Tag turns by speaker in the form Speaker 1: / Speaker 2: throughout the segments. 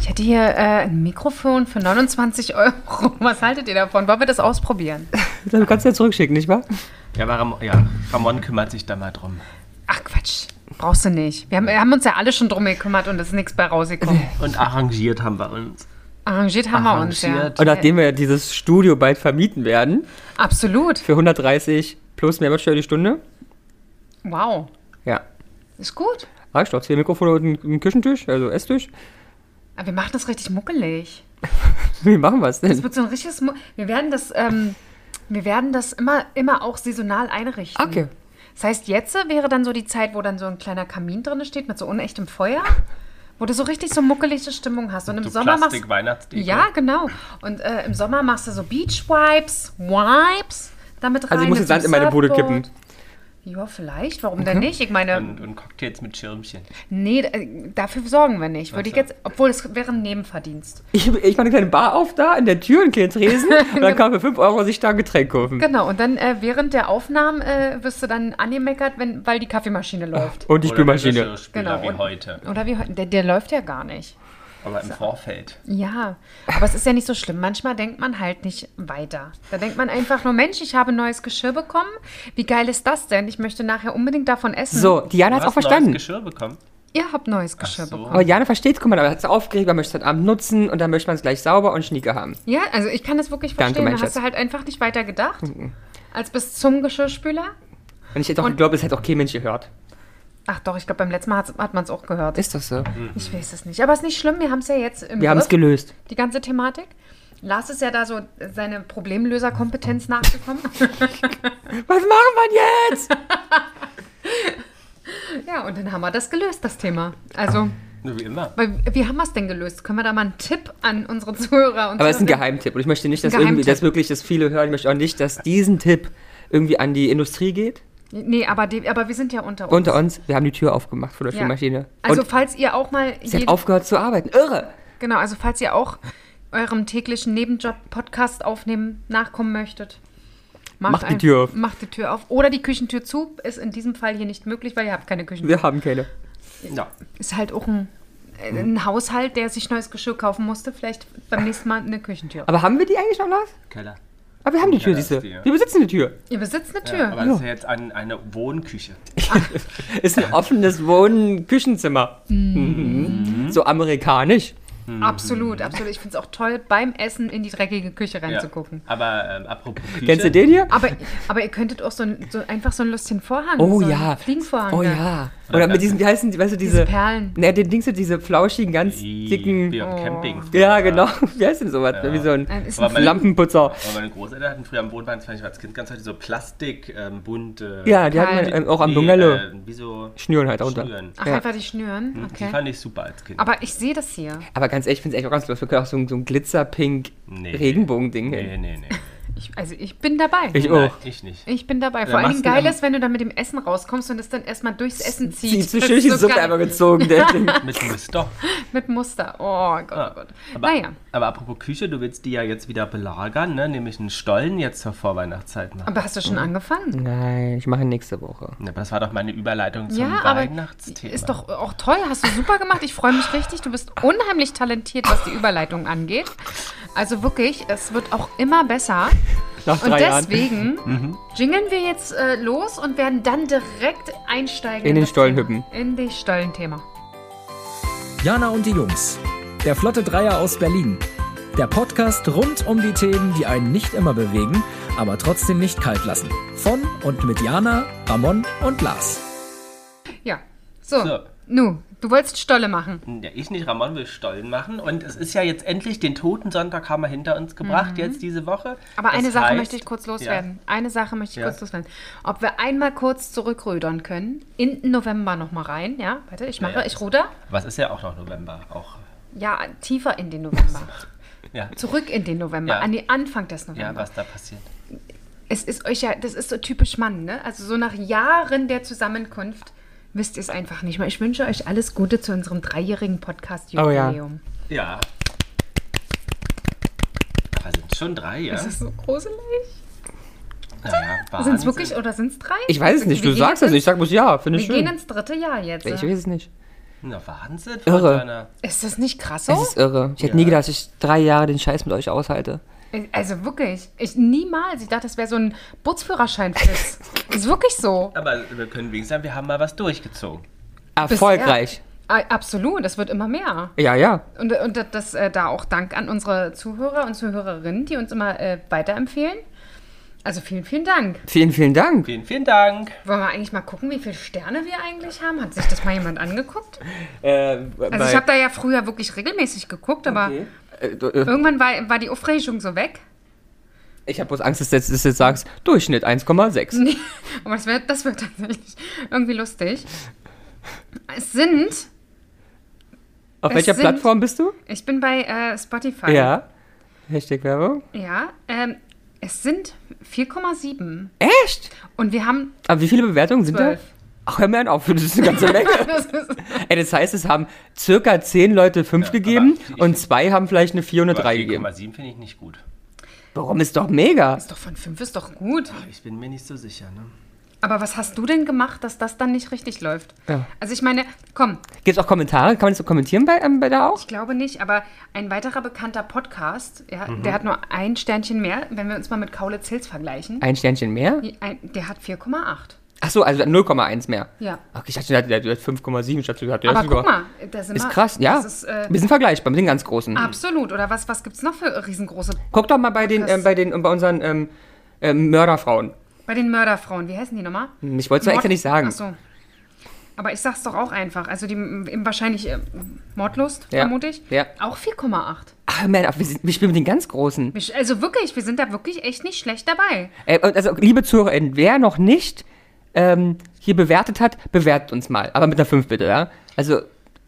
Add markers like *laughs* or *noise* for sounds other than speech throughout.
Speaker 1: Ich hätte hier äh, ein Mikrofon für 29 Euro. *laughs* Was haltet ihr davon? Wollen wir das ausprobieren?
Speaker 2: Du kannst ja zurückschicken, nicht wahr?
Speaker 3: Ja, aber Ram ja, Ramon kümmert sich da mal drum.
Speaker 1: Ach Quatsch, brauchst du nicht. Wir haben, wir haben uns ja alle schon drum gekümmert und es ist nichts bei rausgekommen.
Speaker 3: Und arrangiert haben wir uns.
Speaker 1: Arrangiert haben wir uns,
Speaker 3: Arrangiert.
Speaker 1: ja. Also
Speaker 2: Und nachdem wir dieses Studio bald vermieten werden,
Speaker 1: Absolut.
Speaker 2: für 130 plus Mehrwertsteuer die Stunde,
Speaker 1: Wow.
Speaker 2: ja, Ah,
Speaker 1: Ist gut.
Speaker 2: reicht doch. Zwei Mikrofone und ein- ein Küchentisch, also Esstisch. *laughs*
Speaker 1: Aber wir machen das richtig muckelig.
Speaker 2: Wie machen wir es
Speaker 1: Es
Speaker 2: denn?
Speaker 1: wird so ein richtiges. Mu wir werden das, ähm, wir werden das immer, immer auch saisonal einrichten.
Speaker 2: Okay.
Speaker 1: Das heißt, jetzt wäre dann so die Zeit, wo dann so ein kleiner Kamin drin steht mit so unechtem Feuer, wo du so richtig so muckelige Stimmung hast. Und im
Speaker 3: So
Speaker 1: Sommer
Speaker 3: Plastik,
Speaker 1: machst
Speaker 3: Weihnachtsdeko.
Speaker 1: ja genau. Und äh, im Sommer machst du so Beach Wipes, Wipes damit rein.
Speaker 2: Also ich muss
Speaker 1: mit
Speaker 2: den
Speaker 1: so einem
Speaker 2: Sand in meine Bude
Speaker 1: Surfboard.
Speaker 2: kippen.
Speaker 1: Ja, vielleicht. Warum denn nicht? Ich meine,
Speaker 3: Und, und Cocktails mit Schirmchen.
Speaker 1: nee, äh, dafür sorgen wir nicht. Würde ich
Speaker 3: so.
Speaker 1: jetzt, obwohl es wäre ein Nebenverdienst.
Speaker 2: Ich, ich mache eine kleine Bar auf da, in der Tür, einen kleinen *laughs* Tresen, und dann kann man für 5 Euro sich da ein Getränk kaufen.
Speaker 1: Genau, und dann äh, während der Aufnahmen äh, wirst du dann angemeckert, wenn, weil die Kaffeemaschine läuft.
Speaker 2: Und die
Speaker 3: Oder mit
Speaker 2: Spülmaschine.
Speaker 3: Geschirrspüler
Speaker 1: Genau,
Speaker 3: wie
Speaker 1: und-
Speaker 3: heute.
Speaker 1: Oder wie heute, der, der läuft ja gar nicht.
Speaker 3: Aber im Vorfeld.
Speaker 1: Ja, aber es ist ja nicht so schlimm. Manchmal denkt man halt nicht weiter. Da denkt man einfach nur, Mensch, ich habe neues Geschirr bekommen. Wie geil ist das denn? Ich möchte nachher unbedingt davon essen.
Speaker 2: So, Diana hat
Speaker 3: Du
Speaker 2: es auch
Speaker 3: hast neues
Speaker 2: verstanden.
Speaker 3: Geschirr bekommen.
Speaker 1: Ihr habt neues Geschirr
Speaker 3: so.
Speaker 1: bekommen.
Speaker 2: Aber Jana versteht, guck mal, da hat es aufgeregt, man möchte es heute Abend nutzen und dann möchte man es gleich sauber und schnieke haben.
Speaker 1: Ja, also ich kann das wirklich
Speaker 2: Danke,
Speaker 1: verstehen.
Speaker 2: Mhm. mein
Speaker 1: da hast
Speaker 2: Schatz.
Speaker 1: du halt einfach nicht weiter gedacht. Als bis zum Geschirrspüler.
Speaker 2: Und ich hätte auch glaube, es hätte auch kein Mensch gehört.
Speaker 1: Ach doch, ich glaube, beim letzten Mal hat's- hat man es auch gehört.
Speaker 2: Ist das so?
Speaker 1: Ich weiß es nicht. Aber es ist nicht schlimm. Wir haben es ja jetzt im
Speaker 2: Wir haben es
Speaker 1: Griff.
Speaker 2: gelöst.
Speaker 1: die ganze Thematik. Lars ist ja da so seine Problemlöserkompetenz nachgekommen.
Speaker 2: *laughs* Was machen wir jetzt?
Speaker 1: ja, und dann haben wir das gelöst, das Thema. Also,
Speaker 3: Nur wie immer.
Speaker 1: weil, wie haben wir es denn gelöst? Können wir da mal einen Tipp an unsere Zuhörer und
Speaker 2: Aber es ist
Speaker 1: Zuhörerinnen-
Speaker 2: ein Geheimtipp und ich möchte nicht, dass
Speaker 1: Ein
Speaker 2: irgendwie,
Speaker 1: Geheimtipp.
Speaker 2: dass wirklich das viele hören. Ich möchte auch nicht, dass diesen Tipp irgendwie an die Industrie geht.
Speaker 1: Nee, aber, die, aber wir sind ja unter uns.
Speaker 2: Unter uns, wir haben die Tür aufgemacht vor der
Speaker 1: ja.
Speaker 2: Spülmaschine.
Speaker 1: Also,
Speaker 2: und
Speaker 1: falls ihr auch mal.
Speaker 2: sie hat
Speaker 1: jeden-
Speaker 2: aufgehört zu arbeiten. Irre!
Speaker 1: genau, also, falls ihr auch eurem täglichen Nebenjob Podcast aufnehmen nachkommen möchtet.
Speaker 2: Macht die
Speaker 1: ein-
Speaker 2: Tür auf.
Speaker 1: Macht die Tür auf. Oder die Küchentür zu. Ist in diesem Fall hier nicht möglich, weil ihr habt keine Küchentür.
Speaker 2: Wir haben keine.
Speaker 3: Ja.
Speaker 1: ist halt auch ein, äh, ein Haushalt, der sich neues Geschirr kaufen musste. Vielleicht beim nächsten Mal eine Küchentür.
Speaker 2: Aber haben wir die eigentlich noch, Lars?
Speaker 3: Keller.
Speaker 2: Aber wir haben die Tür,
Speaker 3: Ja, das
Speaker 2: siehste.
Speaker 3: ist die, ja.
Speaker 2: Wir besitzen die Tür.
Speaker 1: Ihr besitzt eine Tür.
Speaker 3: Ja, aber das ist ja jetzt ein, eine Wohnküche.
Speaker 2: Ist
Speaker 3: *laughs*
Speaker 2: ein offenes Wohnen-Küchenzimmer. Mhm. So amerikanisch.
Speaker 1: absolut, absolut. Ich finde es auch toll, beim Essen in die dreckige Küche reinzugucken.
Speaker 3: Ja. Aber ähm, apropos Küche.
Speaker 2: Kennst du den hier?
Speaker 1: Aber, aber ihr könntet auch so, ein, so einfach so einen lustigen Vorhang,
Speaker 2: Oh
Speaker 1: so einen
Speaker 2: ja.
Speaker 1: Fliegenvorhang.
Speaker 2: Oh
Speaker 1: da.
Speaker 2: ja. Oder mit diesen, wie heißen die, weißt du, diese.
Speaker 1: Diese Perlen.
Speaker 2: Ne, den Dings, diese flauschigen, ganz dicken.
Speaker 3: Wie
Speaker 1: Oh.
Speaker 3: im Camping.
Speaker 2: Ja, genau. Wie heißt denn sowas? Wie so ein
Speaker 1: Äh, Ist
Speaker 3: Aber
Speaker 1: ein
Speaker 3: meine,
Speaker 2: Lampenputzer.
Speaker 3: aber meine Großeltern hatten früher am Wohnwagen, das fand ich als Kind ganz häufig so Plastik, ähm, bunte.
Speaker 2: Ja, die hatten
Speaker 1: Perlen.
Speaker 2: wir ähm, auch am
Speaker 3: nee,
Speaker 2: Bungalow.
Speaker 3: Äh, wie so
Speaker 2: Schnüren halt runter.
Speaker 3: Schnüren.
Speaker 1: Ach,
Speaker 2: Ja.
Speaker 1: einfach die Schnüren.
Speaker 3: Hm, Die
Speaker 1: Okay.
Speaker 3: fand ich super als Kind.
Speaker 1: Aber ich sehe das hier.
Speaker 2: Aber ganz ehrlich, ich finde es echt auch ganz lustig. Wir können auch so ein, so ein
Speaker 3: Nee.
Speaker 2: Glitzer-Pink-Regenbogen-Ding hin.
Speaker 3: nee, nee, nee.
Speaker 1: Ich, also ich bin dabei.
Speaker 2: Ich
Speaker 3: Nein,
Speaker 2: auch.
Speaker 3: ich nicht.
Speaker 1: Ich bin dabei. Vor
Speaker 3: Ja,
Speaker 1: allen
Speaker 3: machst
Speaker 1: Dingen
Speaker 3: du
Speaker 1: geil
Speaker 3: dann-
Speaker 1: ist, wenn du dann mit dem Essen rauskommst und es dann erstmal durchs Essen
Speaker 2: Die
Speaker 1: ziehst.
Speaker 2: zu
Speaker 1: Das
Speaker 2: schön die
Speaker 1: ist so
Speaker 2: Suppe
Speaker 1: geil.
Speaker 2: einmal
Speaker 1: *laughs*
Speaker 2: gezogen, der Ding.
Speaker 3: Mit Mister.
Speaker 1: Mit Muster. Oh Gott,
Speaker 2: Ah.
Speaker 1: oh Gott.
Speaker 3: Aber,
Speaker 1: Naja.
Speaker 3: aber apropos Küche, du willst die ja jetzt wieder belagern, ne? nämlich einen Stollen jetzt zur Vorweihnachtszeit machen.
Speaker 1: Aber hast du
Speaker 2: Mhm.
Speaker 1: schon angefangen?
Speaker 2: Nein, ich mache ihn nächste Woche.
Speaker 3: Ja, Aber das war doch meine Überleitung zum
Speaker 1: Ja, aber
Speaker 3: Weihnachtsthema.
Speaker 1: ist doch auch toll. Hast du super gemacht. Ich freue mich richtig. Du bist unheimlich talentiert, was die Überleitung angeht. Also wirklich, es wird auch immer besser.
Speaker 2: Nach
Speaker 1: Und
Speaker 2: drei Jahren. Mhm.
Speaker 1: deswegen jingeln wir jetzt äh, los und werden dann direkt einsteigen.
Speaker 2: In den
Speaker 1: das
Speaker 2: Stollen
Speaker 1: Thema.
Speaker 2: hüppen.
Speaker 1: In das Stollenthema.
Speaker 4: Jana und die Jungs. Der Flotte Dreier aus Berlin. Der Podcast rund um die Themen, die einen nicht immer bewegen, aber trotzdem nicht kalt lassen. Von und mit Jana, Ramon und Lars.
Speaker 1: Ja. So.
Speaker 3: So.
Speaker 1: Nu, du wolltest Stolle machen.
Speaker 3: Ja, ich nicht, Ramon will Stollen machen. Und es ist ja jetzt endlich, den Totensonntag haben wir hinter uns gebracht, jetzt diese Woche.
Speaker 1: Mhm. Aber eine
Speaker 3: Das
Speaker 1: Sache
Speaker 3: heißt-
Speaker 1: möchte ich kurz loswerden. Eine Sache möchte ich
Speaker 3: Ja.
Speaker 1: kurz loswerden. Ob wir einmal kurz zurückrödern können, in den November nochmal rein, ja? Warte, ich mache,
Speaker 3: Naja,
Speaker 1: ich ruder.
Speaker 3: Ja. Was ist ja auch noch November? Auch.
Speaker 1: Ja, tiefer in den November.
Speaker 3: Ja.
Speaker 1: Zurück in den November,
Speaker 3: Ja.
Speaker 1: an den Anfang des
Speaker 3: ja,
Speaker 1: November.
Speaker 3: was da passiert.
Speaker 1: es ist euch ja, das ist so typisch Mann, ne? Also so nach Jahren der Zusammenkunft wisst ihr es einfach nicht mehr. Ich wünsche euch alles Gute zu unserem dreijährigen Podcast-Jubiläum.
Speaker 2: Oh
Speaker 3: Ja. Aber sind schon drei, ja?
Speaker 1: Ist das so gruselig?
Speaker 3: Naja,
Speaker 1: Sind es
Speaker 3: Wahnsinn.
Speaker 1: wirklich oder sind es drei?
Speaker 2: Ich weiß es nicht,
Speaker 1: Wir
Speaker 2: du
Speaker 1: gehen
Speaker 2: sagst
Speaker 1: jetzt
Speaker 2: das. Ich sag bloß ja, finde
Speaker 1: ins-
Speaker 2: ich
Speaker 1: Wir gehen
Speaker 2: schön.
Speaker 1: ins dritte Jahr jetzt.
Speaker 2: Ich weiß es nicht.
Speaker 3: Na, Hm, Wahnsinn.
Speaker 2: Irre.
Speaker 3: Tatjana.
Speaker 1: Ist das nicht krass
Speaker 2: Es
Speaker 1: so?
Speaker 2: ist irre. Ich hätte nie gedacht, dass ich drei Jahre den Scheiß mit euch aushalte.
Speaker 1: Also wirklich. Ich niemals. Ich dachte, das wäre so ein bootsführerschein
Speaker 2: *laughs*
Speaker 1: quiz Ist wirklich so.
Speaker 3: Aber wir können wenigstens sagen, wir haben mal was durchgezogen.
Speaker 2: Erfolgreich.
Speaker 1: Ah, Absolut, das wird immer mehr.
Speaker 2: Ja, ja.
Speaker 1: Und, und das, das äh, da auch Dank an unsere Zuhörer und Zuhörerinnen, die uns immer äh, weiterempfehlen. Also vielen, vielen Dank.
Speaker 2: Vielen, vielen Dank.
Speaker 3: Vielen, vielen Dank.
Speaker 1: Wollen wir eigentlich mal gucken, wie viele Sterne wir eigentlich haben? Hat sich das mal jemand angeguckt?
Speaker 2: Äh,
Speaker 1: Also ich habe da ja früher wirklich regelmäßig geguckt, aber
Speaker 2: äh,
Speaker 1: irgendwann war, war die Aufregung so weg.
Speaker 2: ich habe bloß Angst, dass du jetzt, dass du jetzt sagst, Durchschnitt 1,6.
Speaker 1: Aber Oh, das wird das wär tatsächlich irgendwie lustig. Es sind,
Speaker 2: Auf
Speaker 1: Es
Speaker 2: welcher
Speaker 1: sind-
Speaker 2: Plattform bist du?
Speaker 1: ich bin bei äh, Spotify.
Speaker 2: Ja. Hashtag Werbung.
Speaker 1: Ja, ähm, es sind 4,7.
Speaker 2: Echt?
Speaker 1: Und wir haben *laughs*
Speaker 2: Aber wie viele Bewertungen sind da?
Speaker 1: zwölf.
Speaker 2: Ach, hör mir einen auf, das ist eine ganze Menge.
Speaker 1: *laughs* Das ist,
Speaker 2: Ey, das heißt, es haben circa 10 Leute 5 gegeben
Speaker 3: aber ich-
Speaker 2: und zwei haben vielleicht eine 4 und eine
Speaker 3: Aber
Speaker 2: 3 gegeben.
Speaker 3: 4,7 finde ich nicht gut.
Speaker 2: Warum ist doch mega?
Speaker 1: ist doch von 5 ist doch gut.
Speaker 3: Ich bin mir nicht so sicher. Ne?
Speaker 1: Aber was hast du denn gemacht, dass das dann nicht richtig läuft?
Speaker 2: Ja.
Speaker 1: Also ich meine, komm,
Speaker 2: Gibt es auch Kommentare? Kann man das so kommentieren bei, ähm, bei da auch?
Speaker 1: ich glaube nicht, aber ein weiterer bekannter Podcast, ja,
Speaker 2: Mhm.
Speaker 1: der hat nur ein Sternchen mehr, wenn wir uns mal mit Kaulitz Hills vergleichen.
Speaker 2: Ein Sternchen mehr?
Speaker 1: Ein, der hat 4,8.
Speaker 2: Achso, also 0,1 mehr.
Speaker 1: Ja.
Speaker 2: Okay, ich dachte, der hat- der hat 5,7. Ich dachte, der hat der
Speaker 1: Aber
Speaker 2: ist sogar-
Speaker 1: guck mal, da sind
Speaker 2: Ist
Speaker 1: wir-
Speaker 2: krass, ja.
Speaker 1: Das ist, äh, Ah,
Speaker 2: wir sind vergleichbar mit den ganz großen.
Speaker 1: absolut. Oder was, was gibt es noch für riesengroße?
Speaker 2: Guck doch mal bei den, ähm, bei den, bei unseren ähm, ähm, Mörderfrauen.
Speaker 1: Bei den Mörderfrauen, wie heißen die nochmal?
Speaker 2: Ich wollte es extra nicht sagen.
Speaker 1: Ach so. Aber ich sag's doch auch einfach. Also die m- wahrscheinlich äh, Mordlust,
Speaker 2: Ja.
Speaker 1: vermute ich.
Speaker 2: Ja.
Speaker 1: Auch 4,8.
Speaker 2: Ach, man, wir, sind, wir spielen mit den ganz großen.
Speaker 1: Wir sch- Also wirklich, wir sind da wirklich echt nicht schlecht dabei.
Speaker 2: Äh, und also, liebe ZuhörerInnen, wer noch nicht ähm, hier bewertet hat, bewertet uns mal. Aber mit einer 5 bitte, ja? Also,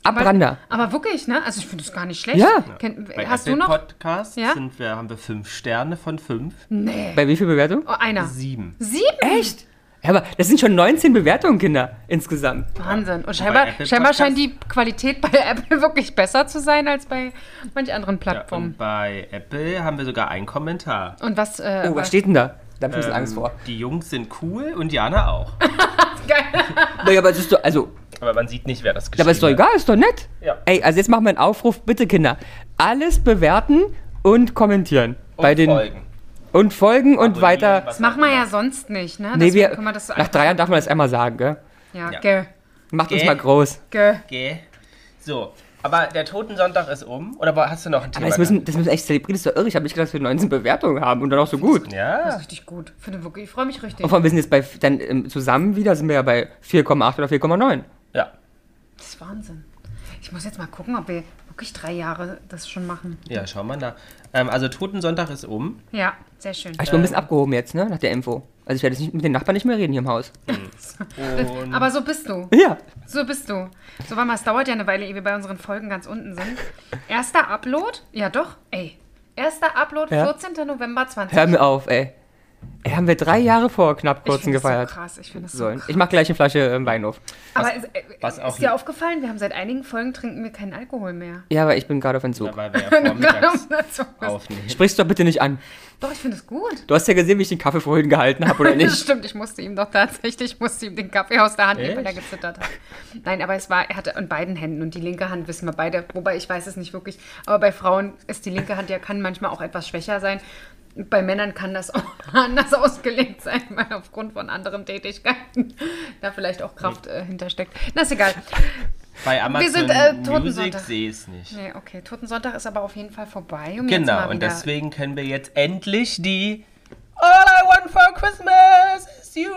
Speaker 2: Abrander.
Speaker 1: Aber wirklich, ne? Also ich finde es gar nicht schlecht.
Speaker 2: Ja.
Speaker 1: Kennt-
Speaker 3: Bei
Speaker 1: hast
Speaker 3: Apple
Speaker 1: du noch?
Speaker 3: Podcast
Speaker 1: Ja?
Speaker 3: sind wir, haben wir 5 Sterne von 5.
Speaker 2: Hm.
Speaker 1: nee.
Speaker 2: Bei wie viel Bewertung?
Speaker 1: Oh, einer.
Speaker 3: 7.
Speaker 1: Sieben?
Speaker 2: Echt? Ja, aber das sind schon 19 Bewertungen, Kinder, insgesamt. Oh,
Speaker 1: Wahnsinn. Und
Speaker 3: Bei Apple
Speaker 1: scheinbar, scheinbar
Speaker 3: Podcast-
Speaker 1: scheint die Qualität bei *laughs* Apple wirklich besser zu sein als bei manch anderen
Speaker 3: Ja,
Speaker 1: Plattformen.
Speaker 3: und bei Apple haben wir sogar einen Kommentar.
Speaker 1: und was, äh,
Speaker 2: Oh, was
Speaker 1: was
Speaker 2: steht denn da? Da hab ich ein bisschen
Speaker 3: Ähm.
Speaker 2: Angst vor.
Speaker 3: Die Jungs sind cool und Jana auch.
Speaker 2: Naja, aber es ist doch, also,
Speaker 3: Aber man sieht nicht, wer das geschrieben
Speaker 2: aber ist doch
Speaker 3: hat.
Speaker 2: egal, ist doch nett.
Speaker 3: Ja.
Speaker 2: Ey, also jetzt machen wir einen Aufruf, bitte, Kinder. Alles bewerten und kommentieren.
Speaker 3: Und
Speaker 2: bei den
Speaker 3: Folgen.
Speaker 2: Und folgen und
Speaker 3: Abonnieren,
Speaker 2: weiter.
Speaker 3: was
Speaker 1: machen wir
Speaker 3: auch
Speaker 1: ja sonst nicht, ne?
Speaker 2: Nee,
Speaker 1: Deswegen
Speaker 2: wir,
Speaker 1: können wir das so
Speaker 2: nach drei Jahren darf man das einmal sagen, gell?
Speaker 1: Ja,
Speaker 3: Ja.
Speaker 1: gell,
Speaker 2: Macht uns
Speaker 3: Gell?
Speaker 2: mal groß.
Speaker 1: gell.
Speaker 3: Geh. So, aber der Totensonntag ist um. Oder wa- hast du noch ein Thema?
Speaker 2: Aber das müssen, das müssen echt zelebrieren, das ist doch irre. Ich habe nicht gedacht, dass wir 19 Bewertungen haben und dann auch so gut.
Speaker 3: gehabt? ja,
Speaker 1: Richtig gut. Finde wirklich, ich freue mich richtig.
Speaker 2: Und vor allem, wir sind jetzt bei, dann ähm, zusammen wieder sind wir ja bei 4,8 oder 4,9.
Speaker 3: ja,
Speaker 1: Das ist Wahnsinn. Ich muss jetzt mal gucken, ob wir wirklich drei Jahre das schon machen.
Speaker 3: ja, schau mal nach. Ähm, also Totensonntag ist um.
Speaker 1: Ja, sehr schön.
Speaker 2: Aber ich bin ein bisschen abgehoben jetzt, ne, nach der Info. Also ich werde jetzt nicht, mit den Nachbarn nicht mehr reden hier im Haus.
Speaker 1: *laughs* Aber so bist du.
Speaker 2: Ja.
Speaker 1: So bist du. So, warte mal, es dauert ja eine Weile, ehe wir bei unseren Folgen ganz unten sind. Erster Upload? Ja, doch. Ey. Erster Upload,
Speaker 2: Ja.
Speaker 1: 14. November 20.
Speaker 2: Hör mir auf, ey. Ey, haben wir drei Jahre vor knapp
Speaker 1: ich
Speaker 2: kurzem
Speaker 1: find das
Speaker 2: gefeiert.
Speaker 1: So krass. Ich finde das so
Speaker 2: Sollen.
Speaker 1: krass.
Speaker 2: Ich mach gleich eine Flasche ähm, Wein auf.
Speaker 1: Aber ist, äh,
Speaker 3: was auch
Speaker 1: ist dir aufgefallen, wir haben seit einigen Folgen trinken wir keinen Alkohol mehr.
Speaker 2: Ja, aber ich bin gerade auf Entzug.
Speaker 1: *laughs*
Speaker 3: Aber wer vormittags
Speaker 1: Dazu ist-
Speaker 3: aufnehmen.
Speaker 2: Sprichst du doch bitte nicht an.
Speaker 1: um doch, ich finde es gut.
Speaker 2: Du hast ja gesehen, wie ich den Kaffee vorhin gehalten
Speaker 1: *laughs*
Speaker 2: habe, oder
Speaker 1: Das
Speaker 2: nicht?
Speaker 1: stimmt, ich musste ihm doch tatsächlich, ich musste ihm den Kaffee aus der Hand nehmen, weil er
Speaker 3: Echt?
Speaker 1: gezittert hat. Nein, aber es war, er hatte an beiden Händen und die linke Hand wissen wir beide, wobei ich weiß es nicht wirklich, aber bei Frauen ist die linke Hand ja kann manchmal auch etwas schwächer sein. Bei Männern kann das auch *laughs* anders ausgelegt sein, weil aufgrund von anderen Tätigkeiten da vielleicht auch Kraft äh, hintersteckt. Na, ist egal.
Speaker 3: Bei Amazon
Speaker 1: sind, äh,
Speaker 3: Music
Speaker 1: Totensonntag.
Speaker 3: sehe ich es nicht.
Speaker 1: Nee, okay, Totensonntag ist aber auf jeden Fall vorbei. Um jetzt
Speaker 3: Genau,
Speaker 1: mal
Speaker 3: und
Speaker 1: wieder-
Speaker 3: deswegen können wir jetzt endlich die All I want for Christmas is you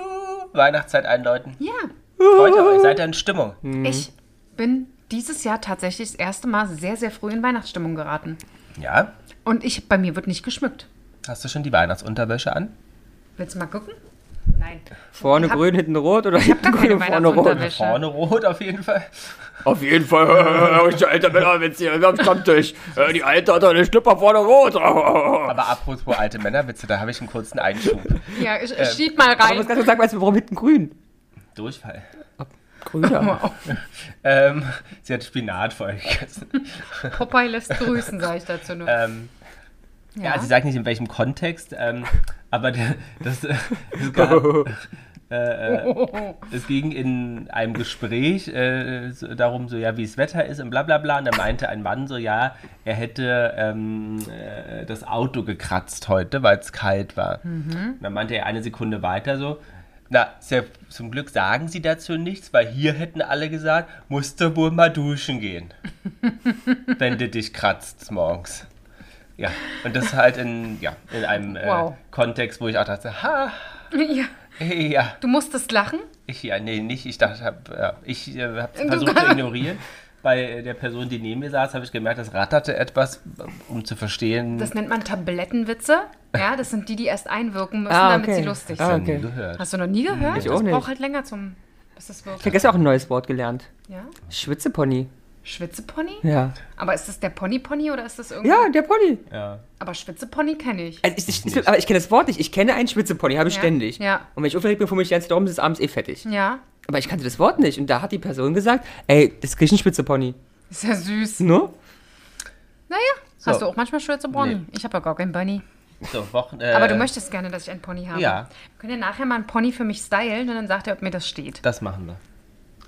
Speaker 3: Weihnachtszeit einläuten.
Speaker 1: Ja,
Speaker 3: Freut ihr euch, seid ihr in Stimmung?
Speaker 1: Ich bin dieses Jahr tatsächlich das erste Mal sehr, sehr früh in Weihnachtsstimmung geraten.
Speaker 3: Ja?
Speaker 1: Und ich, bei mir wird nicht geschmückt.
Speaker 3: Hast du schon die Weihnachtsunterwäsche an?
Speaker 1: Willst du mal gucken? Nein.
Speaker 2: Vorne
Speaker 1: Ich hab-
Speaker 2: grün, hinten rot oder hinten
Speaker 1: gar keine
Speaker 2: grün und *laughs* vorne rot?
Speaker 1: Weihnachtsunterwäsche.
Speaker 3: Vorne rot auf jeden Fall.
Speaker 2: Auf jeden Fall, *laughs* ich alter Männer, wenn hier am Stammtisch. Die Alte hat eine Schlüpper vorne rot. *laughs* Aber
Speaker 3: Aber apropos alte Männerwitze, da habe ich einen
Speaker 1: *laughs*
Speaker 3: kurzen Einschub.
Speaker 1: Ja, ich, ich schieb mal
Speaker 2: ich muss
Speaker 1: rein.
Speaker 2: ganz kurz sagen, weißt du, warum hinten grün?
Speaker 3: Durchfall.
Speaker 2: *laughs* Grüner.
Speaker 1: oh,
Speaker 3: Ähm, sie hat Spinat vorher gegessen.
Speaker 1: Popeye lässt grüßen, sage ich dazu nur.
Speaker 3: Ähm, ja.
Speaker 1: ja.
Speaker 3: sie sagt nicht in welchem Kontext, ähm, aber der, das, äh, es gab, Äh, äh, es ging in einem Gespräch äh, so, darum, so ja, wie das Wetter ist und bla bla bla. Und da meinte ein Mann so, ja, er hätte ähm, äh, das Auto gekratzt heute, weil es kalt war. Und dann meinte er eine Sekunde weiter so, na, sehr, zum Glück sagen sie dazu nichts, weil hier hätten alle gesagt, musst du wohl mal duschen gehen, wenn du dich kratzt morgens. Ja, und das halt in, ja, in einem
Speaker 1: Wow.
Speaker 3: äh, Kontext, wo ich auch dachte, ha,
Speaker 1: *laughs* Ja.
Speaker 3: ja.
Speaker 1: Du musstest lachen?
Speaker 3: Ich, ja, nee, nicht. Ich dachte, hab, ja, ich äh, habe
Speaker 1: Du
Speaker 3: versucht zu
Speaker 1: kannst-
Speaker 3: ignorieren. Bei äh, der Person, die neben mir saß, habe ich gemerkt, das ratterte etwas, um zu verstehen.
Speaker 1: Das nennt man Tablettenwitze. Ja, das sind die, die erst einwirken müssen,
Speaker 2: Ah,
Speaker 1: damit
Speaker 2: okay.
Speaker 1: sie lustig
Speaker 2: Ah,
Speaker 1: sind.
Speaker 2: okay.
Speaker 3: nie gehört.
Speaker 1: Hast du noch nie gehört?
Speaker 2: Ich auch
Speaker 1: das
Speaker 2: nicht.
Speaker 1: braucht halt länger zum. Bis es
Speaker 2: Ich habe
Speaker 1: wirkt.
Speaker 2: gestern auch ein neues Wort gelernt.
Speaker 1: Ja?
Speaker 2: Schwitzepony.
Speaker 1: Schwitzepony?
Speaker 2: Ja.
Speaker 1: Aber ist das der Pony-Pony oder ist das irgendwie.
Speaker 2: Ja, der Pony.
Speaker 3: Ja.
Speaker 1: Aber Schwitzepony kenne ich.
Speaker 2: Also ich, ich, ich, aber ich kenne das Wort nicht. Ich kenne einen Schwitzepony, habe ich
Speaker 1: Ja,
Speaker 2: ständig.
Speaker 1: ja. Hm.
Speaker 2: Und wenn ich aufgeregt bin, fummel ich die ganze Zeit rum, ist es abends eh fertig.
Speaker 1: Ja.
Speaker 2: Aber ich kannte das Wort nicht. Und da hat die Person gesagt, ey, das ist ein Schwitzepony.
Speaker 1: Ist ja süß.
Speaker 2: Ne?
Speaker 1: Naja.
Speaker 3: So.
Speaker 1: Hast du auch manchmal Schwitzepony?
Speaker 3: Nee.
Speaker 1: Ich habe ja gar keinen Bunny.
Speaker 3: So, Wochen,
Speaker 1: Aber
Speaker 3: äh,
Speaker 1: du möchtest gerne, dass ich einen Pony habe.
Speaker 3: Ja.
Speaker 1: Wir können ja nachher mal einen Pony für mich stylen und dann sagt er, ob mir das steht.
Speaker 3: Das machen wir.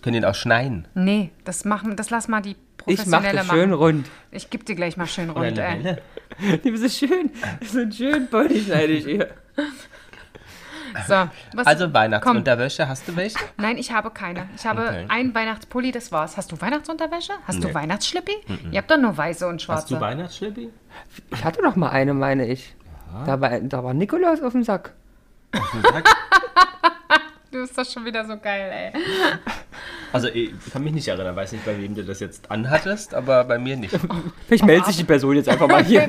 Speaker 3: Können ihn auch schneiden.
Speaker 1: Nee, das machen, das lass mal die
Speaker 2: Ich mache
Speaker 1: professionelle
Speaker 2: das schön
Speaker 1: machen.
Speaker 2: rund. *laughs*
Speaker 1: Ich geb dir gleich mal schön
Speaker 3: Oder
Speaker 1: rund,
Speaker 3: eine
Speaker 1: ey.
Speaker 3: Welle.
Speaker 2: Die ist so schön. So einen schönen Pony schneide ich ihr.
Speaker 1: So, was,
Speaker 3: Also
Speaker 1: komm.
Speaker 3: Weihnachtsunterwäsche, hast du welche?
Speaker 1: Nein, ich habe keine. Ich habe
Speaker 3: Okay.
Speaker 1: einen Weihnachtspulli, das war's. Hast du Weihnachtsunterwäsche? Hast du
Speaker 3: Nee.
Speaker 1: Weihnachtsschlippi? Ihr habt doch nur weiße und schwarze.
Speaker 3: Hast du Weihnachtsschlippi?
Speaker 2: Ich hatte noch mal eine, meine ich. Da war, da war Nikolaus auf dem Sack.
Speaker 1: du bist doch schon wieder so geil, ey.
Speaker 3: Also ich kann mich nicht erinnern, weiß nicht, bei wem du das jetzt anhattest, aber bei
Speaker 1: *laughs*
Speaker 3: mir nicht.
Speaker 2: Vielleicht meldet sich die Person jetzt einfach mal hier.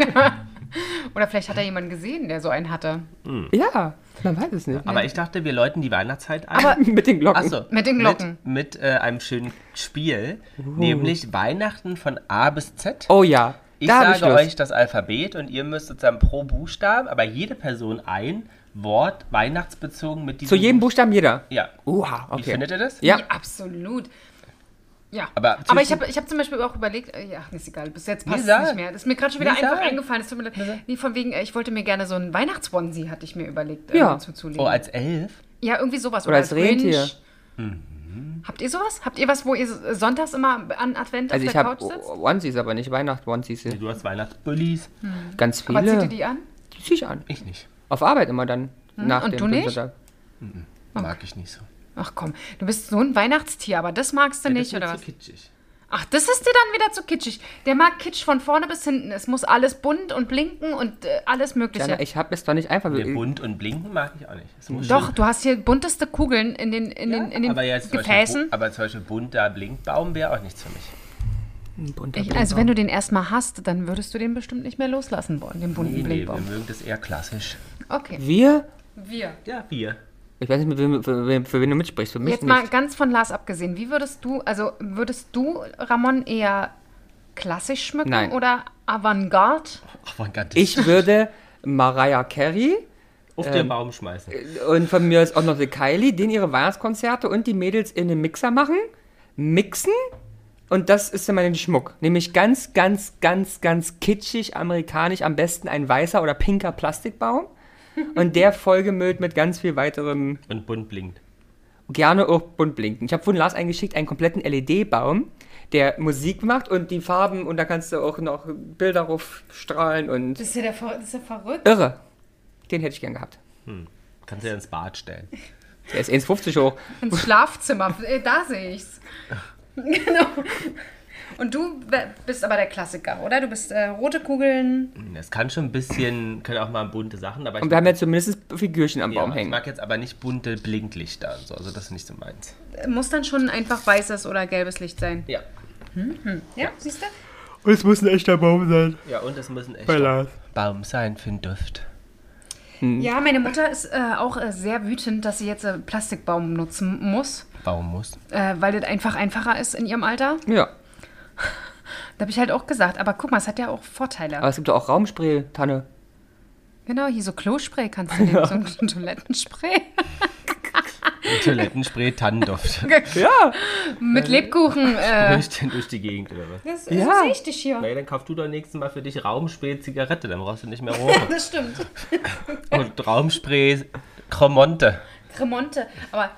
Speaker 1: Oder vielleicht hat er jemanden gesehen, der so einen hatte.
Speaker 2: *laughs* ja, man weiß es nicht.
Speaker 3: Aber ich dachte, wir läuten die Weihnachtszeit ein.
Speaker 2: *laughs* Mit den Glocken.
Speaker 3: Achso,
Speaker 1: Mit den Glocken.
Speaker 3: Mit, mit äh, einem schönen Spiel, nämlich Weihnachten von A bis Z.
Speaker 2: Oh ja.
Speaker 3: Ich
Speaker 2: da hab
Speaker 3: sage
Speaker 2: Lust.
Speaker 3: euch das Alphabet und ihr müsst sozusagen pro Buchstaben, aber jede Person ein Wort weihnachtsbezogen mit
Speaker 2: Zu
Speaker 3: diesem
Speaker 2: jedem Buchstaben jeder.
Speaker 3: Ja.
Speaker 2: Oha, okay.
Speaker 3: Wie findet ihr das?
Speaker 2: Ja.
Speaker 1: absolut. Ja,
Speaker 3: Aber
Speaker 1: aber,
Speaker 3: zwischen-
Speaker 1: ich habe ich hab zum Beispiel auch überlegt, äh, ja, ist egal, bis jetzt passt
Speaker 3: Nee,
Speaker 1: es
Speaker 3: sag.
Speaker 1: nicht mehr. Das ist mir gerade schon wieder
Speaker 3: Nee,
Speaker 1: einfach
Speaker 3: sag.
Speaker 1: eingefallen. Das tut mir leid. Nee, von wegen, äh, ich wollte mir gerne so einen Weihnachtswonsi, hatte ich mir überlegt, äh,
Speaker 2: Ja.
Speaker 1: zuzulegen.
Speaker 3: Oh, als elf?
Speaker 1: Ja, irgendwie sowas.
Speaker 2: Oder als Rentier.
Speaker 1: Grinch. Habt ihr sowas? Habt ihr was, wo ihr so- sonntags immer an Advent
Speaker 2: Also
Speaker 1: auf
Speaker 2: ich
Speaker 1: der Couch
Speaker 2: habe
Speaker 1: sitzt?
Speaker 2: Onesies, aber nicht Weihnachts-Onesies.
Speaker 3: Du hast Weihnachtsbullis.
Speaker 2: Ganz viele.
Speaker 1: Aber zieht ihr die an?
Speaker 2: Die Hm, zieh ich an.
Speaker 3: Ich nicht.
Speaker 2: Auf Arbeit immer dann. nach
Speaker 1: und
Speaker 2: dem
Speaker 1: du nicht?
Speaker 2: Sonntag.
Speaker 3: Mag ich nicht so.
Speaker 1: Ach komm, du bist so ein Weihnachtstier, aber das magst du nicht,
Speaker 3: das ist
Speaker 1: oder
Speaker 3: mir
Speaker 1: was?
Speaker 3: zu kitschig.
Speaker 1: Ach, das ist dir dann wieder zu kitschig. Der mag Kitsch von vorne bis hinten. Es muss alles bunt und blinken und äh, alles Mögliche.
Speaker 2: Jana, ich habe es doch nicht einfach.
Speaker 3: Nee, bunt und blinken mag ich auch nicht. Es muss
Speaker 1: Doch,
Speaker 3: schön-
Speaker 1: du hast hier bunteste Kugeln in den, in den, in den
Speaker 3: aber jetzt zum Beispiel
Speaker 1: Gefäßen.
Speaker 3: bu- aber zum Beispiel bunter Blinkbaum wäre auch nichts für mich.
Speaker 2: Bunt,
Speaker 1: Ich, also wenn du den erstmal hast, dann würdest du den bestimmt nicht mehr loslassen wollen, den bunten
Speaker 3: Nee, nee, wir
Speaker 1: Blinkbaum.
Speaker 3: mögen das eher klassisch.
Speaker 1: Okay,
Speaker 2: Wir?
Speaker 1: wir.
Speaker 3: Ja, wir.
Speaker 2: Ich weiß nicht, mit wem, für, wen- für wen du mitsprichst. Für mich
Speaker 1: Jetzt mal
Speaker 2: nicht.
Speaker 1: ganz von Lars abgesehen, wie würdest du, also würdest du Ramon eher klassisch schmücken
Speaker 2: Nein.
Speaker 1: oder Avantgarde?
Speaker 3: Ach, mein Gott. das-
Speaker 2: Ich würde Mariah Carey
Speaker 3: Auf den Baum schmeißen.
Speaker 2: und von mir ist auch noch die Kylie, denen ihre Weihnachtskonzerte und die Mädels in den Mixer machen, mixen und das ist dann mein Schmuck. Nämlich ganz, ganz, ganz, ganz kitschig, amerikanisch, am besten ein weißer oder pinker Plastikbaum und der vollgemüllt mit ganz viel weiterem
Speaker 3: Und bunt blinkt.
Speaker 2: gerne auch bunt blinken. Ich habe von Lars eingeschickt einen kompletten LED-Baum, der Musik macht und die Farben und da kannst du auch noch Bilder raufstrahlen und
Speaker 1: Das ist ja, der, das ist ja verrückt.
Speaker 2: irre. Den hätte ich gern gehabt.
Speaker 3: Kannst du dir ins Bad stellen.
Speaker 2: Der ist 1,50 hoch.
Speaker 1: Ins Schlafzimmer, äh, da sehe *laughs* ich's. genau. Und du we- bist aber der Klassiker, oder? Du bist äh, rote Kugeln.
Speaker 3: Das kann schon ein bisschen, können auch mal bunte Sachen, aber ich
Speaker 2: Und wir haben ja zumindest Figürchen am Baum
Speaker 3: ja, Ich
Speaker 2: hängen.
Speaker 3: mag jetzt aber nicht bunte Blinklichter und so, also das ist nicht so meins.
Speaker 1: Äh, Muss dann schon einfach weißes oder gelbes Licht sein.
Speaker 3: Ja.
Speaker 1: Ja, siehst du?
Speaker 2: Und es muss ein echter Baum sein.
Speaker 3: Ja, und es muss ein
Speaker 2: Bei
Speaker 3: echter
Speaker 2: Lars.
Speaker 3: Baum sein für den Duft.
Speaker 1: Ja, meine Mutter ist äh, auch äh, sehr wütend, dass sie jetzt äh, Plastikbaum nutzen muss,
Speaker 3: Baum muss.
Speaker 1: äh, weil das einfach einfacher ist in ihrem Alter.
Speaker 2: Ja.
Speaker 1: Da habe ich halt auch gesagt, aber guck mal, es hat ja auch Vorteile.
Speaker 2: Aber es gibt doch auch Raumspray, Tanne.
Speaker 1: Genau, hier so Klospray kannst du nehmen, so ein *laughs* Toilettenspray.
Speaker 3: Toilettenspray, Tannenduft.
Speaker 2: Ja.
Speaker 1: Mit Lebkuchen. Äh.
Speaker 3: durch, den- durch die Gegend oder was?
Speaker 1: Das
Speaker 2: Ja. so sehe
Speaker 1: ich dich hier.
Speaker 3: Naja, dann kauf du doch nächstes Mal für dich Raumspray, *laughs* Zigarette, dann brauchst du nicht mehr Rohre.
Speaker 1: Das stimmt.
Speaker 3: und Raumspray, Cremonte.
Speaker 1: Cremonte. Aber,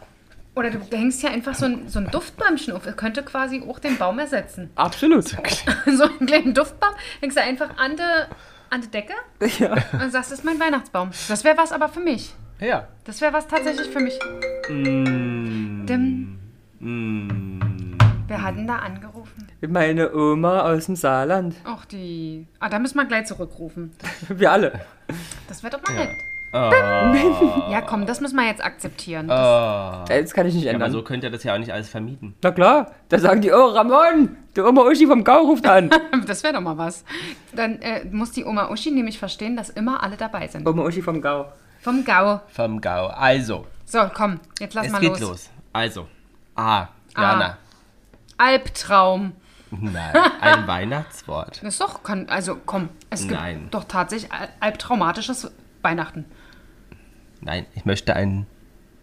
Speaker 1: oder du hängst ja einfach so ein, so ein Duftbäumchen auf. Er könnte quasi auch den Baum ersetzen. *laughs*
Speaker 2: Absolut.
Speaker 1: so einen kleinen Duftbaum hängst du einfach an der an die Decke und sagst, das ist mein Weihnachtsbaum. Das wäre was aber für mich.
Speaker 3: Ja.
Speaker 1: Das wäre was tatsächlich für mich. Dim.
Speaker 3: Mm.
Speaker 1: Wer
Speaker 3: Mhm.
Speaker 1: hat denn da angerufen?
Speaker 2: Meine Oma aus dem Saarland.
Speaker 1: Ach, die. Ah, da müssen wir gleich zurückrufen.
Speaker 2: Wir alle.
Speaker 1: Das wäre doch mal nett.
Speaker 3: Ah.
Speaker 1: Ja, komm, das müssen wir jetzt akzeptieren. Das,
Speaker 3: Oh.
Speaker 2: Das kann ich nicht ändern.
Speaker 3: Aber so könnt ihr das ja auch nicht alles vermieten.
Speaker 2: Na klar, da sagen die, oh Ramon, der Oma Uschi vom Gau ruft
Speaker 1: das
Speaker 2: an.
Speaker 1: *laughs* wäre doch mal was. Dann äh, muss die Oma Uschi nämlich verstehen, dass immer alle dabei sind.
Speaker 2: *laughs* Oma Uschi vom Gau.
Speaker 1: Vom Gau.
Speaker 3: Vom Gau. Also,
Speaker 1: So, komm, jetzt lass
Speaker 3: es
Speaker 1: mal
Speaker 3: geht
Speaker 1: los.
Speaker 3: los. Also, A. Jana.
Speaker 1: Albtraum.
Speaker 3: Nein, ein *laughs* Weihnachtswort.
Speaker 1: Das ist doch, kann, also komm, es gibt
Speaker 3: Nein.
Speaker 1: doch tatsächlich al- albtraumatisches Weihnachten.
Speaker 3: Nein, ich möchte ein.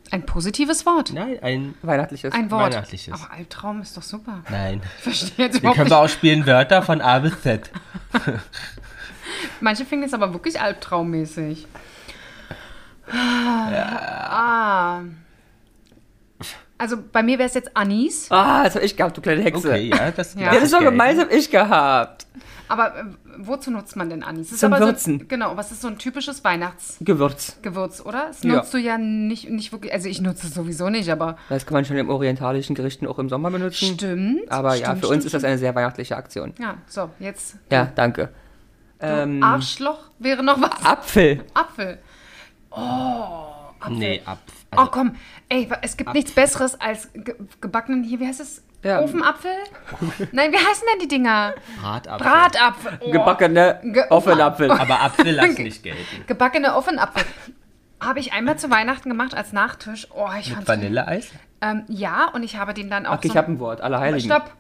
Speaker 1: Ein positives Wort.
Speaker 3: Nein, ein.
Speaker 2: Weihnachtliches.
Speaker 1: Ein Wort.
Speaker 3: Weihnachtliches.
Speaker 1: Aber Albtraum ist doch super.
Speaker 3: Nein.
Speaker 1: Ich verstehe jetzt
Speaker 3: Wir
Speaker 1: überhaupt
Speaker 3: können
Speaker 1: nicht.
Speaker 3: wir auch spielen Wörter von A bis
Speaker 1: *laughs*
Speaker 3: Z.
Speaker 1: Manche finden es aber wirklich albtraummäßig. Ah. Also bei mir wäre es jetzt Anis,
Speaker 2: Ah, das hab ich gehabt, du kleine Hexe.
Speaker 3: Okay, ja, das
Speaker 1: Ja.
Speaker 2: Ja, das haben wir gemeinsam ich gehabt.
Speaker 1: aber äh, wozu nutzt man denn Anis? Das
Speaker 2: Zum
Speaker 1: aber so,
Speaker 2: Würzen.
Speaker 1: genau, was ist so ein typisches Weihnachtsgewürz,
Speaker 2: Gewürz.
Speaker 1: oder? Das
Speaker 2: Ja.
Speaker 1: nutzt du ja nicht, nicht wirklich, also ich nutze es sowieso nicht, aber
Speaker 2: Das kann man schon in orientalischen Gerichten auch im Sommer benutzen.
Speaker 1: stimmt.
Speaker 2: Hm. Aber ja,
Speaker 1: stimmt,
Speaker 2: für uns
Speaker 1: stimmt,
Speaker 2: ist das eine sehr weihnachtliche Aktion.
Speaker 1: Ja, so, jetzt.
Speaker 2: Ja, danke. Ähm,
Speaker 1: Arschloch wäre noch was.
Speaker 2: Apfel.
Speaker 1: Apfel.
Speaker 3: Nee, also ab.
Speaker 2: Also
Speaker 1: Oh komm, ey, wa- es gibt nichts Besseres als ge gebackenen hier, wie heißt es?
Speaker 2: Ja. *laughs*
Speaker 1: Ofenapfel? Nein, wie heißen denn die Dinger?
Speaker 3: Bratapfel.
Speaker 1: Bratapfel. Oh.
Speaker 2: Gebackene
Speaker 1: Ge- *laughs*
Speaker 2: offene Apfel.
Speaker 3: Aber Apfel lass nicht gelten.
Speaker 1: Gebackene Ofenapfel. Habe ich einmal zu Weihnachten gemacht als Nachtisch. Oh, ich fand's.
Speaker 3: Vanilleeis?
Speaker 1: Ähm, ja, und ich habe den dann auch
Speaker 2: Okay, ich
Speaker 1: so.
Speaker 2: habe ein Wort. Allerheiligen.
Speaker 1: Stopp.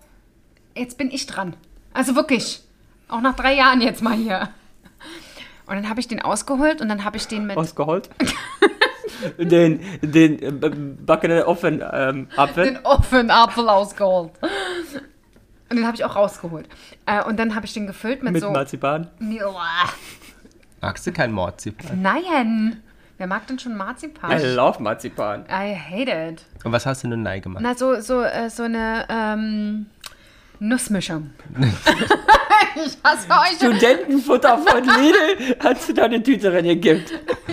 Speaker 1: Jetzt bin ich dran. Also wirklich. Auch nach drei Jahren jetzt mal hier. Und dann habe ich den ausgeholt und dann habe ich den mit.
Speaker 2: Ausgeholt. *laughs* den den äh, backene offenen ähm, Apfel.
Speaker 1: den offenen Apfel ausgeholt. Und den habe ich auch rausgeholt. Äh, und dann habe ich den gefüllt mit,
Speaker 2: mit
Speaker 1: so. Oh,
Speaker 2: Marzipan.
Speaker 1: Nee, uah.
Speaker 3: Magst du kein Mordzipan?
Speaker 1: Nein! Wer mag denn schon Marzipan?
Speaker 2: I love Marzipan.
Speaker 1: I hate it.
Speaker 3: Und was hast du nun nein gemacht?
Speaker 1: Na, so, so, äh, so eine ähm, Nussmischung. *laughs* ich hasse euch.
Speaker 2: Studentenfutter
Speaker 1: *laughs*
Speaker 2: von Lidl hat sie da eine Tüte reingekippt.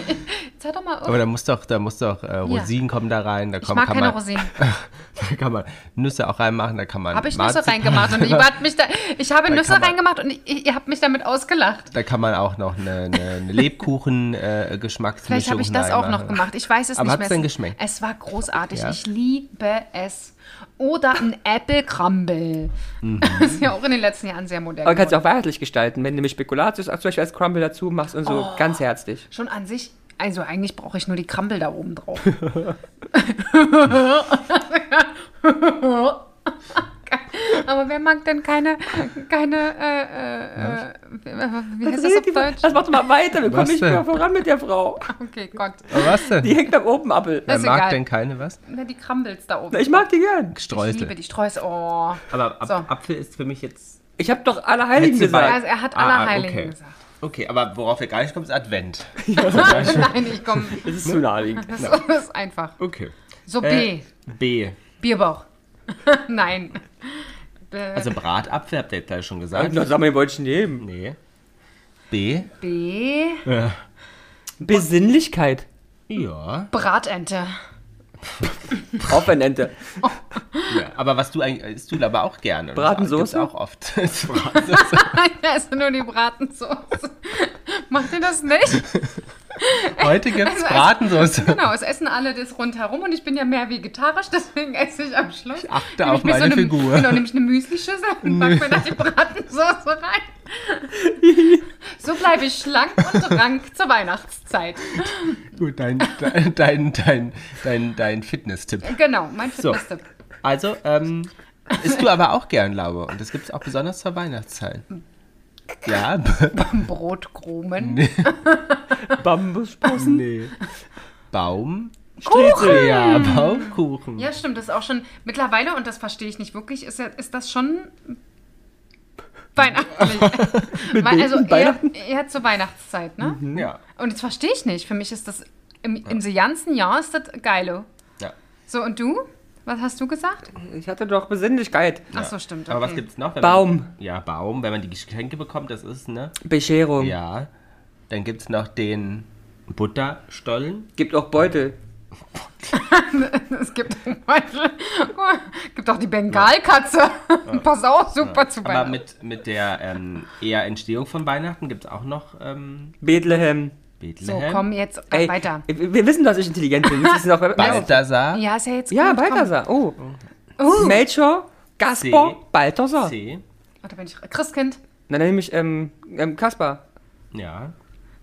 Speaker 1: Oh Zeig doch mal auf.
Speaker 3: Aber da muss doch, da muss doch äh, Rosinen kommen da rein. Da
Speaker 1: Ich
Speaker 3: kommen,
Speaker 1: mag
Speaker 3: kann
Speaker 1: keine
Speaker 3: man,
Speaker 1: Rosinen.
Speaker 3: *laughs* Da kann man Nüsse auch reinmachen, da kann man.
Speaker 1: Habe ich Nüsse
Speaker 3: Marzipan-
Speaker 1: reingemacht und ich, hab mich da, ich habe Nüsse
Speaker 3: kann man-
Speaker 1: reingemacht und ich, ihr habt mich damit ausgelacht.
Speaker 3: *laughs* Da kann man auch noch eine, eine, eine Lebkuchen-Geschmacksmischung
Speaker 1: Vielleicht habe ich das auch noch
Speaker 3: reinmachen.
Speaker 1: gemacht. Ich weiß es
Speaker 3: Aber
Speaker 1: nicht
Speaker 3: hat's
Speaker 1: mehr.
Speaker 3: denn
Speaker 1: Es-
Speaker 3: geschmeckt?
Speaker 1: Es war großartig.
Speaker 3: Ja.
Speaker 1: Ich liebe es. Oder ein Apple Crumble.
Speaker 3: Mhm.
Speaker 1: *laughs* Das ist ja auch in den letzten Jahren sehr modern.
Speaker 2: Aber kannst du
Speaker 1: geworden.
Speaker 2: auch weihnachtlich gestalten, wenn du nämlich Spekulatius auch zum Beispiel als Crumble dazu machst und
Speaker 1: Oh.
Speaker 2: so ganz herzlich.
Speaker 1: Schon an sich, also eigentlich brauche ich nur die Crumble da oben
Speaker 3: *laughs*
Speaker 1: drauf. *laughs* Aber wer mag denn keine, keine, äh, äh, äh, wie heißt das auf Deutsch?
Speaker 2: Das macht mal weiter, wir kommen
Speaker 3: Was
Speaker 2: nicht
Speaker 3: denn?
Speaker 2: mehr voran mit der Frau.
Speaker 1: Okay, Gott.
Speaker 3: Aber was denn?
Speaker 2: Die hängt am oben Apfel.
Speaker 3: Wer
Speaker 1: ist
Speaker 3: mag
Speaker 1: egal.
Speaker 3: denn keine was?
Speaker 1: Na, die Crumbles da oben.
Speaker 2: Ich mag die gern.
Speaker 1: Ich liebe
Speaker 3: Streusel.
Speaker 1: die Streusel. Oh.
Speaker 3: Aber Ap
Speaker 1: So.
Speaker 3: Apfel ist für mich jetzt.
Speaker 2: Ich habe doch alle Heiligen
Speaker 3: Hättest du
Speaker 2: gesagt.
Speaker 1: Also er hat
Speaker 3: Ah, ah,
Speaker 1: Allerheiligen
Speaker 3: okay.
Speaker 1: gesagt.
Speaker 3: Okay, aber worauf wir gar nicht kommen, ist Advent.
Speaker 1: *laughs* Nein, ich komme.
Speaker 2: Das ist zu naheliegend.
Speaker 1: Das *laughs* ist einfach.
Speaker 3: Okay.
Speaker 1: So
Speaker 3: Äh,
Speaker 1: B.
Speaker 3: B.
Speaker 1: Bierbauch. *laughs* Nein. B.
Speaker 3: Also Bratapfel habt ihr jetzt gleich schon gesagt.
Speaker 2: Na, sag mal, den wollte ich nehmen.
Speaker 3: Nee. B.
Speaker 1: B.
Speaker 2: Besinnlichkeit.
Speaker 3: Ja.
Speaker 1: Bratente. *laughs*
Speaker 2: Offenente.
Speaker 3: ja. Aber was du eigentlich, isst du aber auch gerne. oder?
Speaker 2: Bratensoße?
Speaker 3: Gibt's auch oft. Bratensoße.
Speaker 1: Da ist nur die Bratensoße. *laughs* Macht ihr das nicht?
Speaker 3: *laughs* *laughs* Heute gibt's
Speaker 1: Also als-
Speaker 3: Bratensoße.
Speaker 1: Genau, es essen alle das rundherum und ich bin ja mehr vegetarisch, *laughs* deswegen esse ich am Schluss. Ich
Speaker 3: achte auf meine
Speaker 1: so eine,
Speaker 3: Figur.
Speaker 1: Genau, nehme ich eine Müslischüssel und packe mir da die Bratensoße
Speaker 3: *laughs*
Speaker 1: rein. So bleibe ich schlank und rank zur Weihnachtszeit.
Speaker 3: Gut, dein, dein, dein, dein, dein, dein Fitness-Tipp.
Speaker 1: Genau, mein Fitness-Tipp.
Speaker 3: Also, ähm, isst du aber auch gern, Laube. Und das gibt's auch besonders zur Weihnachtszeit. Ja,
Speaker 1: Brotkrumen.
Speaker 2: Bambussprossen.
Speaker 3: nee. Baum.
Speaker 2: Kuchen.
Speaker 3: Ja, Baumkuchen.
Speaker 1: Ja, stimmt, das ist auch schon mittlerweile, und das verstehe ich nicht wirklich, ist, ja, ist das schon
Speaker 3: *laughs*
Speaker 1: weihnachtlich. Weil- also
Speaker 2: Weihnachten?
Speaker 1: eher, eher zur Weihnachtszeit, ne?
Speaker 3: Ja.
Speaker 1: Und das verstehe ich nicht. Für mich ist das Im, Im so ganzen Jahr ist das geilo.
Speaker 3: Ja.
Speaker 1: So, und du? Was hast du gesagt?
Speaker 2: Ich hatte doch Besinnlichkeit.
Speaker 1: Ach so, stimmt.
Speaker 3: Aber was
Speaker 1: okay.
Speaker 3: gibt's noch? wenn
Speaker 2: Baum.
Speaker 3: Man, ja, Baum, wenn man die Geschenke bekommt, das ist, ne?
Speaker 1: Um.
Speaker 2: Bescherung.
Speaker 3: Ja. Dann gibt's noch den Butterstollen.
Speaker 2: Gibt auch Beutel.
Speaker 1: *laughs* Es gibt, *laughs* gibt auch die Bengalkatze. *laughs* Pass auf, super zu
Speaker 3: Aber
Speaker 1: bei.
Speaker 3: mit, mit der ähm, eher Entstehung von Weihnachten gibt's auch noch ähm,
Speaker 2: Bethlehem.
Speaker 1: So,
Speaker 3: Bethlehem.
Speaker 1: komm jetzt äh,
Speaker 2: Ey,
Speaker 1: weiter.
Speaker 2: Wir wissen, dass ich intelligent bin. Wir wissen auch,
Speaker 3: Balthasar.
Speaker 1: Ja, ist ja jetzt
Speaker 2: ja,
Speaker 1: gut, komm.
Speaker 2: Balthasar. Oh.
Speaker 1: Uh,
Speaker 2: Melchior, Gaspar,
Speaker 3: C.
Speaker 2: Balthasar.
Speaker 3: C.
Speaker 1: warte, bin ich Christkind.
Speaker 2: Dann nehme ich ähm, ähm, Kaspar.
Speaker 3: Ja.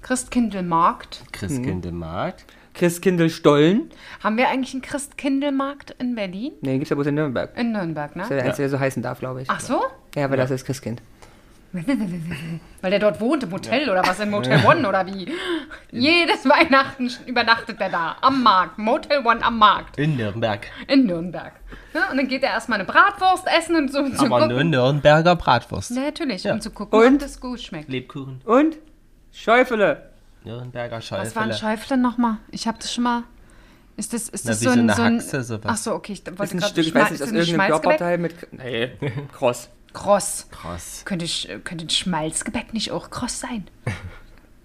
Speaker 1: Christkindelmarkt.
Speaker 3: Christkindlmarkt.
Speaker 1: Hm.
Speaker 2: Christkindl-Stollen.
Speaker 1: Haben wir eigentlich einen Christkindelmarkt in Berlin?
Speaker 2: Nee, gibt's ja bloß in Nürnberg.
Speaker 1: In Nürnberg,
Speaker 2: Das ist ja
Speaker 1: ne?
Speaker 2: der einzige, der so heißen darf, glaube ich.
Speaker 1: Ach so?
Speaker 2: Ja, aber das ist Christkind.
Speaker 1: Weil der dort wohnt, im Hotel oder was, in Motel One oder
Speaker 2: *laughs*
Speaker 1: wie? Jedes Weihnachten übernachtet der da, am Markt, Motel One am Markt,
Speaker 3: In Nürnberg.
Speaker 1: in Nürnberg. Ne? Und dann geht er erstmal eine Bratwurst essen und so um zu
Speaker 3: Aber
Speaker 1: gucken.
Speaker 3: nur Nürnberger Bratwurst.
Speaker 1: Ja, natürlich, um zu gucken,
Speaker 2: Und?
Speaker 1: ob das gut schmeckt.
Speaker 3: Lebkuchen.
Speaker 2: Und? Schäufele.
Speaker 3: Nürnberger
Speaker 1: Was war ein
Speaker 3: Schäufele.
Speaker 1: Schäufle nochmal? Ich habe das schon mal... Ist das, ist
Speaker 3: Na,
Speaker 1: das
Speaker 3: wie
Speaker 1: so,
Speaker 3: so
Speaker 1: ein,
Speaker 3: eine
Speaker 1: so ein...
Speaker 3: Haxe, sowas.
Speaker 1: Ach so, okay, ich
Speaker 2: Das ist
Speaker 1: wollte
Speaker 2: ein
Speaker 1: gerade...
Speaker 2: Stück, ich weiß
Speaker 1: Schmalz-
Speaker 2: nicht, aus
Speaker 1: ist ein
Speaker 2: irgendeinem
Speaker 1: Schmalzgebäck?
Speaker 2: Körperteil mit... Nee, Cross.
Speaker 1: Kross.
Speaker 3: Krass.
Speaker 1: Könnte, ich- könnte ein Schmalzgebäck nicht auch kross sein?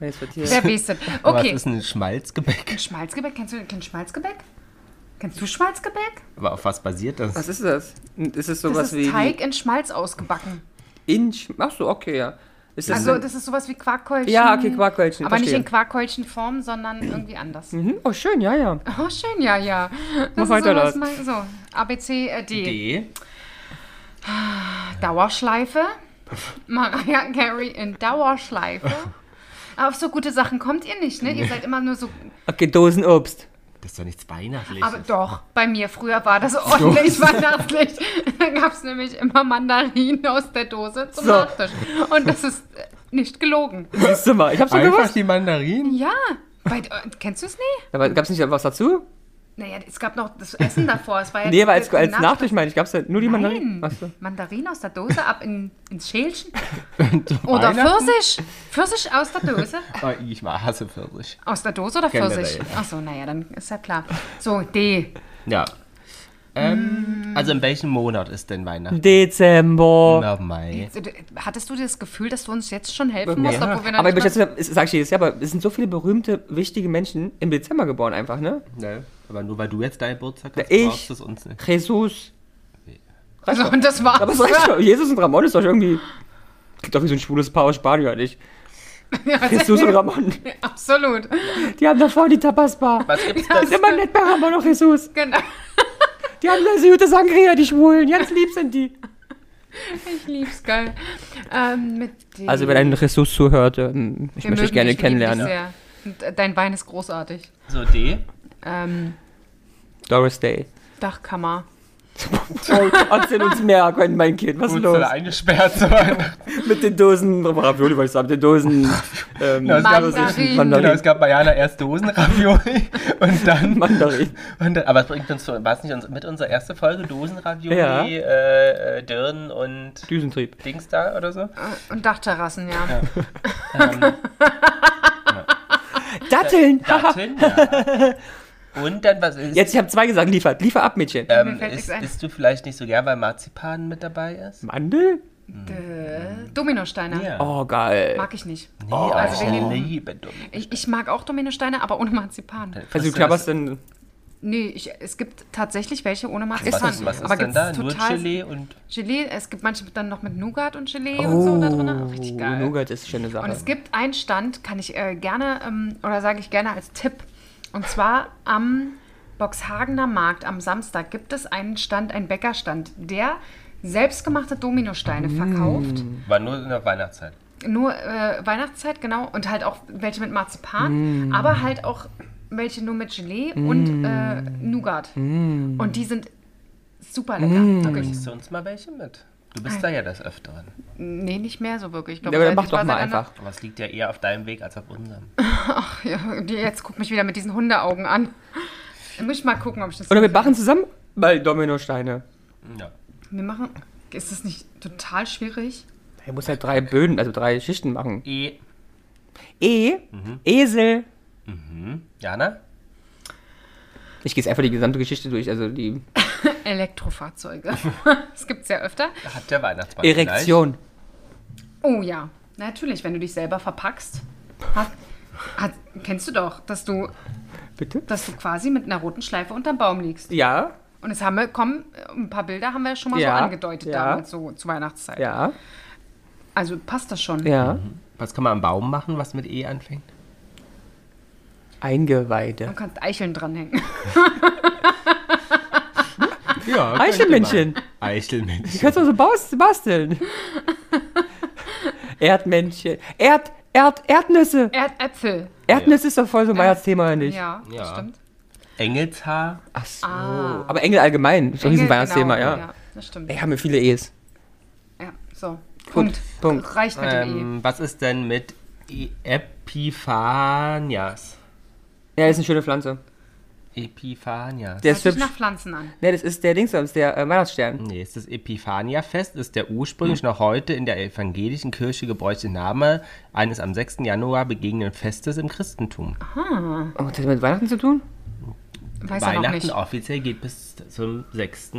Speaker 2: Wenn ich's vertiere.
Speaker 1: Wer weiß das?
Speaker 3: Aber
Speaker 1: Okay,
Speaker 3: Was ist ein Schmalzgebäck? *laughs*
Speaker 1: Schmalzgebäck, kennst du kennst du Schmalzgebäck? Kennst du Schmalzgebäck?
Speaker 3: Aber auf was basiert das?
Speaker 2: Was ist das? Ist es sowas
Speaker 1: Das ist
Speaker 2: wie...
Speaker 1: Teig in Schmalz ausgebacken.
Speaker 2: In Sch- Ach so, okay, ja. Ist das
Speaker 1: Also
Speaker 2: denn-
Speaker 1: das ist sowas wie Quarkkeulchen.
Speaker 2: Ja, okay, Quarkkeulchen,
Speaker 1: Aber nicht
Speaker 2: verstehe.
Speaker 1: in Quarkkeulchenform, sondern irgendwie anders.
Speaker 2: Mhm, oh, schön, ja, ja.
Speaker 1: Oh, schön, ja, ja. Das
Speaker 2: Mach
Speaker 1: ist
Speaker 2: weiter,
Speaker 1: sowas
Speaker 2: Lars.
Speaker 1: mal- So, ABC, äh, D.
Speaker 3: D.
Speaker 2: *laughs*
Speaker 1: Dauerschleife. Mariah Carey in
Speaker 2: *laughs*
Speaker 1: Dauerschleife. Aber auf so gute Sachen kommt ihr nicht, ne? Ihr seid immer nur so...
Speaker 2: Okay, *laughs* Dosenobst.
Speaker 3: Das ist doch nichts Weihnachtliches.
Speaker 1: Aber doch, bei mir früher war
Speaker 2: *laughs*
Speaker 1: das ordentlich weihnachtlich. Da gab es nämlich immer Mandarinen aus der Dose zum
Speaker 2: So.
Speaker 1: Nachtisch. Und das ist äh, nicht gelogen.
Speaker 2: Siehst du mal, ich hab's schon
Speaker 3: Einfach
Speaker 2: gewusst. *laughs*
Speaker 3: die Mandarinen.
Speaker 1: Ja, bei, äh, kennst du es nie?
Speaker 2: Aber gab's nicht was dazu?
Speaker 1: Naja, es gab noch das Essen davor. Es war ja
Speaker 2: *laughs* Nee, aber als, als
Speaker 1: Nach-
Speaker 2: Nachtisch meine ich, gab's da nur die Mandarinen.
Speaker 1: Nein.
Speaker 2: Ach so.
Speaker 1: Mandarin aus der Dose ab in, ins Schälchen. Oder
Speaker 3: Weihnachten?
Speaker 1: Pfirsich. Pfirsich aus der Dose.
Speaker 3: Oh, ich war hasse Pfirsich.
Speaker 1: Aus der Dose oder
Speaker 3: Generell.
Speaker 1: Pfirsich? Achso, naja, dann ist ja klar. So, D.
Speaker 3: Ja. Ähm, also in welchem Monat ist denn Weihnachten?
Speaker 2: Dezember.
Speaker 3: Na, Mai.
Speaker 1: Hattest du das Gefühl, dass du uns jetzt schon helfen
Speaker 2: Ja.
Speaker 1: musst, obwohl wir noch
Speaker 2: Aber ich
Speaker 1: nicht
Speaker 2: jetzt,
Speaker 1: mal-
Speaker 2: sag ich jedes Jahr, aber es sind so viele berühmte, wichtige Menschen im Dezember geboren einfach, ne?
Speaker 3: Ne? Aber nur weil du jetzt deinen Geburtstag hast,
Speaker 2: Ich.
Speaker 3: brauchst du es uns nicht.
Speaker 2: Jesus.
Speaker 1: also, und das war's. *laughs*
Speaker 2: Aber es reicht
Speaker 3: *laughs*
Speaker 2: doch. Jesus und Ramon ist doch irgendwie... Klingt doch wie so ein schwules Paar aus Spanien, nicht?
Speaker 3: *laughs*
Speaker 2: Jesus und Ramon.
Speaker 1: Absolut.
Speaker 2: Die haben da vorne die Tapas-Bar.
Speaker 3: Was gibt's
Speaker 2: Das ist immer nett bei Ramon und Jesus.
Speaker 1: Genau.
Speaker 2: Die haben da so gute Sangria, die Schwulen. Ganz lieb sind die.
Speaker 1: Ich lieb's geil. Ähm, mit D.
Speaker 2: Also wenn ein Jesus zuhört, ähm, ich
Speaker 1: Wir
Speaker 2: möchte
Speaker 1: mögen
Speaker 2: dich gerne
Speaker 1: dich, wir lieben dich
Speaker 2: kennenlernen.
Speaker 1: sehr. Und äh, dein Wein ist großartig.
Speaker 3: So D.
Speaker 1: Ähm,
Speaker 2: Doris Day.
Speaker 1: Dachkammer.
Speaker 2: Oh, erzähl uns mehr, Gwen, mein Kind. Was ist
Speaker 3: Wurdest
Speaker 2: los?
Speaker 3: du eingesperrt zu Weihnachten?
Speaker 2: Mit den Dosen Ravioli, wollte ich sagen, mit den
Speaker 3: *laughs*
Speaker 2: Dosen ähm,
Speaker 3: Das gab Genau, es
Speaker 1: Mandarin.
Speaker 3: nicht.
Speaker 2: Mandarin.
Speaker 3: Genau, es gab bei Jana erst Dosenravioli
Speaker 2: *laughs*
Speaker 3: und dann...
Speaker 2: Mandarin.
Speaker 3: Und, dann- aber es bringt uns zu... War es nicht uns, mit unserer ersten Folge? Dosenravioli,
Speaker 2: Ja.
Speaker 3: äh, äh, Dirnen und
Speaker 2: Düsentrieb.
Speaker 3: Dings da oder so?
Speaker 1: Und Dachterrassen, ja.
Speaker 2: Datteln! haha.
Speaker 3: Datteln, ja. Und dann, was ist,
Speaker 2: Jetzt, ich habe zwei gesagt, liefert. Liefer ab, Mädchen.
Speaker 1: Mir
Speaker 3: ähm,
Speaker 1: fällt
Speaker 3: ist,
Speaker 1: nichts ein.
Speaker 3: isst du vielleicht nicht so gern, weil Marzipan mit dabei ist?
Speaker 2: Mandel?
Speaker 1: Dö. Dominosteine.
Speaker 2: Oh, geil.
Speaker 1: Mag ich nicht.
Speaker 3: Nee, aber
Speaker 1: also
Speaker 3: ich
Speaker 1: wegen-
Speaker 3: liebe dumm.
Speaker 1: Ich, ich mag auch Dominosteine, aber ohne Marzipan.
Speaker 2: Also du knabberst dann...
Speaker 1: Nee, ich, es gibt tatsächlich welche ohne
Speaker 3: Was
Speaker 1: Marzipan.
Speaker 3: ist, was ist
Speaker 1: aber
Speaker 3: denn
Speaker 1: gibt's
Speaker 3: da? Nur
Speaker 1: total
Speaker 3: Chili und...
Speaker 1: Gelee, es gibt manche dann noch mit Nougat und Gelee und so da drin. Richtig
Speaker 3: Oh,
Speaker 1: geil.
Speaker 2: Oh, Nougat ist eine schöne Sache.
Speaker 1: Und es gibt einen Stand, kann ich äh, gerne, ähm, oder sage ich gerne als Tipp. Und zwar am Boxhagener Markt am Samstag gibt es einen Stand, einen Bäckerstand, der selbstgemachte Dominosteine
Speaker 2: Mm.
Speaker 1: verkauft.
Speaker 3: War nur in der Weihnachtszeit.
Speaker 1: Nur äh, Weihnachtszeit, genau. Und halt auch welche mit Marzipan,
Speaker 2: Mm.
Speaker 1: aber halt auch welche nur mit Gelee und äh, Nougat.
Speaker 2: Mm.
Speaker 1: Und die sind super lecker. Wirklich.
Speaker 3: Bringst du uns mal welche mit? Du bist da ja des Öfteren.
Speaker 1: Nee, nicht mehr so wirklich. Ich glaub,
Speaker 2: ja, aber
Speaker 1: seit
Speaker 2: dann mach
Speaker 1: ich
Speaker 2: doch
Speaker 1: war,
Speaker 2: mal
Speaker 1: seit einer-
Speaker 2: einfach.
Speaker 3: Aber es liegt ja eher auf deinem Weg als auf unserem.
Speaker 1: *laughs* Ja, die- jetzt guck mich wieder mit diesen Hundeaugen an. Dann muss ich mal gucken, ob ich das.
Speaker 2: Oder wir machen zusammen mal Dominosteine.
Speaker 3: Ja.
Speaker 1: Wir machen. Ist das nicht total schwierig?
Speaker 2: Er muss halt drei Böden, also drei Schichten machen.
Speaker 3: E.
Speaker 2: E, Esel,
Speaker 3: Jana?
Speaker 2: Ich gehe jetzt einfach die gesamte Geschichte durch, also die *laughs*
Speaker 1: Elektrofahrzeuge. das gibt es ja öfter.
Speaker 3: Hat der Weihnachtsmann
Speaker 2: Erektion.
Speaker 1: Oh ja, natürlich, wenn du dich selber verpackst. Hast, hat, kennst du doch, dass du,
Speaker 2: Bitte?
Speaker 1: dass du quasi mit einer roten Schleife unterm Baum liegst.
Speaker 2: Ja,
Speaker 1: Und es haben wir, kommen, ein paar Bilder haben wir schon mal
Speaker 2: Ja,
Speaker 1: so angedeutet
Speaker 2: ja.
Speaker 1: damals, so zur Weihnachtszeit.
Speaker 2: ja,
Speaker 1: Also passt das schon.
Speaker 2: ja.
Speaker 3: vielleicht? Was kann man am Baum machen, was mit E anfängt?
Speaker 1: Du
Speaker 2: Eingeweide.
Speaker 1: kannst Eicheln dranhängen. *laughs*
Speaker 3: Ja,
Speaker 2: Eichelmännchen.
Speaker 3: Eichelmännchen.
Speaker 2: Kannst du so baus- basteln? *laughs* Erdmännchen. Erd, Erd, Erdnüsse.
Speaker 1: Erdäpfel.
Speaker 2: Erdnüsse ist doch voll so Meyers Thema, oder nicht?
Speaker 1: Ja, das
Speaker 3: Ja.
Speaker 1: stimmt.
Speaker 3: Engelshaar.
Speaker 2: Ach so. Aber Engel allgemein. Ist doch ein
Speaker 1: Ah. Engel,
Speaker 2: Riesenweihnachtsthema,
Speaker 1: genau,
Speaker 2: ja. Äh.
Speaker 1: ja. Das stimmt.
Speaker 2: Ey, haben wir viele E's.
Speaker 1: Ja, so. Punkt.
Speaker 2: Punkt.
Speaker 1: Reicht mit dem E.
Speaker 3: Ähm, was ist denn mit e Epiphanias?
Speaker 2: Ja, das ist eine schöne Pflanze.
Speaker 3: Epiphanias.
Speaker 2: Der
Speaker 1: Hört
Speaker 2: ist
Speaker 1: sich
Speaker 2: hübsch.
Speaker 1: nach Pflanzen an.
Speaker 2: Ne, das ist der Dings, das ist der äh, Weihnachtsstern.
Speaker 3: Nee, es ist das Epiphania-Fest, ist der ursprünglich noch heute in der evangelischen Kirche gebräuchte Name eines am 6. Januar begegnenden Festes im Christentum.
Speaker 2: Oh, hat das mit Weihnachten zu tun?
Speaker 1: Weiß er noch
Speaker 3: Weihnachten
Speaker 1: nicht.
Speaker 3: offiziell geht bis zum 6.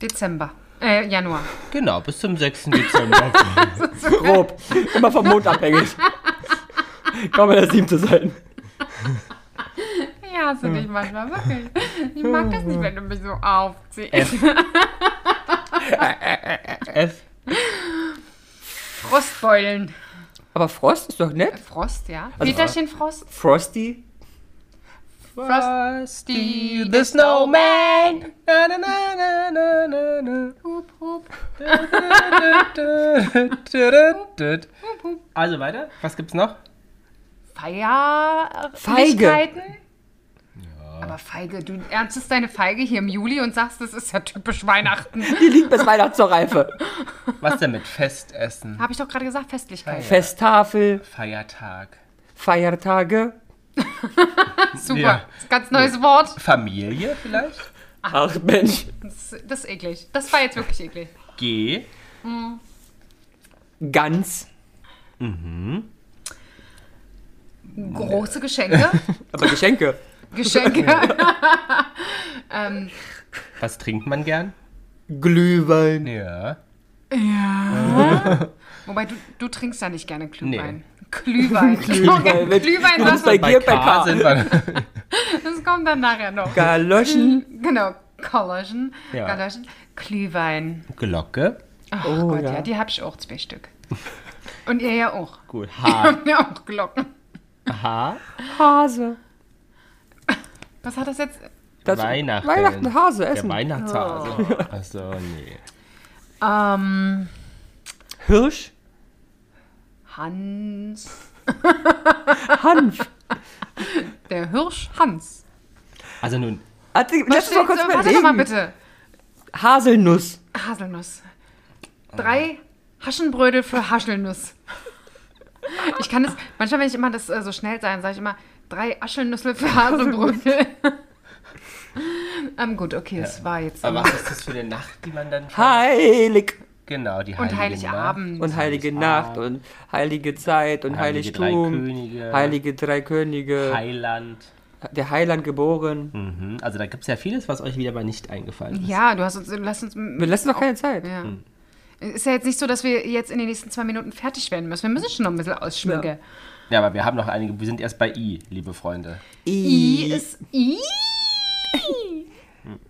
Speaker 1: Dezember. Äh, Januar.
Speaker 3: Genau, bis zum 6. Dezember.
Speaker 2: *laughs*
Speaker 3: *laughs*
Speaker 2: Grob. Immer vom Mond *laughs* abhängig. Kann man das siebte sein.
Speaker 1: Ja, hast du dich manchmal wirklich. Ich mag das nicht, wenn du mich so aufziehst.
Speaker 3: F.
Speaker 1: Frostbeulen.
Speaker 2: Aber Frost ist doch nett.
Speaker 1: Frost, ja. Peterchen Frost.
Speaker 2: Frosty.
Speaker 1: Frosty
Speaker 3: The Snowman. Na, na, na, na, na, na. *laughs*
Speaker 1: Hup, hup.
Speaker 3: Also weiter, was gibt's noch?
Speaker 1: Feier.
Speaker 2: Feige.
Speaker 1: Feige. Aber Feige, du ernstest deine Feige hier im Juli und sagst, das ist ja typisch Weihnachten.
Speaker 2: Die *laughs* liegt bis Weihnachten zur Reife.
Speaker 3: Was denn mit Festessen?
Speaker 1: Habe ich doch gerade gesagt, Festlichkeit.
Speaker 2: Festtafel,
Speaker 3: Feiertag.
Speaker 2: Feiertage.
Speaker 1: Super.
Speaker 3: Ja.
Speaker 1: Das ist ein ganz neues Wort.
Speaker 3: Familie vielleicht?
Speaker 2: Ach Mensch.
Speaker 1: Das, das ist eklig. Das war jetzt wirklich eklig.
Speaker 3: G.
Speaker 2: Ganz.
Speaker 1: Große *laughs* Geschenke.
Speaker 2: Aber *laughs* Geschenke.
Speaker 1: Geschenke.
Speaker 3: Was trinkt man gern?
Speaker 2: Glühwein.
Speaker 3: Ja.
Speaker 1: Wobei, du, du trinkst ja nicht gerne Glühwein.
Speaker 3: Nee.
Speaker 1: Glühwein. Glühwein, *laughs*
Speaker 2: Wenn-
Speaker 1: Glühwein
Speaker 2: wenn
Speaker 1: sagst
Speaker 2: bei
Speaker 1: du,
Speaker 2: Gier bei
Speaker 3: K
Speaker 2: K.
Speaker 3: sind wir.
Speaker 1: das kommt dann nachher noch.
Speaker 2: Galoschen.
Speaker 1: Genau, Collagen.
Speaker 3: Ja.
Speaker 1: Galoschen. Glühwein.
Speaker 3: Glocke.
Speaker 1: Ach
Speaker 2: Oh,
Speaker 1: Gott, ja.
Speaker 2: ja.
Speaker 1: die hab ich auch zwei Stück. Und ihr ja auch.
Speaker 3: Gut.
Speaker 2: Ah.
Speaker 3: H.
Speaker 1: Ja, auch Glocken.
Speaker 3: H.
Speaker 2: Hase.
Speaker 1: Was hat das jetzt?
Speaker 2: Das-
Speaker 3: Weihnachten.
Speaker 2: Weihnachten, Hase,
Speaker 3: Der
Speaker 2: Essen.
Speaker 3: Weihnachtshase. Achso, nee.
Speaker 1: Ähm,
Speaker 2: Hirsch.
Speaker 1: Hans.
Speaker 2: Hanf.
Speaker 1: Der Hirsch Hans.
Speaker 3: Also nun,
Speaker 2: Hat sie
Speaker 1: Was
Speaker 2: letztes Mal
Speaker 1: steht-
Speaker 2: kurz
Speaker 1: Warte doch mal
Speaker 2: überlegen.
Speaker 1: bitte.
Speaker 2: Haselnuss.
Speaker 1: Haselnuss. Drei Haschenbrödel für Haschelnuss. Ich kann das, manchmal, wenn ich immer das äh, so schnell sein, sage ich immer, drei Aschelnüsse
Speaker 2: *laughs*
Speaker 1: für Haselbrödel. ähm, gut, okay, das war jetzt.
Speaker 3: aber was ist das für eine Nacht, die man dann
Speaker 2: Heilig.
Speaker 3: Genau, die
Speaker 1: und
Speaker 3: heilige
Speaker 1: Heiligabend.
Speaker 2: Und heilige
Speaker 1: ah.
Speaker 2: Nacht und heilige Zeit und
Speaker 3: Heilige Drei
Speaker 2: Heiligtum.
Speaker 3: Könige.
Speaker 2: Heilige drei
Speaker 3: Nacht.
Speaker 2: Könige.
Speaker 3: Heiland.
Speaker 2: Der Heiland
Speaker 1: Hm.
Speaker 2: geboren.
Speaker 3: Mhm. Also da gibt es ja vieles, was euch wieder mal nicht eingefallen ist.
Speaker 1: Ja, du hast uns, du lässt uns.
Speaker 2: Wir lassen noch keine Zeit.
Speaker 1: Ja. Ist ja jetzt nicht so, dass wir jetzt in den nächsten zwei Minuten fertig werden müssen. Wir müssen schon noch ein bisschen ausschmücken.
Speaker 3: Ja, aber wir haben noch einige. Wir sind erst bei I, liebe Freunde.
Speaker 1: I ist I.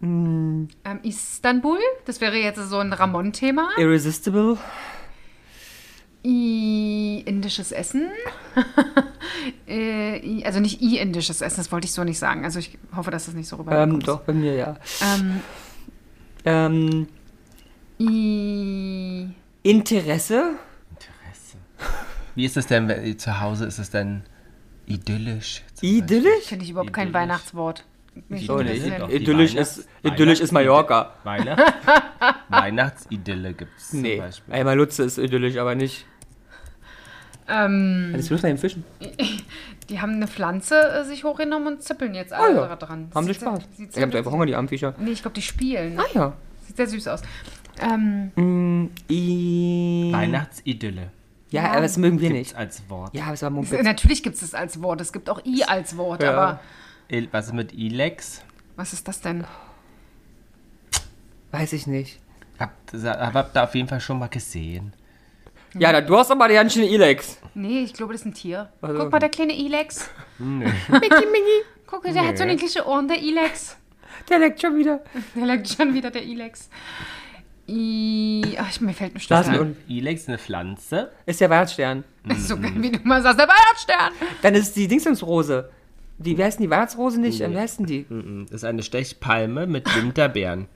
Speaker 1: ähm, Istanbul, das wäre jetzt so ein Ramon-Thema.
Speaker 2: Irresistible.
Speaker 1: I indisches Essen. *laughs* äh, I- also nicht I indisches Essen, das wollte ich so nicht sagen. Also ich hoffe, dass das nicht so
Speaker 2: Ähm,
Speaker 1: rüberkommt.
Speaker 2: doch, bei mir ja.
Speaker 1: Oh Ähm,
Speaker 2: Ähm,
Speaker 1: I
Speaker 2: Interesse.
Speaker 3: Interesse. Wie ist es denn wenn- zu Hause? Ist es denn idyllisch? zum
Speaker 2: Idyllisch?
Speaker 1: finde ich überhaupt kein
Speaker 3: Idyllisch.
Speaker 1: Weihnachtswort. Nicht
Speaker 2: Oh, nee.
Speaker 1: das denn?
Speaker 3: Doch, die
Speaker 2: Idyllisch
Speaker 3: Weihnachts-
Speaker 2: ist, idyllisch ist Mallorca.
Speaker 3: Beispiel? Weihnachts *laughs* Weihnachtsidylle gibt es
Speaker 2: Nee,
Speaker 3: zum Beispiel.
Speaker 2: einmal Lutze ist idyllisch, aber nicht.
Speaker 1: Ähm,
Speaker 2: Alles Lust an den Fischen.
Speaker 1: die haben eine Pflanze äh, sich hochgenommen und zippeln jetzt alle
Speaker 2: Ah, ja.
Speaker 1: dran.
Speaker 2: Haben sie
Speaker 1: Sieht sehr-
Speaker 2: Spaß.
Speaker 1: sieht
Speaker 2: Ich
Speaker 1: sehr
Speaker 2: hab doch einfach Hunger, die armen Viecher.
Speaker 1: Nee, ich glaube, die spielen.
Speaker 2: Ah ja.
Speaker 1: Sieht sehr süß aus. Ähm,
Speaker 2: Mm, I
Speaker 3: Weihnachtsidylle
Speaker 2: ja, aber das mögen wir
Speaker 3: gibt es
Speaker 2: nicht.
Speaker 3: als Wort.
Speaker 2: Ja, aber
Speaker 1: *laughs*
Speaker 2: es war Mumpitz.
Speaker 1: natürlich gibt es das als Wort. Es gibt auch I als Wort,
Speaker 2: Ja.
Speaker 1: aber
Speaker 3: Il- Was ist mit Ilex?
Speaker 1: Was ist das denn?
Speaker 2: Weiß ich nicht.
Speaker 3: Habt, habt da auf jeden Fall schon mal gesehen.
Speaker 1: Mhm.
Speaker 2: Ja, na, du hast aber die ganz schöne Ilex.
Speaker 1: Nee, ich glaube, das ist ein Tier.
Speaker 2: Also-
Speaker 1: Guck mal, der kleine Ilex. *laughs* Mickey, Mickey. Guck, der hat so eine gliche Ohren, der Ilex.
Speaker 2: Der leckt schon wieder.
Speaker 1: Der leckt schon wieder, der Ilex. I Ach, ich- mir fällt ein
Speaker 2: Lass
Speaker 1: Stift
Speaker 2: mich
Speaker 1: ein.
Speaker 2: un-
Speaker 3: Ilex ist eine Pflanze.
Speaker 2: Ist der Weihnachtsstern.
Speaker 1: So geil, wie du mal sagst, der Weihnachtsstern.
Speaker 2: Dann ist die Dingsumsrose. Die, wie heißt denn die Weihnachtsrose nicht? Äh, Wie heißt denn die?
Speaker 3: Mhm. Das ist eine Stechpalme mit Winterbeeren.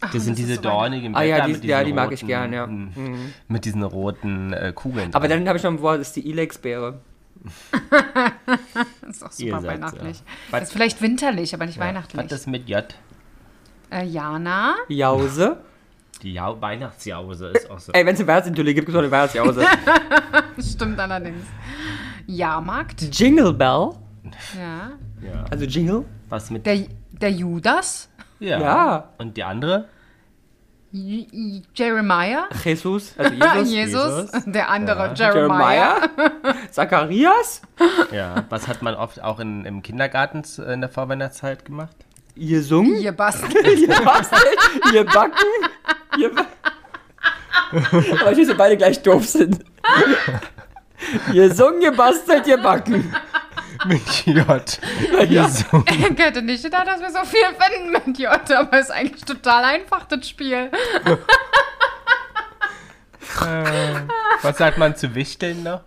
Speaker 3: das sind
Speaker 1: das ist
Speaker 3: diese
Speaker 1: so
Speaker 3: dornigen
Speaker 2: Ah ja,
Speaker 3: Blätter
Speaker 2: die,
Speaker 3: mit diesen
Speaker 2: ja, die mag
Speaker 3: roten,
Speaker 2: ich gern, ja. Mm.
Speaker 3: mh, Mit diesen roten äh, Kugeln.
Speaker 2: Aber
Speaker 3: dran.
Speaker 2: dann habe ich noch ein Wort, das ist die Ilex-Beere.
Speaker 1: Das ist auch
Speaker 3: Ihr
Speaker 1: super
Speaker 3: seid's,
Speaker 1: weihnachtlich.
Speaker 3: Was-
Speaker 1: Ist vielleicht winterlich, aber nicht weihnachtlich.
Speaker 3: Was das mit J?
Speaker 1: Äh, Jana?
Speaker 3: *laughs*
Speaker 2: Jause.
Speaker 3: Die Jau Weihnachtsjause ist auch so.
Speaker 2: Ey, wenn es eine Weihnachtsintülle gibt, gibt es auch eine Weihnachtsjause.
Speaker 1: Stimmt allerdings. Jahrmarkt?
Speaker 2: Jingle Bell.
Speaker 1: Ja.
Speaker 3: Ja.
Speaker 2: Also Jingle.
Speaker 3: Was mit
Speaker 1: Der, der Judas?
Speaker 2: äh, Ja.
Speaker 3: Und die andere?
Speaker 1: J- J- Jeremiah? Ah,
Speaker 2: Jesus. *laughs* Also Jesus.
Speaker 1: Jesus? *laughs* Der andere, Jeremiah.
Speaker 2: Jeremiah. Zacharias.
Speaker 3: Ja. Was hat man oft auch in, im Kindergarten zu- in der Vorweihnachtszeit gemacht? *laughs*
Speaker 2: Ihr sungen.
Speaker 1: Ihr *laughs* bastelt.
Speaker 2: *laughs* Ihr bastelt. Ihr backen. Ihr *laughs* ba Aber ich weiß, dass beide gleich doof sind. Ihr sungen, ihr bastelt, ihr backen.
Speaker 3: Mit J.
Speaker 2: Ja.
Speaker 1: Ich hätte nicht gedacht, dass wir so viel finden mit J, aber ist eigentlich total einfach, das Spiel.
Speaker 3: Was sagt man zu Wichteln noch?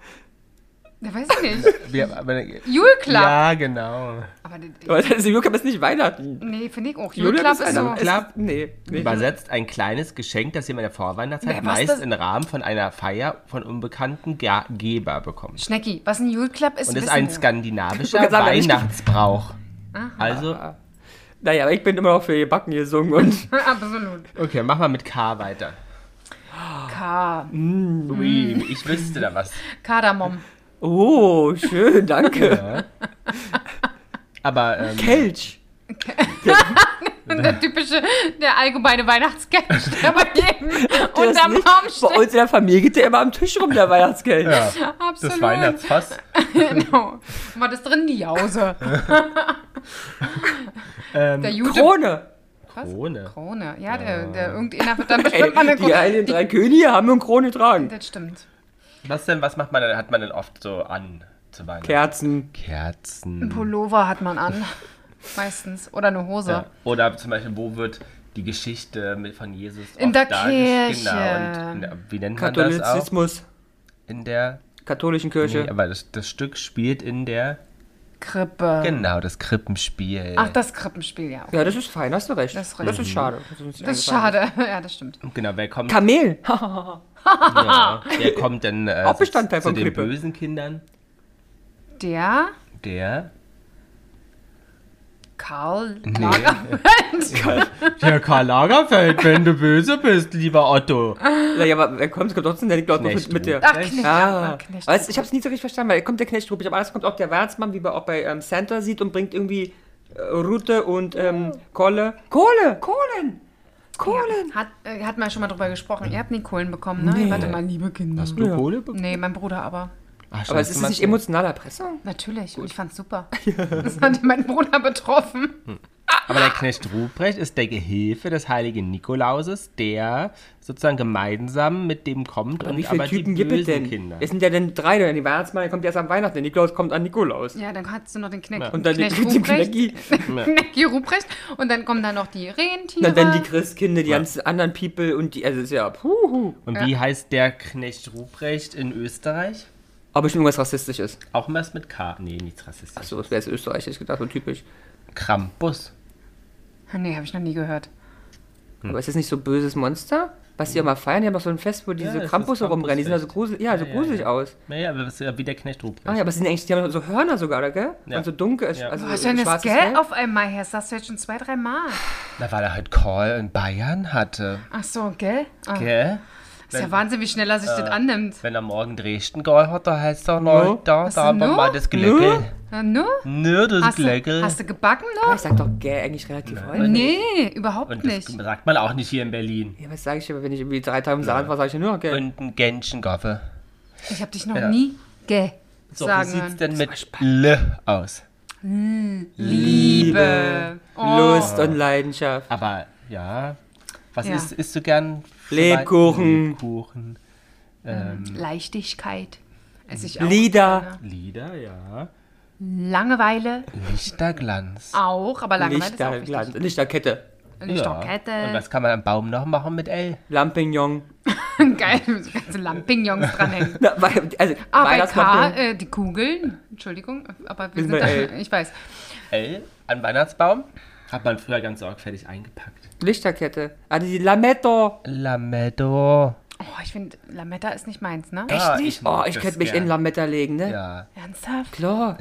Speaker 1: Da weiß ich
Speaker 3: *laughs*
Speaker 1: nicht.
Speaker 3: Wir, aber, äh,
Speaker 1: Julklapp.
Speaker 3: ja, genau.
Speaker 1: Aber das-
Speaker 2: Aber das ist Julklapp ist nicht Weihnachten.
Speaker 1: nee, finde ich auch.
Speaker 2: Julklapp
Speaker 1: Julklapp ist so.
Speaker 2: Weihnachten. Ist- Nee. nee.
Speaker 3: Übersetzt ein kleines Geschenk, das ihr in der Vorweihnachtszeit
Speaker 1: Wer, was
Speaker 3: meist
Speaker 1: das-
Speaker 3: im Rahmen von einer Feier von unbekannten Ge Geber bekommt.
Speaker 1: Schnecki, was ein Julklapp ist,
Speaker 3: Und das ist
Speaker 1: wissen
Speaker 3: ein
Speaker 1: wir.
Speaker 3: skandinavischer
Speaker 2: Ich wollte sagen, ich-
Speaker 3: Weihnachtsbrauch. Also,
Speaker 2: Naja, aber ich bin immer noch für ihr Backen, ihr Sungen und
Speaker 1: *laughs* Absolut.
Speaker 3: okay, mach mal mit K weiter.
Speaker 1: Ka
Speaker 3: Ui, ich wüsste da was.
Speaker 1: Kardamom.
Speaker 2: Oh, schön, danke.
Speaker 3: Aber ähm,
Speaker 2: Kelch.
Speaker 1: Der typische, der allgemeine Weihnachtssketch, *laughs* der bei jedem
Speaker 2: Das
Speaker 1: unterm
Speaker 2: nicht?
Speaker 1: Baum
Speaker 2: Bei
Speaker 1: steht.
Speaker 2: uns in der Familie geht der immer am Tisch rum, der Weihnachtskelch.
Speaker 1: Absolut.
Speaker 3: das Weihnachtsfass.
Speaker 1: *laughs* Genau. War das drin? Die *laughs* Jause. der Jude.
Speaker 2: Krone.
Speaker 3: Krone.
Speaker 1: Krone. Ja, der, der irgendeiner wird dann bestimmt mal eine
Speaker 2: Ey, die
Speaker 1: Krone.
Speaker 2: heiligen drei Könige haben eine Krone getragen.
Speaker 1: Das stimmt.
Speaker 3: Was denn, was macht man denn, hat man denn oft so an zu Weihnachten?
Speaker 2: Kerzen.
Speaker 3: Kerzen.
Speaker 1: Pullover hat man *laughs* an. Meistens. Oder eine Hose.
Speaker 3: Ja. Oder zum Beispiel, wo wird die Geschichte mit, von Jesus
Speaker 1: In
Speaker 3: oft
Speaker 1: der
Speaker 3: dargestellt?
Speaker 1: Kirche.
Speaker 3: Genau. Und in der, wie nennt man das auch?
Speaker 2: Katholizismus.
Speaker 3: In der
Speaker 2: Katholischen Kirche.
Speaker 3: Nee, aber das, das Stück spielt in der.
Speaker 1: Krippe.
Speaker 3: Genau, das Krippenspiel.
Speaker 1: Ach, das Krippenspiel, ja.
Speaker 2: ja, das ist fein, hast du recht.
Speaker 1: Das ist
Speaker 2: Das
Speaker 1: richtig.
Speaker 2: ist schade. Das ist, uns nicht
Speaker 1: Das ist
Speaker 2: eingefallen.
Speaker 1: schade. Ja, das stimmt.
Speaker 3: Genau, wer kommt,
Speaker 2: Kamel.
Speaker 1: Ah.
Speaker 3: ja, wer kommt denn äh,
Speaker 2: Auch Bestandteil
Speaker 3: zu
Speaker 2: von
Speaker 3: den
Speaker 2: Krippe.
Speaker 3: bösen Kindern?
Speaker 1: Der
Speaker 3: Der.
Speaker 1: Karl
Speaker 3: Nee. *laughs*
Speaker 1: Lagerfeld.
Speaker 3: Der Karl Lagerfeld, wenn du böse bist, lieber Otto.
Speaker 1: Ah.
Speaker 2: ja, aber er kommt, es kommt trotzdem der liegt dort noch mit,
Speaker 3: Knecht
Speaker 2: mit der.
Speaker 1: Ach, Knecht.
Speaker 2: Ah,
Speaker 1: Ah, Knecht.
Speaker 2: weißt, du, ich habe es nie so richtig verstanden, weil kommt der Knecht Ruprecht, aber alles kommt auch der Weihnachtsmann, wie man auch bei ähm, Santa sieht und bringt irgendwie äh, Rute und ähm, Kohle. Kohle! Kohlen! Kohlen!
Speaker 1: Hat, äh, hat man schon mal drüber gesprochen. Ihr habt nie Kohlen bekommen, ne? Warte mal, liebe Kinder.
Speaker 3: Hast du
Speaker 2: Ja.
Speaker 3: Kohle bekommen?
Speaker 1: Nee, mein Bruder aber.
Speaker 3: Ach,
Speaker 2: Aber
Speaker 3: scheiße,
Speaker 2: es ist
Speaker 3: Mann.
Speaker 2: nicht emotionale Erpressung?
Speaker 1: Natürlich. Und ich fand's super. Das hat meinen Bruder betroffen.
Speaker 3: Aber
Speaker 1: Ah.
Speaker 3: der Knecht Ruprecht ist der Gehilfe des heiligen Nikolauses, der sozusagen gemeinsam mit dem kommt
Speaker 2: Und
Speaker 3: und
Speaker 2: wie viele
Speaker 3: aber
Speaker 2: Typen
Speaker 3: die
Speaker 2: gibt es
Speaker 3: bösen
Speaker 2: denn?
Speaker 3: Kinder.
Speaker 2: Es sind ja dann drei, denn die Weihnachtsmann der kommt erst am Weihnachten, der Nikolaus kommt an Nikolaus.
Speaker 1: Ja, dann hattest du noch den Kneck.
Speaker 2: Und dann
Speaker 1: Knecht
Speaker 2: mit
Speaker 1: *laughs*
Speaker 2: dem
Speaker 1: Ruprecht.
Speaker 2: Knecki.
Speaker 1: Knecki Ruprecht. Und dann kommen da noch die Rentiere.
Speaker 2: Na, dann die Christkinder, die ganzen anderen People und die, also es ist ja, puhu.
Speaker 3: Und wie heißt der Knecht Ruprecht in Österreich?
Speaker 2: Ob ich irgendwas rassistisch ist.
Speaker 3: Auch immer ist mit K. Nee, nichts rassistisch.
Speaker 2: Achso, das wäre es österreichisch gedacht, so typisch.
Speaker 3: Krampus.
Speaker 1: nee, habe ich noch nie gehört.
Speaker 3: Hm.
Speaker 2: Aber ist das nicht so ein böses Monster? Was die immer feiern, die haben doch so ein Fest, wo diese
Speaker 3: das ist
Speaker 2: Krampusse rumrennen, die sehen also gruselig, ja, so gruselig aus.
Speaker 3: Naja, aber das ist ja wie der Knecht Ruprecht.
Speaker 2: Ah ja, aber sie sind eigentlich, die haben so Hörner sogar, gell?
Speaker 3: Ja.
Speaker 2: Und so dunkel,
Speaker 3: Ja.
Speaker 2: also
Speaker 1: Boah,
Speaker 2: so
Speaker 1: schön das
Speaker 2: schwarzes
Speaker 1: Geld
Speaker 2: Fell.
Speaker 1: auf einmal her. Das sagst du jetzt schon zwei, drei Mal.
Speaker 3: Na, weil er halt Call in Bayern hatte.
Speaker 1: Ach so, gell? Ah,
Speaker 3: Gell?
Speaker 1: Ist ja Wahnsinn, wie schnell er sich das annimmt.
Speaker 3: Wenn er morgen Dresden Call hat, da heißt er noch,
Speaker 2: Ja.
Speaker 3: da,
Speaker 1: Hast
Speaker 3: da
Speaker 1: du
Speaker 3: haben wir
Speaker 1: nur?
Speaker 3: mal das Glöckel.
Speaker 1: Na, nu?
Speaker 3: Nö, das
Speaker 1: ne? Hast du,
Speaker 3: Glöckel.
Speaker 1: hast du gebacken
Speaker 2: Aber
Speaker 1: noch?
Speaker 2: ich sag doch gell eigentlich relativ häufig.
Speaker 1: Nee, überhaupt
Speaker 3: Und das
Speaker 1: nicht.
Speaker 3: sagt man auch nicht hier in Berlin.
Speaker 2: Ja, was sage ich immer, wenn ich irgendwie drei Tage im Saarland war, sage ich nur gell.
Speaker 3: Und ein Gänschengoffe.
Speaker 1: Ich habe dich noch
Speaker 3: Ja.
Speaker 1: nie ge
Speaker 3: So, wie
Speaker 1: sagen
Speaker 3: sieht's
Speaker 1: hören.
Speaker 3: denn mit L aus?
Speaker 1: Liebe.
Speaker 2: Lust
Speaker 3: Oh.
Speaker 2: und Leidenschaft.
Speaker 3: Aber ja, was
Speaker 1: Ja.
Speaker 3: isst, isst du gern?
Speaker 2: Lebkuchen.
Speaker 3: Lebkuchen. Ähm,
Speaker 1: Leichtigkeit. Esse ich auch.
Speaker 2: Lieder.
Speaker 3: Lieder, ja.
Speaker 1: Langeweile
Speaker 3: Lichterglanz.
Speaker 1: auch, aber Langeweile ist auch wichtig.
Speaker 2: Lichterglanz. Lichterkette.
Speaker 1: Lichterkette. *laughs*
Speaker 3: Und was kann man am Baum noch machen mit L?
Speaker 2: Lampignon.
Speaker 1: Geil, so ganze Lampignons dranhängen.
Speaker 2: *laughs* Na, weil, also,
Speaker 1: Ah, bei K,
Speaker 2: Weihnachtsmann-
Speaker 1: äh, die Kugeln. Entschuldigung, aber wir
Speaker 2: Ist
Speaker 1: sind
Speaker 2: bei
Speaker 1: da,
Speaker 2: L.
Speaker 1: *laughs* Ich weiß.
Speaker 3: L an Weihnachtsbaum? Hat man früher ganz sorgfältig eingepackt.
Speaker 2: Lichterkette. Also die Lametto.
Speaker 3: Lamedo.
Speaker 1: Oh, ich finde, Lametta ist nicht meins, ne?
Speaker 3: Ja,
Speaker 2: Echt nicht?
Speaker 3: Ah, ich mag
Speaker 2: oh, ich
Speaker 3: das
Speaker 2: könnte mich
Speaker 3: gern.
Speaker 2: in Lametta legen, ne?
Speaker 3: Ja.
Speaker 1: Ernsthaft?
Speaker 2: Klar.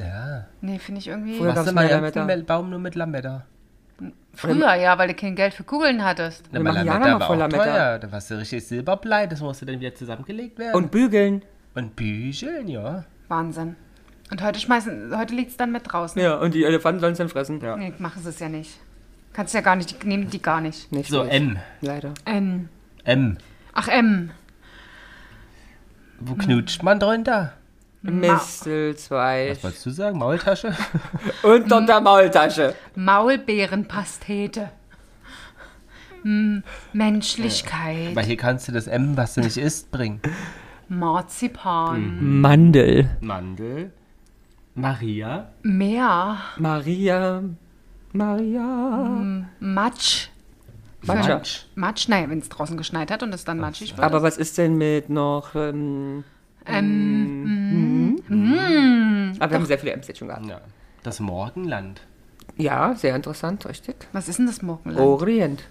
Speaker 1: Nee, finde ich irgendwie.
Speaker 2: Früher-
Speaker 1: Früher,
Speaker 2: gab's
Speaker 3: Machst du
Speaker 2: mehr
Speaker 3: mal
Speaker 2: Lametta?
Speaker 3: einen Baum nur mit Lametta?
Speaker 1: ja, weil du kein Geld für Kugeln hattest.
Speaker 3: Na,
Speaker 2: Wir
Speaker 3: aber
Speaker 2: machen Jana mal
Speaker 3: war
Speaker 2: voll
Speaker 3: auch
Speaker 2: Lametta.
Speaker 3: teuer. Da warst du richtig Silberblei, das musste dann wieder zusammengelegt werden.
Speaker 2: Und bügeln.
Speaker 3: Und Bücheln, ja.
Speaker 1: Wahnsinn. Und heute schmeißen, heute liegt es dann mit draußen.
Speaker 2: Ja, und die Elefanten sollen es dann fressen. Ja.
Speaker 1: Nee, machen sie es ja nicht. Kannst ja gar nicht, die nehmen die gar nicht.
Speaker 2: Nicht
Speaker 3: So,
Speaker 2: gut.
Speaker 3: M.
Speaker 2: Leider.
Speaker 1: N.
Speaker 3: M.
Speaker 1: Ach, ähm, M.
Speaker 3: Wo knutscht man drunter?
Speaker 2: Mistelzweig.
Speaker 3: Was wolltest du sagen? Maultasche?
Speaker 2: Unter der Maultasche.
Speaker 1: Maulbeerenpastete. Hm, Menschlichkeit.
Speaker 3: *laughs* Weil hier kannst du das M, was du nicht isst, bringen.
Speaker 1: Marzipan.
Speaker 2: Mandel.
Speaker 3: Mandel. Maria.
Speaker 1: Meer.
Speaker 2: Maria. Maria.
Speaker 1: Matsch.
Speaker 2: Matcha.
Speaker 3: Matsch.
Speaker 1: Matsch, naja, wenn es draußen geschneit hat und es dann matschig wird.
Speaker 2: Aber was ist denn mit noch. Ähm,
Speaker 1: Hm.
Speaker 2: ähm, Aber wir haben sehr viele M's jetzt schon gehabt.
Speaker 3: Ja. Das Morgenland.
Speaker 2: Ja, sehr interessant, richtig.
Speaker 1: Was ist denn das Morgenland?
Speaker 3: Oh.
Speaker 2: Orient.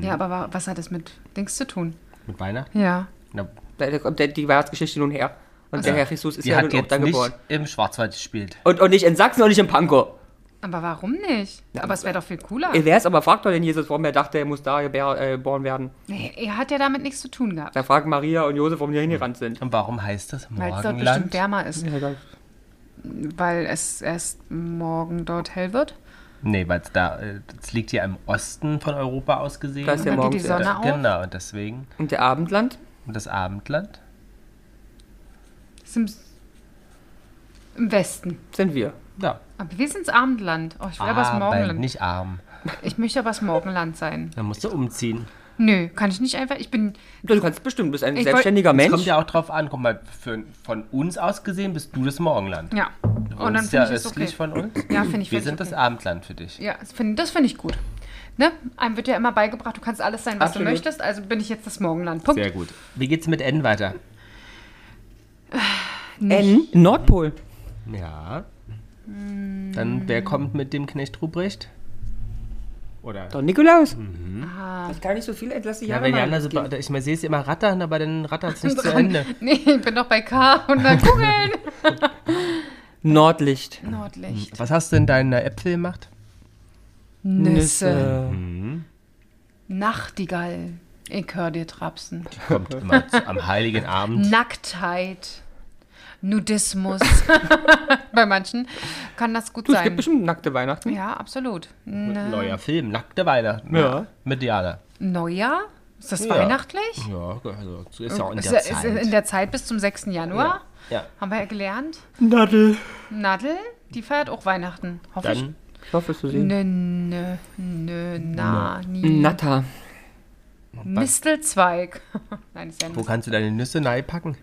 Speaker 1: Ja, aber wa- was hat das mit Dings zu tun?
Speaker 3: Mit Weihnachten.
Speaker 1: Ja.
Speaker 3: Na,
Speaker 2: Da kommt der- die Weihnachtsgeschichte nun her. Und der Herr Jesus ist
Speaker 3: Also, die
Speaker 2: ja
Speaker 3: hat
Speaker 2: nun auch
Speaker 3: jetzt
Speaker 2: da
Speaker 3: nicht
Speaker 2: geboren.
Speaker 3: im Schwarzwald gespielt.
Speaker 2: Und, und nicht in Sachsen und nicht in Pankow.
Speaker 1: Aber warum nicht? aber es wäre doch viel cooler.
Speaker 3: Äh.
Speaker 2: Wer es aber fragt doch den Jesus, warum er dachte, er muss da gebär- äh, geboren werden.
Speaker 1: Nee, er hat ja damit nichts zu tun gehabt.
Speaker 2: Da fragen Maria und Josef, warum die hingerannt sind.
Speaker 3: Und warum heißt das
Speaker 1: Weil es dort bestimmt
Speaker 3: Morgenland?
Speaker 1: wärmer ist.
Speaker 2: Ja, egal.
Speaker 1: Weil es erst morgen dort hell wird.
Speaker 3: Nee, weil es da, äh, es liegt ja im Osten von Europa aus gesehen.
Speaker 2: Da ist ja
Speaker 1: Dann geht die
Speaker 2: morgens.
Speaker 1: Sonne
Speaker 3: Da-
Speaker 1: auf.
Speaker 3: genau, und deswegen.
Speaker 2: Und der Abendland?
Speaker 3: Und das Abendland?
Speaker 1: Ist im, S- Im Westen.
Speaker 2: Sind wir.
Speaker 3: Ja.
Speaker 1: Aber wir sind ins Abendland. Oh, ich will aber das
Speaker 3: Arbeit,
Speaker 1: Morgenland.
Speaker 3: Ah, nicht arm.
Speaker 1: Ich möchte aber das Morgenland sein.
Speaker 3: Dann musst du umziehen.
Speaker 1: Nö, kann ich nicht einfach. Ich bin.
Speaker 2: Du kannst bestimmt, du bist ein
Speaker 1: Ich wollt-
Speaker 2: selbstständiger
Speaker 3: Es kommt
Speaker 2: Ah, Mensch.
Speaker 3: ja auch drauf an. Guck mal, für, von uns aus gesehen bist du das Morgenland.
Speaker 1: Ja. Und Oh, dann
Speaker 3: uns ja
Speaker 1: finde ich es okay.
Speaker 3: östlich von uns.
Speaker 1: Ja, finde ich.
Speaker 3: Wir
Speaker 1: find
Speaker 3: sind
Speaker 1: ich
Speaker 3: das
Speaker 1: okay.
Speaker 3: Abendland für dich.
Speaker 1: Ja, das finde das find ich gut. Ne? Einem wird ja immer beigebracht, du kannst alles sein, was
Speaker 2: Absolut.
Speaker 1: du möchtest. Also bin ich jetzt das Morgenland. Punkt. *laughs*
Speaker 3: Sehr gut. Wie geht's mit N weiter?
Speaker 2: N, Nordpol.
Speaker 3: Ja. Dann wer kommt mit dem Knecht Ruprecht? Oder?
Speaker 2: Doch Nikolaus.
Speaker 3: Hm.
Speaker 2: Ich kann nicht so viel, lass die
Speaker 3: Ja,
Speaker 2: Jahre
Speaker 3: wenn
Speaker 2: mal
Speaker 3: Jana so,
Speaker 2: gehen.
Speaker 3: ich meine, sehe es immer rattern, aber dann
Speaker 1: *laughs*
Speaker 3: rattert es nicht zu Ende.
Speaker 1: Nee, ich bin doch bei K und dann Kugeln.
Speaker 2: Nordlicht.
Speaker 1: Nordlicht.
Speaker 3: Was hast du in deiner Äpfel gemacht?
Speaker 1: Nüsse.
Speaker 3: Hm.
Speaker 1: Nachtigall. Ich hör dir Trapsen.
Speaker 3: Kommt immer zu, am Heiligen Abend.
Speaker 1: Nacktheit.
Speaker 3: *laughs*
Speaker 1: Nudismus. bei manchen kann das gut
Speaker 2: Du, es gibt
Speaker 1: sein.
Speaker 2: bestimmt nackte Weihnachten.
Speaker 1: Ja, absolut.
Speaker 3: Neuer Film, nackte Weihnachten.
Speaker 2: Ja.
Speaker 3: Mit Jana.
Speaker 1: Neujahr? Ist das
Speaker 3: Ja.
Speaker 1: weihnachtlich?
Speaker 3: Ja, also ist ja auch in
Speaker 1: Ist
Speaker 3: der
Speaker 1: ja- ist
Speaker 3: Zeit.
Speaker 1: in der Zeit bis zum 6. Januar.
Speaker 3: ja.
Speaker 1: Haben wir ja gelernt.
Speaker 2: Nadel.
Speaker 1: Nadel, die feiert auch Weihnachten. Hoffe ich.
Speaker 3: Dann
Speaker 2: Ich hoffe, es zu sehen.
Speaker 1: Nö, nö, nö, na, nie.
Speaker 2: Natter.
Speaker 1: Mistelzweig. *laughs* Nein, ist ja
Speaker 3: Wo
Speaker 1: nicht.
Speaker 3: kannst du deine Nüsse reinpacken?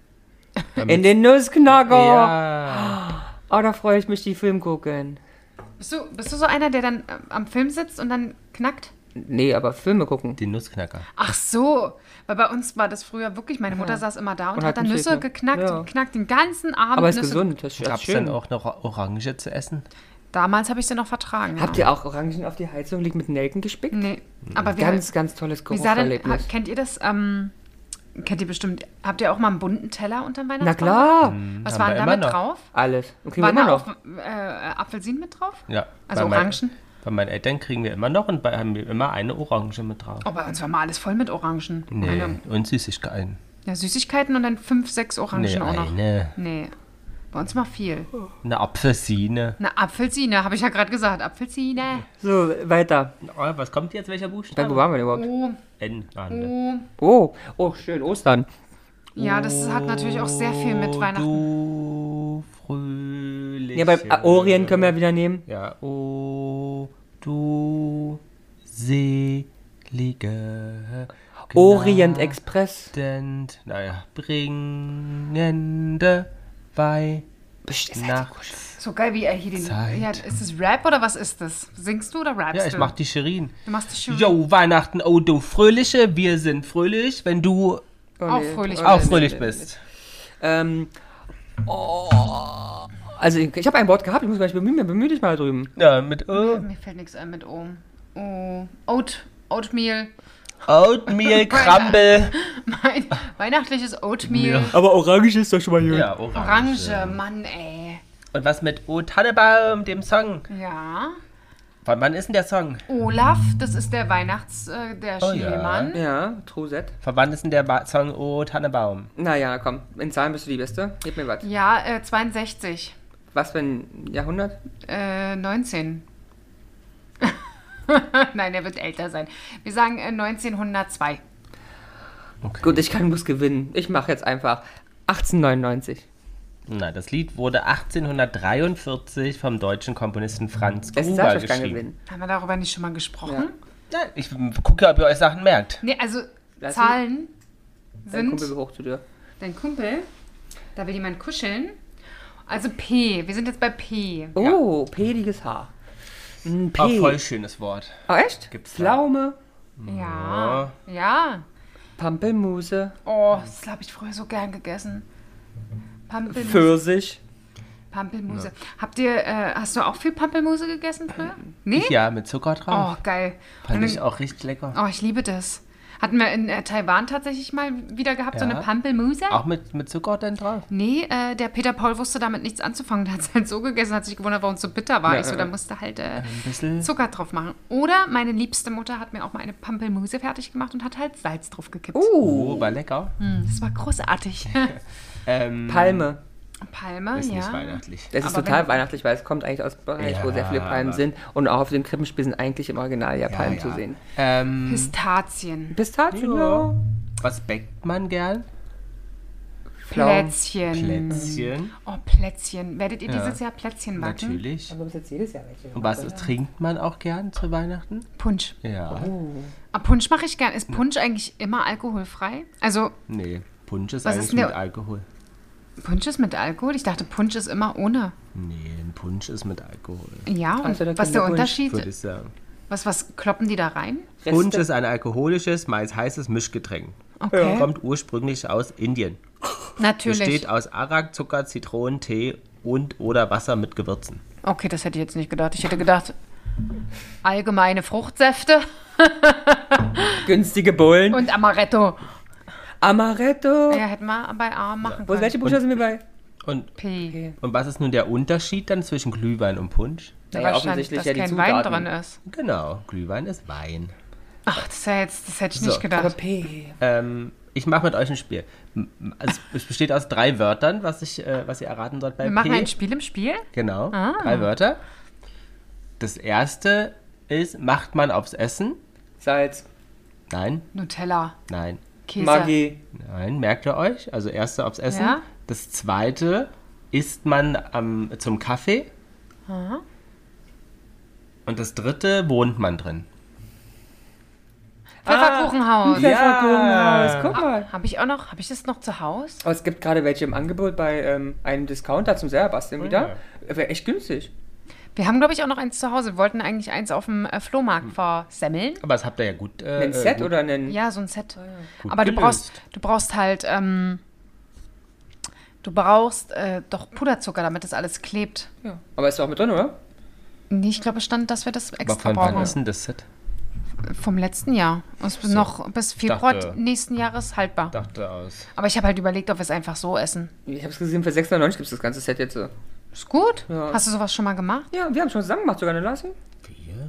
Speaker 2: In den Nussknacker.
Speaker 3: Ja.
Speaker 2: Oh, da freue ich mich, die Film gucken.
Speaker 1: Bist du, bist du so einer, der dann ähm, am Film sitzt und dann knackt?
Speaker 2: Nee, aber Filme gucken.
Speaker 3: Den Nussknacker.
Speaker 1: Ach so, weil bei uns war das früher wirklich, meine Mutter saß immer da und,
Speaker 2: Und hat
Speaker 1: hat dann
Speaker 2: einen
Speaker 1: Nüsse
Speaker 2: Shake, ne?
Speaker 1: geknackt
Speaker 2: Ja.
Speaker 1: und geknackt den ganzen Abend.
Speaker 2: Aber ist
Speaker 1: Nüsse.
Speaker 2: gesund, das ist
Speaker 3: Gab's
Speaker 2: schön.
Speaker 3: dann auch noch Orange zu essen?
Speaker 1: Damals habe ich sie noch vertragen.
Speaker 2: Habt
Speaker 1: ja.
Speaker 2: ihr auch Orangen auf die Heizung gelegt mit Nelken gespickt?
Speaker 1: Nee, aber wir,
Speaker 2: Ganz, ganz tolles
Speaker 1: Mhm. wie sah denn,
Speaker 2: Geruchserlebnis.
Speaker 1: hab- kennt ihr das, ähm, kennt ihr bestimmt, habt ihr auch mal einen bunten Teller unterm
Speaker 2: Na
Speaker 1: Weihnachtsbaum?
Speaker 2: klar, Mhm.
Speaker 1: Was
Speaker 3: Haben
Speaker 1: war
Speaker 3: wir
Speaker 1: denn
Speaker 3: immer
Speaker 1: damit
Speaker 3: noch.
Speaker 1: drauf?
Speaker 2: alles. Und kriegen wir
Speaker 1: Waren da
Speaker 2: immer noch.
Speaker 1: auch äh, Apfelsinen mit drauf?
Speaker 3: Ja.
Speaker 1: Also
Speaker 3: bei mein-
Speaker 1: Orangen?
Speaker 3: Bei meinen Eltern kriegen wir immer noch und bei, haben wir immer eine Orange mit drauf.
Speaker 1: Oh, bei uns war mal alles voll mit Orangen.
Speaker 3: Nee,
Speaker 1: Eine,
Speaker 3: und Süßigkeiten.
Speaker 1: ja, Süßigkeiten und dann fünf, sechs Orangen
Speaker 3: Nee,
Speaker 1: auch noch.
Speaker 3: eine.
Speaker 1: Nee. Bei uns mal viel.
Speaker 3: Eine Apfelsine.
Speaker 1: Eine Apfelsine, habe ich ja gerade gesagt. Apfelsine.
Speaker 2: So, weiter.
Speaker 3: Oh, was kommt jetzt? Welcher
Speaker 2: Bei, wo
Speaker 3: Buchstabe?
Speaker 2: waren wir denn überhaupt?
Speaker 1: Oh,
Speaker 3: N. Ah, ne.
Speaker 1: oh.
Speaker 2: Oh, oh, schön, Ostern.
Speaker 1: Ja,
Speaker 3: Oh,
Speaker 1: das hat natürlich auch sehr viel mit Weihnachten.
Speaker 3: Du fröhlich.
Speaker 2: Ja, bei äh, Orient können wir wieder nehmen.
Speaker 3: Ja, oh, Du selige
Speaker 2: Orient Express.
Speaker 3: Express. Naja, bringende Weihnacht.
Speaker 2: Psst, ist halt die-
Speaker 1: So geil, wie er hier den.
Speaker 3: Zeit.
Speaker 1: Ja, ist das Rap oder was ist das? Singst du oder rappst
Speaker 3: Ja, ich
Speaker 1: du?
Speaker 3: mach die Shirin.
Speaker 1: Du machst dich schon
Speaker 3: Jo, Weihnachten, oh du Fröhliche, wir sind fröhlich, wenn du
Speaker 1: auch fröhlich.
Speaker 3: auch
Speaker 1: bist.
Speaker 3: fröhlich bist.
Speaker 2: Ähm, oh, also ich, ich habe ein Wort gehabt, ich muss gleich bemühen, bemühe dich mal drüben.
Speaker 3: Ja, mit oh,
Speaker 1: Mir fällt nichts ein mit O. O. Oat, Oatmeal. *laughs*
Speaker 2: *laughs*
Speaker 3: Oatmeal, Crumble.
Speaker 1: Mein weihnachtliches Oatmeal.
Speaker 2: Aber Orange ist doch schon mal gut.
Speaker 3: Ja,
Speaker 1: Orange, Mann, ey.
Speaker 3: Und was mit O Tannebaum, dem Song?
Speaker 1: Ja.
Speaker 3: Von wann ist denn der Song?
Speaker 1: Olaf, das ist der Weihnachts-, äh, der
Speaker 3: Oh, ja.
Speaker 1: Schneemann.
Speaker 2: Ja, Troset.
Speaker 3: Von wann ist denn der Ba- Song O Tannebaum?
Speaker 2: Naja, komm, in Zahlen bist du die Beste. Gib mir was.
Speaker 1: Ja, äh, 62.
Speaker 2: Was für ein Jahrhundert?
Speaker 1: Äh, 19. *laughs* Nein, er wird älter sein. Wir sagen äh, 1902.
Speaker 2: Gut, ich kann, muss gewinnen. Ich mache jetzt einfach 1899.
Speaker 3: Na, das Lied wurde 1843 vom deutschen Komponisten Franz
Speaker 2: Es ist
Speaker 3: Gruber
Speaker 2: ich kann
Speaker 3: geschrieben.
Speaker 2: gewinnen.
Speaker 1: Haben wir darüber nicht schon mal gesprochen?
Speaker 3: Ja, ich gucke, ob ihr euch Sachen merkt.
Speaker 1: Nee, also
Speaker 2: Lass
Speaker 1: Zahlen
Speaker 2: Dein
Speaker 1: sind
Speaker 2: Kumpel will hoch zu dir.
Speaker 1: dein Kumpel. Da will jemand kuscheln. Also P. Wir sind jetzt bei P.
Speaker 2: Oh, pediges Haar. Ein P.
Speaker 3: Auch voll schönes Wort.
Speaker 2: Oh, echt?
Speaker 3: Gibt's da.
Speaker 2: Pflaume,
Speaker 1: Ja. Ja.
Speaker 2: Pampelmuse,
Speaker 1: Oh, das habe ich früher so gern gegessen.
Speaker 3: Mhm.
Speaker 1: Pampelmuse.
Speaker 2: Pfirsich.
Speaker 1: Pampelmuse. Habt ihr, äh, hast du auch viel Pampelmuse gegessen früher? Nee?
Speaker 3: Äh, Ja, mit Zucker drauf.
Speaker 1: Oh, geil. Und
Speaker 3: Fand
Speaker 1: dann-
Speaker 3: ich auch richtig lecker.
Speaker 1: Oh, ich liebe das. Hatten wir in äh, Taiwan tatsächlich mal wieder gehabt, so
Speaker 3: Ja.
Speaker 1: eine Pampelmuse?
Speaker 3: Auch mit, mit Zucker denn drauf?
Speaker 1: Nee, äh, der Peter Paul wusste damit nichts anzufangen. Der hat es halt so gegessen, hat sich gewundert, warum es so bitter war.
Speaker 2: Ja,
Speaker 1: ich so,
Speaker 2: ja,
Speaker 1: da
Speaker 2: ja.
Speaker 1: musste halt äh,
Speaker 3: Ein bisschen.
Speaker 1: Zucker drauf machen. Oder meine liebste Mutter hat mir auch mal eine Pampelmuse fertig gemacht und hat halt Salz drauf gekippt.
Speaker 2: Uh,
Speaker 3: Oh, war lecker.
Speaker 1: Das war
Speaker 3: *laughs*
Speaker 1: großartig.
Speaker 3: Ähm,
Speaker 2: Mm. Palme.
Speaker 1: Palme,
Speaker 3: ist
Speaker 1: ja.
Speaker 3: nicht weihnachtlich.
Speaker 2: Es ist
Speaker 1: Aber
Speaker 2: total
Speaker 1: wenn-
Speaker 2: weihnachtlich, weil es kommt eigentlich aus Bereich, wo
Speaker 3: Ja,
Speaker 2: sehr viele Palmen
Speaker 3: aber-
Speaker 2: sind. Und auch auf den Krippenspiel sind eigentlich im Original ja Palmen
Speaker 3: ja.
Speaker 2: zu sehen.
Speaker 3: Ähm,
Speaker 1: Pistazien,
Speaker 2: Pistazien,
Speaker 3: Ja.
Speaker 2: ja.
Speaker 3: was bäckt man gern?
Speaker 2: Pflaumen.
Speaker 1: Plätzchen.
Speaker 3: Plätzchen.
Speaker 1: Oh, Plätzchen. Werdet ihr
Speaker 3: Ja.
Speaker 1: dieses Jahr Plätzchen backen?
Speaker 3: Natürlich.
Speaker 2: Du bist jetzt jedes Jahr welche.
Speaker 3: Und was trinkt man auch gern zu Weihnachten? Oh.
Speaker 1: Punsch.
Speaker 3: Ja.
Speaker 1: Ah, Punsch mache ich gern. Ist Punsch eigentlich immer alkoholfrei? Also,
Speaker 3: Nee, Punsch ist
Speaker 1: Was
Speaker 3: eigentlich
Speaker 1: ist denn
Speaker 3: mit
Speaker 1: der-
Speaker 3: Alkohol.
Speaker 1: Punsch ist mit Alkohol? Ich dachte, Punsch ist immer ohne.
Speaker 3: Nee, ein Punsch ist mit Alkohol,
Speaker 1: Ja, und
Speaker 2: Also, da
Speaker 1: was der
Speaker 2: kann der Punsch-
Speaker 3: würde
Speaker 1: Unterschied?
Speaker 3: ich sagen.
Speaker 1: Was, was kloppen die da rein?
Speaker 3: Punsch ist ein alkoholisches, meist heißes Mischgetränk.
Speaker 1: Okay.
Speaker 3: Kommt ursprünglich aus Indien.
Speaker 1: Natürlich.
Speaker 3: Besteht aus Arak, Zucker, Zitronen, Tee und oder Wasser mit Gewürzen.
Speaker 1: Okay, das hätte ich jetzt nicht gedacht. Ich hätte gedacht, allgemeine Fruchtsäfte
Speaker 2: *laughs*
Speaker 1: *laughs*
Speaker 2: Günstige Bullen.
Speaker 1: und Amaretto.
Speaker 2: Amaretto.
Speaker 1: Ja, hätten wir bei A machen
Speaker 2: Wo,
Speaker 1: können.
Speaker 2: welche Buchstaben sind wir bei?
Speaker 3: Und,
Speaker 1: P.
Speaker 3: und was ist nun der Unterschied dann zwischen Glühwein und Punsch?
Speaker 2: Naja,
Speaker 1: Wahrscheinlich,
Speaker 2: offensichtlich
Speaker 1: dass
Speaker 2: ja die
Speaker 1: kein
Speaker 2: Zutaten.
Speaker 1: Wein drin ist.
Speaker 3: Genau, Glühwein ist Wein.
Speaker 1: Ach, das, ist ja jetzt, das hätte ich
Speaker 3: So.
Speaker 1: nicht
Speaker 2: Aber
Speaker 1: gedacht.
Speaker 2: P.
Speaker 3: Ähm, ich mache mit euch ein Spiel. M- m- Es es besteht aus drei Wörtern, was, ich, äh, was ihr erraten sollt bei
Speaker 1: Wir machen
Speaker 3: P.
Speaker 1: ein Ah. Spiel im Spiel?
Speaker 3: Genau, drei Wörter. Das erste ist, macht man aufs Essen?
Speaker 2: Salz.
Speaker 3: Nein,
Speaker 1: Nutella,
Speaker 3: nein,
Speaker 1: Käse.
Speaker 2: Maggi.
Speaker 3: nein. Merkt ihr euch? Also erste aufs Essen.
Speaker 1: Ja.
Speaker 3: Das zweite isst man am, zum Kaffee.
Speaker 1: Ah.
Speaker 3: Und das dritte wohnt man drin.
Speaker 1: Pfefferkuchenhaus.
Speaker 2: Ah. Pfefferkuchenhaus. Guck mal.
Speaker 1: Habe ich auch noch, habe ich das noch zu Hause?
Speaker 2: Oh, es gibt gerade welche im Angebot bei ähm, einem Discounter zum selber
Speaker 3: Oh
Speaker 2: basteln wieder. Wäre echt günstig.
Speaker 1: Wir haben, glaube ich, auch noch eins zu Hause. Wir wollten eigentlich eins auf dem äh, Flohmarkt versemmeln.
Speaker 3: Aber das habt ihr ja gut. Äh,
Speaker 2: Ein Set
Speaker 3: gut.
Speaker 2: oder einen.
Speaker 1: Ja, so ein
Speaker 2: Ah,
Speaker 1: Set.
Speaker 3: Gut
Speaker 1: Aber du brauchst,
Speaker 3: gelöst.
Speaker 1: du brauchst halt, ähm, du brauchst äh, doch Puderzucker, damit das alles klebt.
Speaker 2: Ja. Aber ist doch auch mit drin, oder?
Speaker 1: Nee, ich glaube, es stand, dass wir das
Speaker 3: Aber
Speaker 1: extra
Speaker 3: äh, von wann
Speaker 1: brauchen.
Speaker 3: ist denn das Set?
Speaker 1: Vom letzten Jahr. Und es ist noch bis Februar
Speaker 3: dachte-
Speaker 1: nächsten Jahres haltbar.
Speaker 3: Dachte aus.
Speaker 1: Aber ich habe halt überlegt, ob wir es einfach so essen.
Speaker 2: Ich hab's gesehen, für 6,99 gibt's das ganze Set jetzt. so.
Speaker 1: Ist gut.
Speaker 2: Ja.
Speaker 1: Hast du sowas schon mal gemacht?
Speaker 2: Ja, wir haben schon zusammen gemacht, sogar eine Lasse.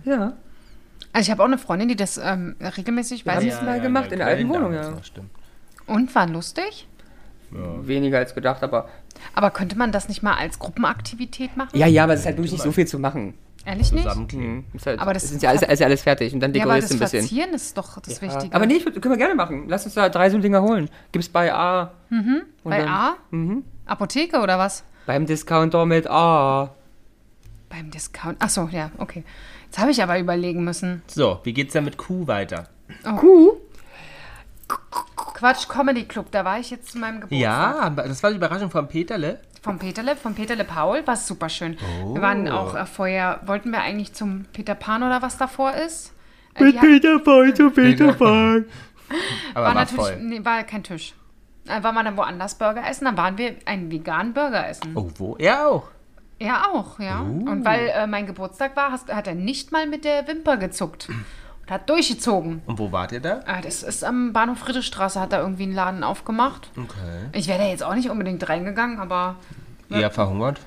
Speaker 2: Ja.
Speaker 1: Also ich habe auch eine Freundin, die das ähm, regelmäßig weiß.
Speaker 2: haben- Hast du mal gemacht in der alten
Speaker 3: Köln
Speaker 2: Wohnung,
Speaker 3: damals
Speaker 2: ja.
Speaker 3: noch, Stimmt.
Speaker 1: Und war lustig.
Speaker 2: Weniger als gedacht, aber.
Speaker 1: Aber könnte man das nicht mal als Gruppenaktivität machen?
Speaker 2: Ja, ja, aber es ist halt wirklich nicht so viel zu machen.
Speaker 1: Ehrlich nicht?
Speaker 3: Zusammenkleben.
Speaker 2: Ist halt,
Speaker 1: Aber das-
Speaker 2: ist ja alles, ist ja alles fertig und dann
Speaker 1: Ja, aber
Speaker 2: dekorierst
Speaker 1: das
Speaker 2: du ein bisschen. Ah.
Speaker 1: Verzieren ist doch das Wichtige.
Speaker 2: Aber nee, ich würd, können wir gerne machen. Lass uns da drei so Dinger holen. Gibt's bei A. Und
Speaker 1: Mhm, Bei
Speaker 2: dann-
Speaker 1: A?
Speaker 3: Mhm.
Speaker 1: Apotheke oder was?
Speaker 2: Beim Discounter mit A.
Speaker 1: Beim Discount. Achso, ja, okay. Jetzt habe ich aber überlegen müssen. Oh.
Speaker 3: So, wie geht's denn mit Q weiter?
Speaker 2: Kuh?
Speaker 1: Quatsch Comedy Club, da war ich jetzt zu meinem Geburtstag.
Speaker 3: Ja, aber das war die Überraschung von ne? Peterle.
Speaker 1: Vom Peterle, vom Peterle Paul, war super schön. Wir
Speaker 3: Oh.
Speaker 1: waren auch äh, vorher, wollten wir eigentlich zum Peter Pan oder was davor ist? Äh, die hat-
Speaker 2: Peter Pan zu Peter Pan.
Speaker 3: Aber
Speaker 1: war
Speaker 3: war,
Speaker 1: natürlich,
Speaker 3: voll.
Speaker 1: nee, war kein Tisch. Äh, War man dann woanders Burger essen, dann waren wir einen veganen Burger essen.
Speaker 3: Oh, Uh. wo? Ja, auch.
Speaker 1: Ja, auch, ja. Und weil äh, mein Geburtstag war, hast, hat er nicht mal mit der Wimper gezuckt. Und hat durchgezogen.
Speaker 3: Und wo wart ihr da?
Speaker 1: Ah, das ist am Bahnhof Friedrichstraße, hat er irgendwie einen Laden aufgemacht.
Speaker 3: Okay.
Speaker 1: Ich wäre da jetzt auch nicht unbedingt reingegangen, aber
Speaker 3: Eher verhungert?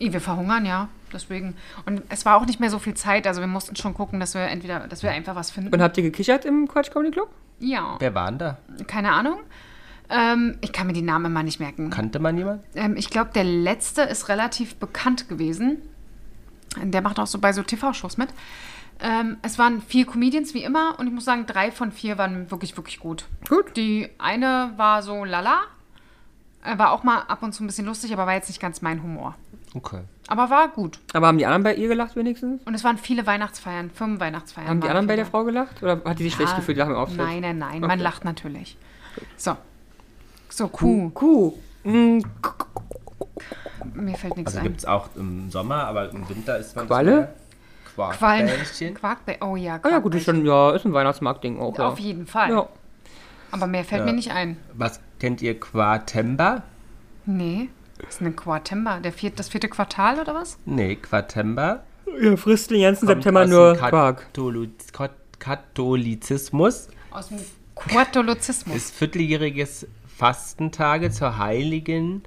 Speaker 1: eh, wir verhungern, ja. Deswegen. Und es war auch nicht mehr so viel Zeit, also wir mussten schon gucken, dass wir entweder, dass wir einfach was finden.
Speaker 2: Und habt ihr gekichert im Quatsch Comedy Club?
Speaker 1: ja,
Speaker 3: Wer waren da?
Speaker 1: keine Ahnung. Ähm, ich kann mir die Namen immer nicht merken.
Speaker 3: Kannte man jemanden?
Speaker 1: Ähm, ich glaube, der letzte ist relativ bekannt gewesen. Der macht auch so bei so TV-Shows mit. Ähm, es waren vier Comedians wie immer und ich muss sagen, drei von vier waren wirklich, wirklich gut.
Speaker 2: Gut.
Speaker 1: Die eine war so lala, äh, war auch mal ab und zu ein bisschen lustig, aber war jetzt nicht ganz mein Humor.
Speaker 3: Okay.
Speaker 1: Aber war gut.
Speaker 2: Aber haben die anderen bei ihr gelacht wenigstens?
Speaker 1: Und es waren viele Weihnachtsfeiern, Firmenweihnachtsfeiern.
Speaker 2: Haben die
Speaker 1: waren
Speaker 2: anderen bei der
Speaker 1: viele.
Speaker 2: Frau gelacht? Oder hat die sich schlecht
Speaker 1: Ah,
Speaker 2: gefühlt nach dem Auftritt?
Speaker 1: Nein, nein, nein, man
Speaker 2: Okay.
Speaker 1: lacht natürlich. So. So, Kuh.
Speaker 2: Kuh. Mm,
Speaker 1: Mir fällt nichts
Speaker 3: Also
Speaker 1: ein.
Speaker 3: gibt's auch im Sommer, aber im Winter ist man.
Speaker 2: Qualle?
Speaker 3: Quark.
Speaker 1: Quallen.
Speaker 3: Quarkbällchen.
Speaker 1: Quarkbä- Oh ja,
Speaker 2: ah ja, gut,
Speaker 1: Quarkbällchen.
Speaker 2: ist schon, ja, ist ein Weihnachtsmarktding auch. Ja.
Speaker 1: Auf jeden Fall.
Speaker 2: Ja.
Speaker 1: Aber mehr fällt mir nicht ein.
Speaker 3: Was kennt ihr Quartember?
Speaker 1: Nee. Das ist ein Quartember. Der vier, das vierte Quartal oder was?
Speaker 3: Nee, Quartember.
Speaker 2: Ihr frisst den ganzen
Speaker 3: kommt
Speaker 2: September
Speaker 3: aus
Speaker 2: nur
Speaker 3: dem
Speaker 2: Quark.
Speaker 3: Katholiz- Kat- Katholizismus
Speaker 1: Aus dem Quartolozismus.
Speaker 3: ist vierteljähriges Fastentage zur heiligen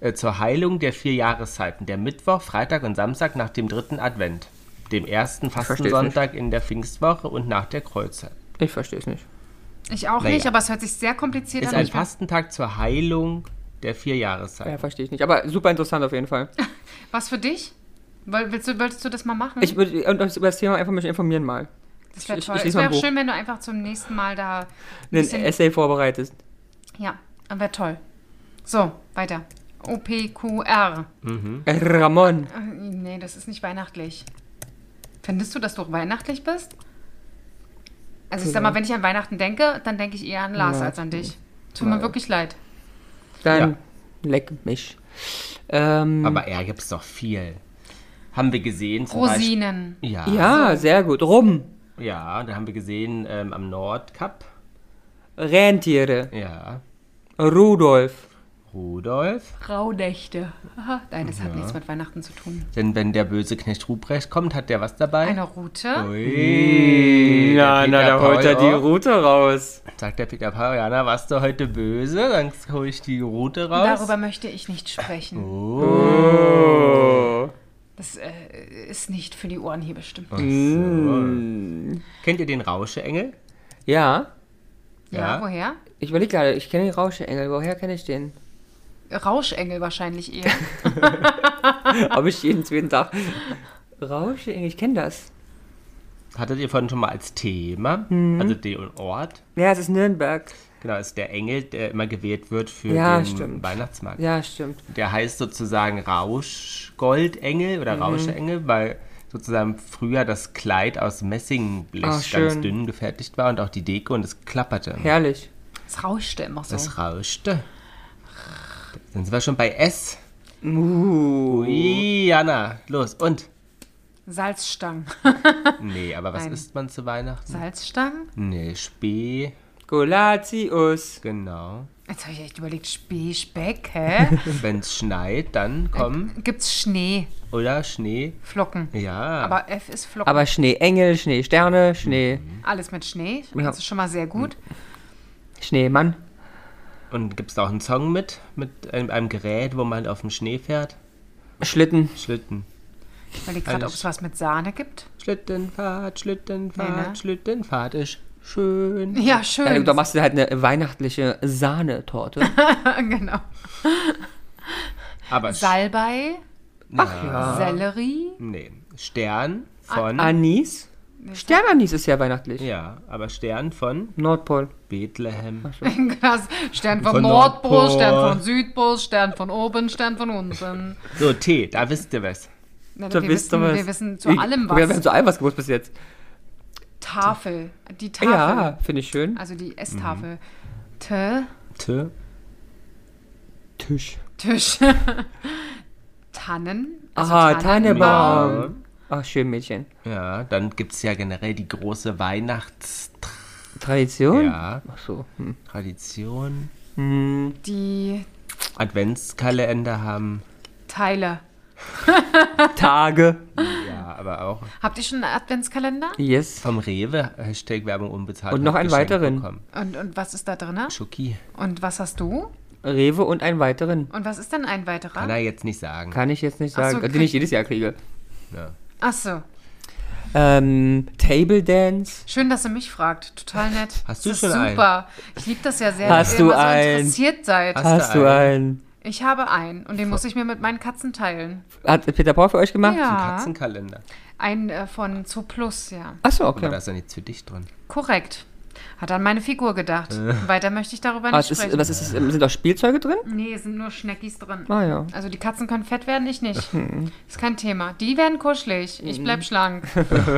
Speaker 3: äh, zur Heilung der vier Jahreszeiten, der Mittwoch, Freitag und Samstag nach dem dritten Advent, dem ersten
Speaker 2: versteh's
Speaker 3: Fastensonntag in der Pfingstwoche und nach der Kreuzzeit.
Speaker 2: Ich verstehe es nicht.
Speaker 1: Ich auch
Speaker 3: Naja.
Speaker 1: nicht, aber es hört sich sehr kompliziert
Speaker 3: Ist
Speaker 1: an.
Speaker 3: ein
Speaker 1: Ich weiß-
Speaker 3: Fastentag zur Heilung der vier
Speaker 2: Ah Ja,
Speaker 3: Jahreszeiten.
Speaker 2: verstehe ich nicht. Aber super interessant auf jeden Fall.
Speaker 1: Mhm. Was für dich? Woll- Willst du, wolltest du das mal machen?
Speaker 2: Ich würde und das- über das Thema einfach mich informieren mal.
Speaker 1: das wäre
Speaker 2: ich-
Speaker 1: toll.
Speaker 2: ich
Speaker 1: es
Speaker 2: lese mal ein
Speaker 1: wäre
Speaker 2: Buch.
Speaker 1: schön, wenn du einfach zum nächsten Mal da.
Speaker 2: Einen
Speaker 1: Bisschen-
Speaker 2: Essay vorbereitest.
Speaker 1: Ja, wäre toll. So, weiter. OPQR.
Speaker 2: Äh, Ramon.
Speaker 1: Äh, Nee, das ist nicht weihnachtlich. Findest du, dass du weihnachtlich bist? Also ich sag
Speaker 3: Genau.
Speaker 1: mal, wenn ich an Weihnachten denke, dann denke ich eher an Lars als an dich. Tut mir wirklich leid.
Speaker 2: Dann
Speaker 3: Ja.
Speaker 2: leck mich. Ähm,
Speaker 3: Aber er gibt's doch viel. Haben wir gesehen zum
Speaker 1: Rosinen.
Speaker 3: Beispiel. Ja.
Speaker 2: ja, sehr gut. Rum.
Speaker 3: Ja, da haben wir gesehen ähm, am Nordkap.
Speaker 2: Rentiere.
Speaker 3: Ja.
Speaker 2: Rudolf.
Speaker 3: Rudolf.
Speaker 1: Raunächte. Aha, nein, das hat nichts mit Weihnachten zu tun.
Speaker 3: Denn wenn der böse Knecht Ruprecht kommt, hat der was dabei?
Speaker 1: Eine Route.
Speaker 3: Ui, der Peter Paul auch.
Speaker 2: Route raus.
Speaker 3: Sagt der Peter Paul, ja, na, warst du heute böse? Dann hole ich die Route raus.
Speaker 1: Darüber möchte ich nicht sprechen.
Speaker 3: Oh.
Speaker 1: Oh. Das äh, ist nicht für die Ohren hier bestimmt.
Speaker 3: Kennt ihr den Rauscheengel?
Speaker 2: Ja,
Speaker 1: Ja,
Speaker 3: Ja.
Speaker 1: woher?
Speaker 2: ich überlege gerade, ich kenne den Rauschengel. Woher kenne ich den?
Speaker 1: Rauschengel wahrscheinlich
Speaker 3: *laughs*
Speaker 1: eher.
Speaker 2: Habe ich jeden zweiten Tag. Rauschengel, ich kenne das.
Speaker 3: Hattet ihr vorhin schon mal als Thema,
Speaker 2: Mhm.
Speaker 3: also den Ort.
Speaker 2: Ja, es ist Nürnberg.
Speaker 3: Genau, ist der Engel, der immer gewählt wird für
Speaker 2: Ja,
Speaker 3: den
Speaker 2: stimmt.
Speaker 3: Weihnachtsmarkt.
Speaker 2: Ja, stimmt.
Speaker 3: Der heißt sozusagen Rauschgoldengel
Speaker 2: Mhm.
Speaker 3: oder Rauschengel, weil sozusagen früher das Kleid aus
Speaker 2: Ah,
Speaker 3: Messingblech ganz
Speaker 2: schön.
Speaker 3: dünn gefertigt war und auch die Deko und es klapperte. immer.
Speaker 2: Herrlich.
Speaker 1: Es rauschte immer so.
Speaker 3: Das rauschte. Dann sind wir schon bei S.
Speaker 2: Uh.
Speaker 3: Ui, Jana, los und. *laughs*
Speaker 1: Salzstangen.
Speaker 3: Nee, aber was
Speaker 1: Nein.
Speaker 3: isst man zu Weihnachten?
Speaker 1: Salzstangen?
Speaker 3: Nee, Spee,
Speaker 2: Golatius.
Speaker 3: genau.
Speaker 1: Jetzt habe ich echt überlegt, Spee, Speck, hä?
Speaker 3: Wenn's schneit, dann kommen.
Speaker 2: Hm?
Speaker 1: Gibt's Schneeflocken?
Speaker 3: Oder Schnee. Ja.
Speaker 1: Aber F ist Flocken.
Speaker 2: Aber Schneeengel, Schneesterne, Schnee,
Speaker 1: Alles mit Schnee.
Speaker 2: Ja. Hm.
Speaker 1: Das ist schon mal sehr gut.
Speaker 2: Schneemann.
Speaker 3: und gibt's da auch einen Song mit? Mit einem, einem Gerät, wo man auf dem Schnee fährt?
Speaker 2: Schlitten.
Speaker 3: Schlitten.
Speaker 1: Ich überlege
Speaker 2: Also
Speaker 1: gerade, ob
Speaker 3: Alles-
Speaker 1: es was mit Sahne gibt.
Speaker 3: Schlittenfahrt, Schlittenfahrt,
Speaker 1: Nee, ne?
Speaker 3: Schlittenfahrt ist schön.
Speaker 1: Ja,
Speaker 2: Ja,
Speaker 1: schön.
Speaker 2: da machst du halt eine weihnachtliche Sahnetorte.
Speaker 1: *laughs* genau.
Speaker 3: Aber Sch-
Speaker 1: Salbei,
Speaker 2: Ach ja.
Speaker 1: Sellerie. *laughs*
Speaker 3: nee. Stern von.
Speaker 2: Anis? Sternanis ist ja weihnachtlich.
Speaker 3: ja, aber Stern von
Speaker 2: Nordpol.
Speaker 3: Bethlehem.
Speaker 1: Krass. Genau, Stern vom
Speaker 3: Von
Speaker 1: Nordpol,
Speaker 3: Nordpol.
Speaker 2: *laughs*
Speaker 1: Stern von Südpol, Stern von oben, Stern von unten.
Speaker 3: So, T, da wisst ihr was.
Speaker 1: Na,
Speaker 2: Da
Speaker 1: wir,
Speaker 2: wisst
Speaker 1: wissen,
Speaker 2: ihr was.
Speaker 1: wir wissen zu
Speaker 2: Ich-
Speaker 1: allem
Speaker 2: Wir haben
Speaker 1: was.
Speaker 2: zu allem was gewusst bis jetzt.
Speaker 1: Tafel. Die Tafel.
Speaker 2: Ja, Mhm. finde ich schön.
Speaker 1: Also die Esstafel. T
Speaker 3: T.
Speaker 2: Tisch.
Speaker 1: Tisch. *laughs* Tannen. also
Speaker 2: Aha,
Speaker 1: Tannenbaum.
Speaker 2: Tannebaum. Ach, schön, Mädchen.
Speaker 3: Ja, dann gibt es ja generell die große Weihnachtstradition.
Speaker 2: Tradition?
Speaker 3: Ja.
Speaker 2: Ach so. Hm.
Speaker 3: Tradition.
Speaker 1: Die
Speaker 3: Adventskalender haben.
Speaker 1: Teile.
Speaker 2: Tage.
Speaker 3: Ja, aber auch
Speaker 1: Habt ihr schon einen Adventskalender?
Speaker 2: Yes.
Speaker 3: vom Rewe. Hashtag Werbung unbezahlt.
Speaker 2: Und noch
Speaker 3: hab
Speaker 2: einen
Speaker 3: geschenkt
Speaker 2: weiteren.
Speaker 3: bekommen.
Speaker 1: Und, und was ist da drin?
Speaker 3: Schoki.
Speaker 1: Und was hast du?
Speaker 2: Rewe und einen weiteren.
Speaker 1: Und was ist denn ein weiterer?
Speaker 3: Kann er jetzt nicht sagen.
Speaker 2: Kann ich jetzt nicht
Speaker 1: Ach so,
Speaker 2: sagen, den
Speaker 1: kann-
Speaker 2: ich jedes Jahr kriege.
Speaker 3: Ja.
Speaker 1: Ach so.
Speaker 2: Ähm, Table Dance.
Speaker 1: Schön, dass ihr mich fragt. Total nett.
Speaker 3: Hast du
Speaker 1: das
Speaker 3: schon
Speaker 1: ist
Speaker 3: einen?
Speaker 1: super. Ich liebe das ja sehr,
Speaker 2: Hast
Speaker 1: dass ihr
Speaker 2: du
Speaker 1: immer so
Speaker 2: einen?
Speaker 1: interessiert seid.
Speaker 3: Hast-
Speaker 2: Hast du einen?
Speaker 1: Ich habe einen und den muss ich mir mit meinen Katzen teilen.
Speaker 2: Hat Peter Paul für euch gemacht?
Speaker 1: Ja.
Speaker 3: Katzenkalender.
Speaker 1: Einen äh, von Zoo Plus, ja.
Speaker 2: Ach so,
Speaker 3: Aber da
Speaker 2: okay.
Speaker 3: ist ja nichts für dich drin.
Speaker 1: Korrekt. Hat an meine Figur gedacht. Weiter möchte ich darüber
Speaker 2: Ah,
Speaker 1: nicht
Speaker 2: es ist,
Speaker 1: sprechen.
Speaker 2: was ist, es? sind auch Spielzeuge drin?
Speaker 1: Nee, es sind nur Schneckis drin.
Speaker 2: Ah ja.
Speaker 1: Also die Katzen können fett werden, ich nicht. Ist kein Thema. Die werden kuschelig. Ich bleib schlank.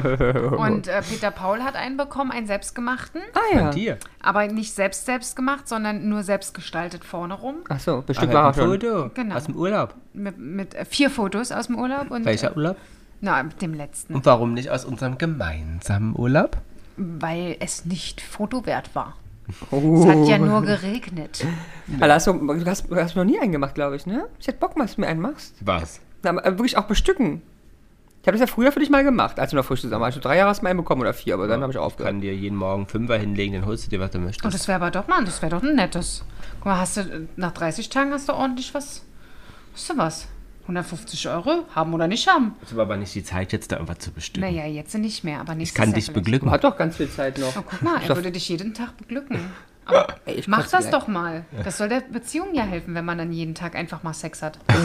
Speaker 1: Und äh, Peter Paul hat einen bekommen, einen selbstgemachten.
Speaker 2: Ah ja.
Speaker 3: Von dir.
Speaker 1: Aber nicht selbst selbst gemacht, sondern nur selbst gestaltet vorne rum.
Speaker 2: Ach so, bestimmt war
Speaker 3: Aber
Speaker 2: er schon.
Speaker 3: Foto.
Speaker 1: Genau.
Speaker 3: Aus dem Urlaub.
Speaker 1: Mit, mit äh, vier Fotos aus dem Urlaub. Und, äh,
Speaker 3: Welcher Urlaub?
Speaker 1: Na, mit dem letzten.
Speaker 3: Und warum nicht aus unserem gemeinsamen Urlaub?
Speaker 1: Weil es nicht fotowert war.
Speaker 2: Oh.
Speaker 1: Es hat ja nur geregnet.
Speaker 2: Alter, hast du, du hast, du hast noch nie einen gemacht, glaube ich, ne? Ich hätte Bock, mal, dass du mir einen machst.
Speaker 3: Was?
Speaker 2: Na, aber wirklich auch bestücken. Ich habe das ja früher für dich mal gemacht, als wir noch frisch zusammen waren. Ich hab drei Jahre hast du mal einen bekommen oder vier, aber dann habe ich
Speaker 3: Ich
Speaker 2: aufgehört.
Speaker 3: kann dir jeden Morgen Fünfer hinlegen, dann holst du dir, was du
Speaker 1: Und
Speaker 3: möchtest.
Speaker 1: Oh, das wäre aber doch mal, das wäre doch ein nettes. Guck mal, hast du, nach 30 Tagen hast du ordentlich was. Hast du was? 150 Euro? Haben oder nicht haben?
Speaker 3: Ich habe aber nicht die Zeit, jetzt da irgendwas zu bestimmen.
Speaker 1: Naja, jetzt nicht mehr, aber
Speaker 3: ich
Speaker 1: nächstes
Speaker 3: kann
Speaker 1: Jahr
Speaker 3: dich
Speaker 1: vielleicht.
Speaker 2: Man
Speaker 3: beglücken.
Speaker 2: hat doch ganz viel Zeit noch.
Speaker 1: Oh, guck mal, er würde dich jeden Tag beglücken. Aber
Speaker 2: Ey, *laughs* ich
Speaker 1: mach
Speaker 2: kotze
Speaker 1: das
Speaker 2: gleich.
Speaker 1: doch mal. Das soll der Beziehung ja helfen, wenn man dann jeden Tag einfach mal Sex
Speaker 2: *laughs*
Speaker 1: hat.
Speaker 3: Ich,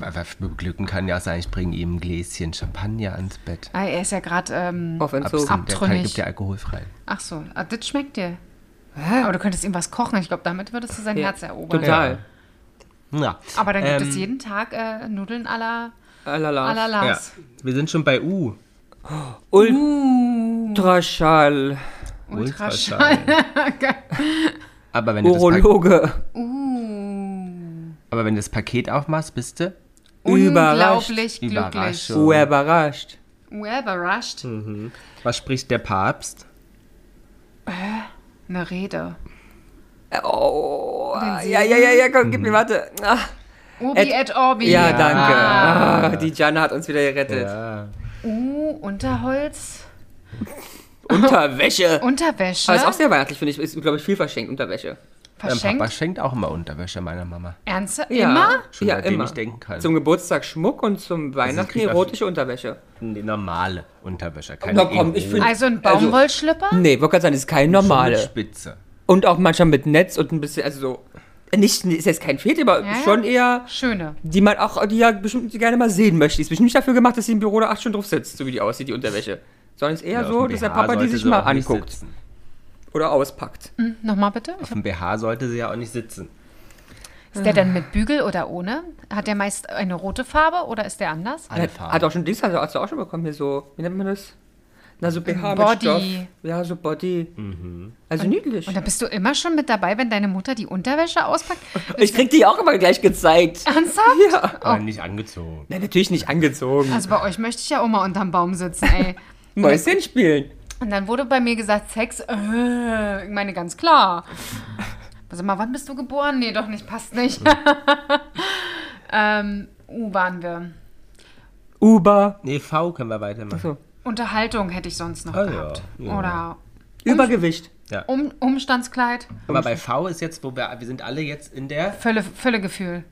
Speaker 3: aber beglücken kann ja sein, ich bringe ihm ein Gläschen Champagner ans Bett.
Speaker 1: Ah, er ist ja gerade. Ähm,
Speaker 2: Auf Entzug.
Speaker 3: Absinth, der
Speaker 1: Abtrünnig.
Speaker 3: kann, gibt ja alkoholfrei.
Speaker 1: ach so, ah, das schmeckt dir. Aber du könntest ihm was kochen. Ich glaube, damit würdest du sein
Speaker 2: Ja,
Speaker 1: Herz erobern.
Speaker 2: Total.
Speaker 3: Ja.
Speaker 1: Aber dann gibt
Speaker 3: Ähm,
Speaker 1: es jeden Tag äh, Nudeln à la,
Speaker 2: Alala.
Speaker 1: à la
Speaker 3: ja.
Speaker 1: Lars.
Speaker 3: Wir sind schon bei U.
Speaker 2: Ultraschall.
Speaker 1: Ultraschall.
Speaker 3: aber, wenn du das Pak-
Speaker 2: Urologe.
Speaker 3: aber wenn du das Paket aufmachst, bist du
Speaker 2: Überrascht.
Speaker 1: *laughs* Unglaublich glücklich. Hm.
Speaker 3: Überraschung.
Speaker 2: Ur Oh, überrascht.
Speaker 1: Überrascht.
Speaker 2: Hm.
Speaker 3: Was spricht der Papst?
Speaker 1: Eine Rede.
Speaker 2: Oh.
Speaker 1: Wenn sie-
Speaker 2: Ja, ja, ja, ja,
Speaker 3: Hm.
Speaker 2: komm, gib mir, warte. Ah.
Speaker 1: Obi et, Orbi.
Speaker 2: Ja, danke. Ah, die Jana hat uns wieder gerettet.
Speaker 3: Ja.
Speaker 1: Uh, Unterholz.
Speaker 2: Unterwäsche.
Speaker 1: Unterwäsche.
Speaker 2: Aber ist auch sehr weihnachtlich, finde ich. Ist, glaube ich, viel verschenkt, Unterwäsche.
Speaker 3: Mein Papa
Speaker 1: Verschenkt.
Speaker 3: schenkt auch immer Unterwäsche meiner Mama.
Speaker 1: Ernsthaft? Immer?
Speaker 3: Schon
Speaker 2: ja,
Speaker 3: seitdem
Speaker 2: immer.
Speaker 3: ich denken kann.
Speaker 2: Zum Geburtstag Schmuck und zum Weihnachten
Speaker 3: krieg auch-
Speaker 2: erotische Unterwäsche.
Speaker 3: Die normale Unterwäsche. Keine
Speaker 2: Na komm, ich finde-
Speaker 1: Also ein Baumwollschlipper?
Speaker 2: Nee, wollte gerade sagen, das ist keine
Speaker 3: normale.
Speaker 2: normale.
Speaker 3: Spitze.
Speaker 2: Und auch manchmal mit Netz und ein bisschen, also so. Nicht, ist jetzt kein Fehlt, aber
Speaker 1: Ja, ja.
Speaker 2: schon eher,
Speaker 1: Schöne.
Speaker 2: die man auch, die ja bestimmt gerne mal sehen möchte. Die ist bestimmt nicht dafür gemacht, dass sie im Büro da acht Stunden drauf sitzt, so wie die aussieht, die Unterwäsche. Sondern ist eher
Speaker 3: Ja, auf
Speaker 2: so,
Speaker 3: dem
Speaker 2: dass der
Speaker 3: BH
Speaker 2: Papa die
Speaker 3: sollte
Speaker 2: sich
Speaker 3: sie
Speaker 2: mal
Speaker 3: auch nicht
Speaker 2: anguckt
Speaker 3: sitzen.
Speaker 2: oder auspackt.
Speaker 1: Hm, Nochmal bitte.
Speaker 3: Auf dem BH sollte sie ja auch nicht sitzen.
Speaker 1: Ist der dann mit Bügel oder ohne? Hat der meist eine rote Farbe oder ist der anders?
Speaker 3: Alle
Speaker 2: hat,
Speaker 3: Farben.
Speaker 2: hat auch schon Dings, hat er hast du auch schon bekommen, hier so, wie nennt man das? Na, so BH
Speaker 1: Body.
Speaker 2: mit Stoff. Ja, so Body.
Speaker 3: Mhm.
Speaker 2: Also niedlich.
Speaker 1: Und da bist du immer schon mit dabei, wenn deine Mutter die Unterwäsche auspackt?
Speaker 2: Ich krieg die auch immer
Speaker 1: *laughs*
Speaker 2: gleich gezeigt.
Speaker 1: Ernsthaft?
Speaker 2: Ja.
Speaker 3: Aber nicht angezogen.
Speaker 2: Nein, natürlich nicht angezogen.
Speaker 1: Also bei euch möchte ich ja auch mal unterm Baum sitzen, ey.
Speaker 2: Mäuschen spielen.
Speaker 1: Und dann wurde bei mir gesagt, Sex, äh, ich meine, ganz klar. Also mal, wann bist du geboren? Nee, doch nicht, passt nicht. ähm, U-Bahn wir.
Speaker 2: Uber.
Speaker 3: Nee, V können wir weitermachen.
Speaker 2: so.
Speaker 1: Unterhaltung hätte ich sonst noch
Speaker 3: Ah, ja.
Speaker 1: gehabt.
Speaker 3: Ja.
Speaker 1: Oder
Speaker 2: Übergewicht.
Speaker 1: um Umstandskleid.
Speaker 3: Aber bei V ist jetzt, wo wir, wir sind alle jetzt in der.
Speaker 1: Völle, Völlegefühl.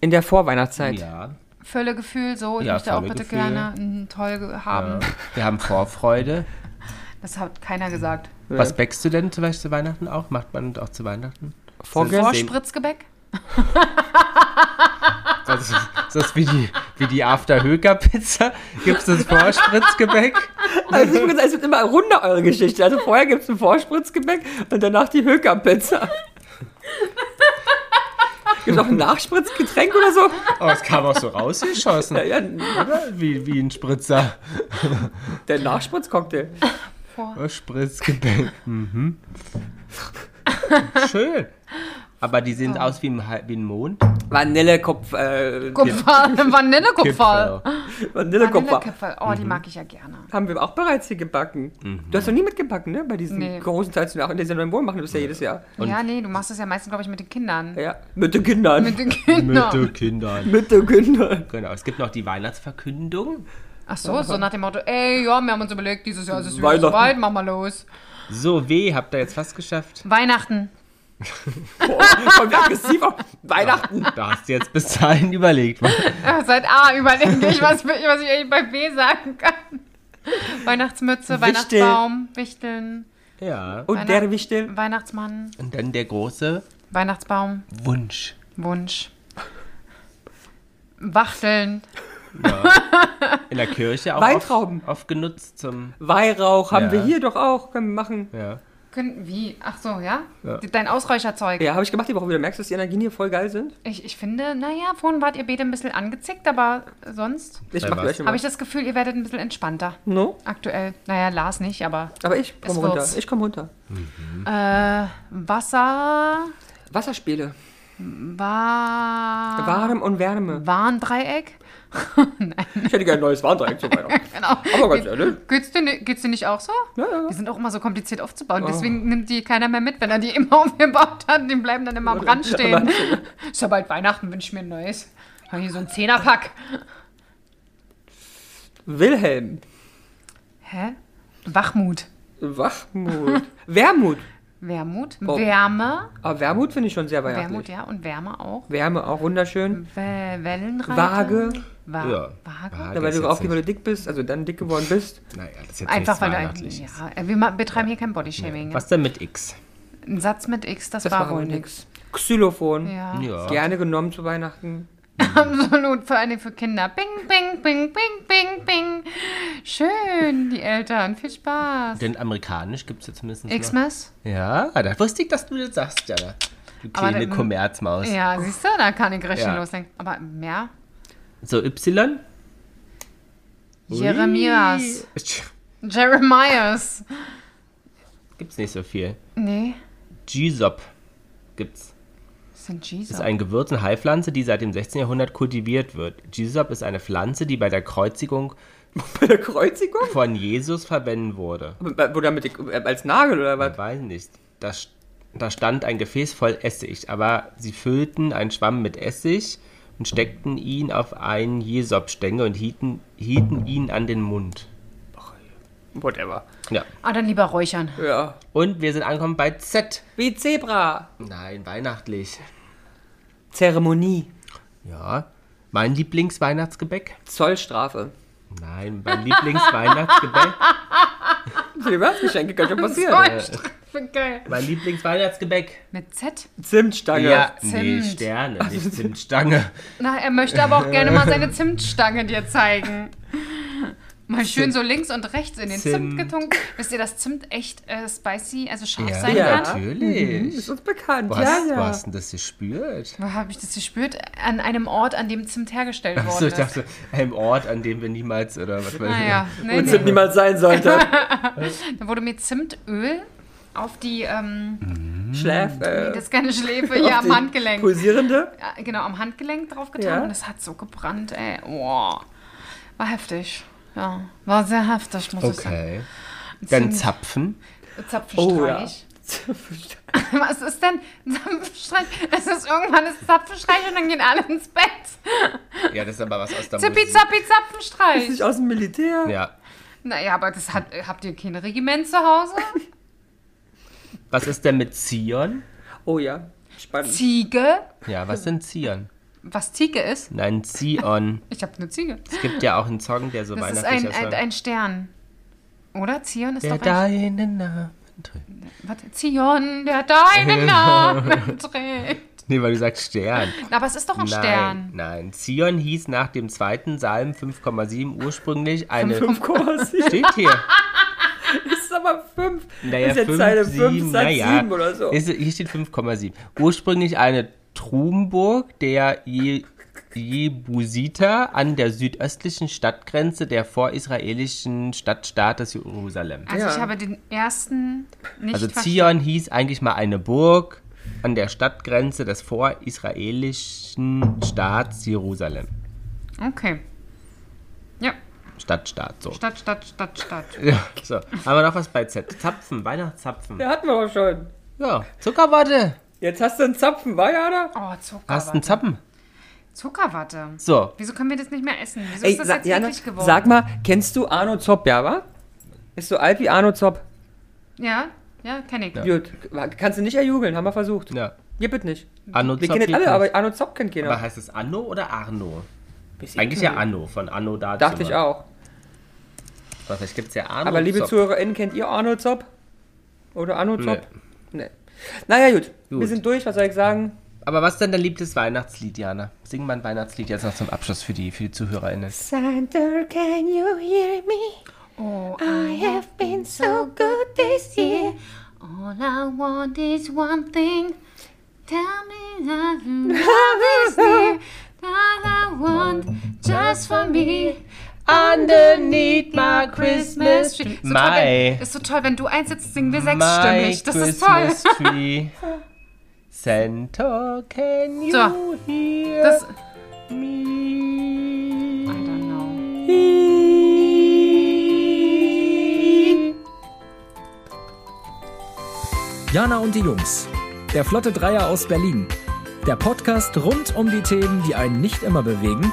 Speaker 2: In der Vorweihnachtszeit.
Speaker 3: Ja.
Speaker 1: Völlegefühl, so, ich
Speaker 3: Ja,
Speaker 1: möchte auch bitte
Speaker 3: Völlegefühl.
Speaker 1: gerne ein toll ge- haben.
Speaker 3: Wir haben Vorfreude.
Speaker 1: Das hat keiner gesagt.
Speaker 3: Was bäckst du denn zum Beispiel zu Weihnachten auch? Macht man auch zu Weihnachten?
Speaker 2: Vorgäste.
Speaker 3: Das ist-
Speaker 1: Vorspritzgebäck?
Speaker 3: Das ist, ist das wie die, wie die After-Höker-Pizza? Gibt es das Vorspritzgebäck?
Speaker 2: Also ich muss sagen, es wird immer runder eure Geschichte. Also vorher gibt es ein Vorspritzgebäck und danach die Hökerpizza. Gibt auch ein Nachspritzgetränk oder so?
Speaker 3: Oh, es kam auch so rausgeschossen.
Speaker 2: Ja, ja,
Speaker 3: Oder? Wie, wie ein Spritzer.
Speaker 2: der Nachspritzcocktail.
Speaker 3: Oh, Spritzgebäck. Mhm. Schön. Aber die sehen aus wie ein, Hai- wie ein Mond.
Speaker 2: Oh, Vanillekopf, äh,
Speaker 1: Kupfer, *laughs* Vanillekupfer.
Speaker 2: Vanillekopfer.
Speaker 1: Vanillekipferl. Oh, die mag ich ja gerne.
Speaker 2: Haben wir auch bereits hier gebacken. Du hast noch nie mitgebacken, ne? Bei diesen
Speaker 1: Nee.
Speaker 2: großen Teils nach in der Sendung Wohl machen du das ja jedes Jahr.
Speaker 1: ja, nee, du machst es ja meistens, glaube ich, mit den Kindern.
Speaker 2: Ja, mit den Kindern.
Speaker 1: Mit den Kindern.
Speaker 3: Kindern.
Speaker 2: Äh, Mit den Kindern.
Speaker 3: Genau, es gibt noch die Weihnachtsverkündung.
Speaker 1: Ach so, so nach dem Motto, ey, ja, wir haben uns überlegt, dieses Jahr ist es wieder
Speaker 2: Weihnachten.
Speaker 1: soweit, mach mal los.
Speaker 3: So, weh, habt ihr jetzt fast geschafft.
Speaker 1: Weihnachten.
Speaker 2: Oh, voll aggressiv auf Weihnachten.
Speaker 3: Da hast du jetzt bis dahin überlegt. wa?
Speaker 1: Ja, Ah, seit A überlege ich, was, was ich eigentlich bei B sagen kann. Weihnachtsmütze,
Speaker 2: Wichtel.
Speaker 1: Weihnachtsbaum, Wichteln,
Speaker 3: Ja.
Speaker 2: Und
Speaker 1: Weihnacht-
Speaker 2: der Wichtel.
Speaker 1: Weihnachtsmann,
Speaker 3: Und dann der große
Speaker 1: Weihnachtsbaum,
Speaker 3: Wunsch.
Speaker 1: Wunsch. Wachteln.
Speaker 3: In der Kirche auch
Speaker 2: Weintrauben.
Speaker 3: Oft, oft genutzt zum.
Speaker 2: Weihrauch haben
Speaker 3: Ja.
Speaker 2: wir hier doch auch. Können wir machen.
Speaker 3: Ja.
Speaker 1: Können, wie? Ach so, ja?
Speaker 3: Ja.
Speaker 1: Dein Ausräucherzeug.
Speaker 2: Ja, habe ich gemacht die Woche wieder. Merkst du, dass die Energien hier voll geil sind?
Speaker 1: Ich, ich finde, naja, vorhin wart ihr beide ein bisschen angezickt, aber sonst
Speaker 2: Ich
Speaker 3: Bei
Speaker 2: mach
Speaker 3: was?
Speaker 2: gleich
Speaker 1: habe
Speaker 2: immer.
Speaker 1: ich das Gefühl, ihr werdet ein bisschen entspannter.
Speaker 2: No?
Speaker 1: Aktuell. Naja, Lars nicht, aber.
Speaker 2: Aber ich
Speaker 1: Es
Speaker 2: komme runter.
Speaker 1: wird's.
Speaker 2: Ich komme runter. Hm.
Speaker 1: Äh, Wasser
Speaker 2: Wasserspiele.
Speaker 1: war.
Speaker 2: Warm und Wärme.
Speaker 1: Warndreieck?
Speaker 2: Ich hätte gerne ein neues Warndreieck zu Weihnachten.
Speaker 1: Genau.
Speaker 2: *laughs* Aber ganz ehrlich.
Speaker 1: Geht's dir, ni- geht's dir nicht auch so?
Speaker 2: Ja, ja.
Speaker 1: Die sind auch immer so kompliziert aufzubauen, deswegen nimmt die keiner mehr mit, wenn er die *laughs* immer aufgebaut hat. Die bleiben dann immer am Rand stehen. Ist ja bald Weihnachten, wünsch mir ein neues. Hab Hier so ein Zehnerpack.
Speaker 2: Wilhelm.
Speaker 1: Hä? Wachmut.
Speaker 2: Wachmut. *laughs* Wermut.
Speaker 1: Wermut.
Speaker 2: Oh.
Speaker 1: Wärme.
Speaker 2: Aber Wermut finde ich schon sehr weihnachtlich.
Speaker 1: Wermut, ja. Und Wärme auch.
Speaker 2: Wärme auch wunderschön.
Speaker 1: W Wellenreiten.
Speaker 2: Waage.
Speaker 1: Wa
Speaker 3: Ja.
Speaker 1: Waage.
Speaker 3: Waage.
Speaker 2: Ja, weil
Speaker 3: ist
Speaker 2: du
Speaker 3: jetzt
Speaker 2: aufgehst, weil du dick bist, also dann dick geworden bist.
Speaker 3: Naja, das ist jetzt
Speaker 1: Einfach
Speaker 3: nichts
Speaker 1: weil du ein,
Speaker 3: Weihnachtliches.
Speaker 1: ja, wir ma- betreiben hier kein Bodyshaming.
Speaker 3: Was denn mit X?
Speaker 1: Ein Satz mit X, das,
Speaker 2: Das
Speaker 1: war wohl nix.
Speaker 2: Xylophon.
Speaker 1: *laughs* Ja.
Speaker 2: Gerne genommen zu Weihnachten. *laughs*
Speaker 1: Absolut, vor allen Dingen für Kinder. Bing, bing, bing, bing, bing, bing. Schön, die Eltern. Viel Spaß.
Speaker 3: Denn amerikanisch gibt es ja zumindest noch.
Speaker 1: Xmas?
Speaker 3: Ja, da wusste ich, dass du das sagst, Jana. Du
Speaker 1: Aber
Speaker 3: kleine
Speaker 1: dann-
Speaker 3: Kommerzmaus.
Speaker 1: Ja, siehst du, da kann ich richtig
Speaker 3: Ja.
Speaker 1: loslegen. Aber mehr?
Speaker 3: So, Y?
Speaker 1: Jeremias.
Speaker 3: Tsch,
Speaker 1: Jeremias.
Speaker 3: Gibt's nicht so viel.
Speaker 1: Nee,
Speaker 3: Gisop gibt's.
Speaker 1: das sind Jesus.
Speaker 3: Ist ein Gewürz und Heilpflanze, die seit dem 16. Jahrhundert kultiviert wird. Gisop ist eine Pflanze, die bei der Kreuzigung
Speaker 2: Bei der Kreuzigung?
Speaker 3: von Jesus verwendet wurde.
Speaker 2: Oder mit, dick- äh, als Nagel oder was?
Speaker 3: Ich weiß nicht. Da, st- da stand ein Gefäß voll Essig, aber sie füllten einen Schwamm mit Essig und steckten ihn auf einen Jesopstängel und hielten, hielten ihn an den Mund.
Speaker 2: Whatever.
Speaker 3: Ja.
Speaker 1: Ah, dann lieber räuchern.
Speaker 2: Ja.
Speaker 3: Und wir sind angekommen bei Z.
Speaker 2: Wie Zebra.
Speaker 3: Nein, weihnachtlich.
Speaker 2: Zeremonie.
Speaker 3: Ja. Mein Lieblingsweihnachtsgebäck?
Speaker 2: Zollstrafe.
Speaker 3: Nein, mein Lieblingsweihnachtsgebäck.
Speaker 2: *laughs* Für die Weihnachtsgeschenke kann schon passieren.
Speaker 1: Voll *laughs* geil.
Speaker 3: mein Lieblingsweihnachtsgebäck.
Speaker 1: Mit Z?
Speaker 2: Zimtstange.
Speaker 3: Ja, nee,
Speaker 1: Zimt.
Speaker 3: Sterne, nicht Zimtstange.
Speaker 1: Na, er möchte aber
Speaker 3: *laughs*
Speaker 1: auch gerne mal seine Zimtstange dir zeigen. Mal schön so links und rechts in den Zimt,
Speaker 3: Zimt.
Speaker 1: getunkt. Wisst ihr, dass Zimt echt äh, spicy, also scharf sein
Speaker 2: Ja.
Speaker 1: kann?
Speaker 3: natürlich.
Speaker 2: Mhm, Ist uns bekannt.
Speaker 3: Wo
Speaker 2: ja,
Speaker 3: hast,
Speaker 2: ja.
Speaker 3: wo hast denn das gespürt?
Speaker 1: Wo habe ich das gespürt? An einem Ort, an dem Zimt hergestellt
Speaker 3: Achso,
Speaker 1: worden ist.
Speaker 3: ich dachte, einem Ort, an dem wir niemals oder was weiß ich.
Speaker 1: naja,
Speaker 3: *laughs*
Speaker 1: nee,
Speaker 2: Und
Speaker 1: nee.
Speaker 2: Zimt niemals sein *laughs* sollte. Hm.
Speaker 1: Da wurde mir Zimtöl auf die, ähm,
Speaker 2: Schläf. Äh,
Speaker 1: das ist keine Schläfe,
Speaker 2: auf
Speaker 1: hier am
Speaker 2: die
Speaker 1: Handgelenk.
Speaker 2: Pulsierende.
Speaker 1: Ja, genau, am Handgelenk draufgetan
Speaker 2: Ja.
Speaker 1: und es hat so gebrannt, ey. Boah. War heftig. Ja, war sehr heftig, muss ich sagen.
Speaker 3: Okay. Dann Zapfen.
Speaker 2: Oh,
Speaker 1: Zapfenstreich. *laughs*
Speaker 2: *laughs*
Speaker 1: Was ist denn Zapfenstreich? Es ist irgendwann ist Zapfenstreich und dann gehen alle ins Bett.
Speaker 3: Ja, das ist aber was aus der
Speaker 1: Zippi,
Speaker 3: Musik.
Speaker 1: zappi,
Speaker 2: Ist
Speaker 1: Zapfenstreich.
Speaker 2: nicht aus dem Militär.
Speaker 3: Ja.
Speaker 1: Naja, aber das hat, habt ihr kein Regiment zu Hause?
Speaker 3: Was ist denn mit Zion?
Speaker 2: Oh ja. Spannend.
Speaker 1: Ziege?
Speaker 3: Ja, was sind Zion?
Speaker 1: Was Ziege ist?
Speaker 3: Nein, Zion.
Speaker 1: Ich habe eine Ziege.
Speaker 3: Es gibt ja auch einen Song, der so
Speaker 1: Das ist
Speaker 3: weihnachtlich
Speaker 1: ein, ein, ein Stern. Oder? Zion ist
Speaker 3: Der
Speaker 1: doch ein...
Speaker 3: deinen Namen trägt.
Speaker 1: Warte, Zion, der deinen Namen trägt.
Speaker 3: Nee, weil du sagst Stern.
Speaker 1: Na, aber es ist doch ein
Speaker 3: Nein,
Speaker 1: Stern.
Speaker 3: nein. Zion hieß nach dem zweiten Psalm 5,7 ursprünglich eine...
Speaker 2: 5,7
Speaker 3: Steht hier.
Speaker 2: ist aber 5.
Speaker 3: Naja,
Speaker 2: ist jetzt
Speaker 3: fünf,
Speaker 2: Zeile 5,
Speaker 3: sieben,
Speaker 2: Satz
Speaker 3: naja.
Speaker 2: 7 oder so.
Speaker 3: Ist, hier steht 5,7. Ursprünglich eine Trumburg der Je Jebusiter an der südöstlichen Stadtgrenze der vorisraelischen Stadtstaates Jerusalem.
Speaker 1: Also
Speaker 2: Ja.
Speaker 1: ich habe den ersten nicht
Speaker 3: Also
Speaker 1: verstanden.
Speaker 3: Zion hieß eigentlich mal eine Burg an der Stadtgrenze des vorisraelischen Staats Jerusalem.
Speaker 1: Okay. Ja,
Speaker 3: Stadtstaat, so.
Speaker 1: Stadt, Stadt, Stadt, Stadt.
Speaker 3: Ja, so. Haben wir noch was bei Z? Zapfen, Weihnachtszapfen.
Speaker 2: hatten wir doch schon.
Speaker 3: Ja, Zuckerwatte.
Speaker 2: Jetzt hast du einen Zapfen, war ja da?
Speaker 1: Oh,
Speaker 3: Hast einen
Speaker 1: Zuckerwatte.
Speaker 3: Zappen.
Speaker 1: Zuckerwatte.
Speaker 3: So,
Speaker 1: Wieso können wir das nicht mehr essen? Wieso
Speaker 2: Ey,
Speaker 1: ist das
Speaker 2: sag,
Speaker 1: jetzt
Speaker 2: Jana,
Speaker 1: wirklich geworden?
Speaker 2: sag mal, kennst du Arno Zopp, ja, wa? Ist so alt wie Arno Zopp.
Speaker 1: Ja, ja, kenne ich.
Speaker 2: Gut, kannst du nicht erjubeln, haben wir versucht.
Speaker 3: ja.
Speaker 2: Gibt es nicht.
Speaker 3: Anno
Speaker 2: Wir
Speaker 3: Zopp
Speaker 2: kennen
Speaker 3: geht
Speaker 2: das alle,
Speaker 3: nicht.
Speaker 2: aber Arno Zopp kennt keiner.
Speaker 3: Aber heißt es Anno oder Arno?
Speaker 2: Weiß ich
Speaker 3: Eigentlich
Speaker 2: nicht.
Speaker 3: ja Anno, von Anno da.
Speaker 2: Dachte ich auch.
Speaker 3: Aber vielleicht gibt es ja Arno.
Speaker 2: Aber liebe
Speaker 3: Zopp.
Speaker 2: ZuhörerInnen, kennt ihr Arno Zopp? Oder Arno Zopp?
Speaker 3: Nee.
Speaker 2: Nee. Naja, gut. Wir
Speaker 3: Gut.
Speaker 2: sind durch, was soll ich sagen?
Speaker 3: Aber was ist denn dein liebtes Weihnachtslied, Jana? Sing mal ein Weihnachtslied jetzt noch zum Abschluss für die, für die ZuhörerInnen.
Speaker 5: Santa, can you hear me?
Speaker 1: Oh,
Speaker 5: I have been so good this year.
Speaker 1: all I want is one thing. Tell me that you
Speaker 5: Love is there.
Speaker 1: that I want just for me.
Speaker 3: Underneath my
Speaker 1: Christmas tree. So toll, wenn,
Speaker 3: My,
Speaker 1: ist so toll, wenn du einsitzt, singen wir
Speaker 3: my
Speaker 1: sechsstimmig. Das ist toll. *laughs*
Speaker 3: Christmas tree. Santa, can you
Speaker 1: So,
Speaker 3: hear
Speaker 1: Das, I
Speaker 3: me?
Speaker 1: don't know.
Speaker 4: Jana und die Jungs. Der Flotte Dreier aus Berlin. Der Podcast rund um die Themen, die einen nicht immer bewegen,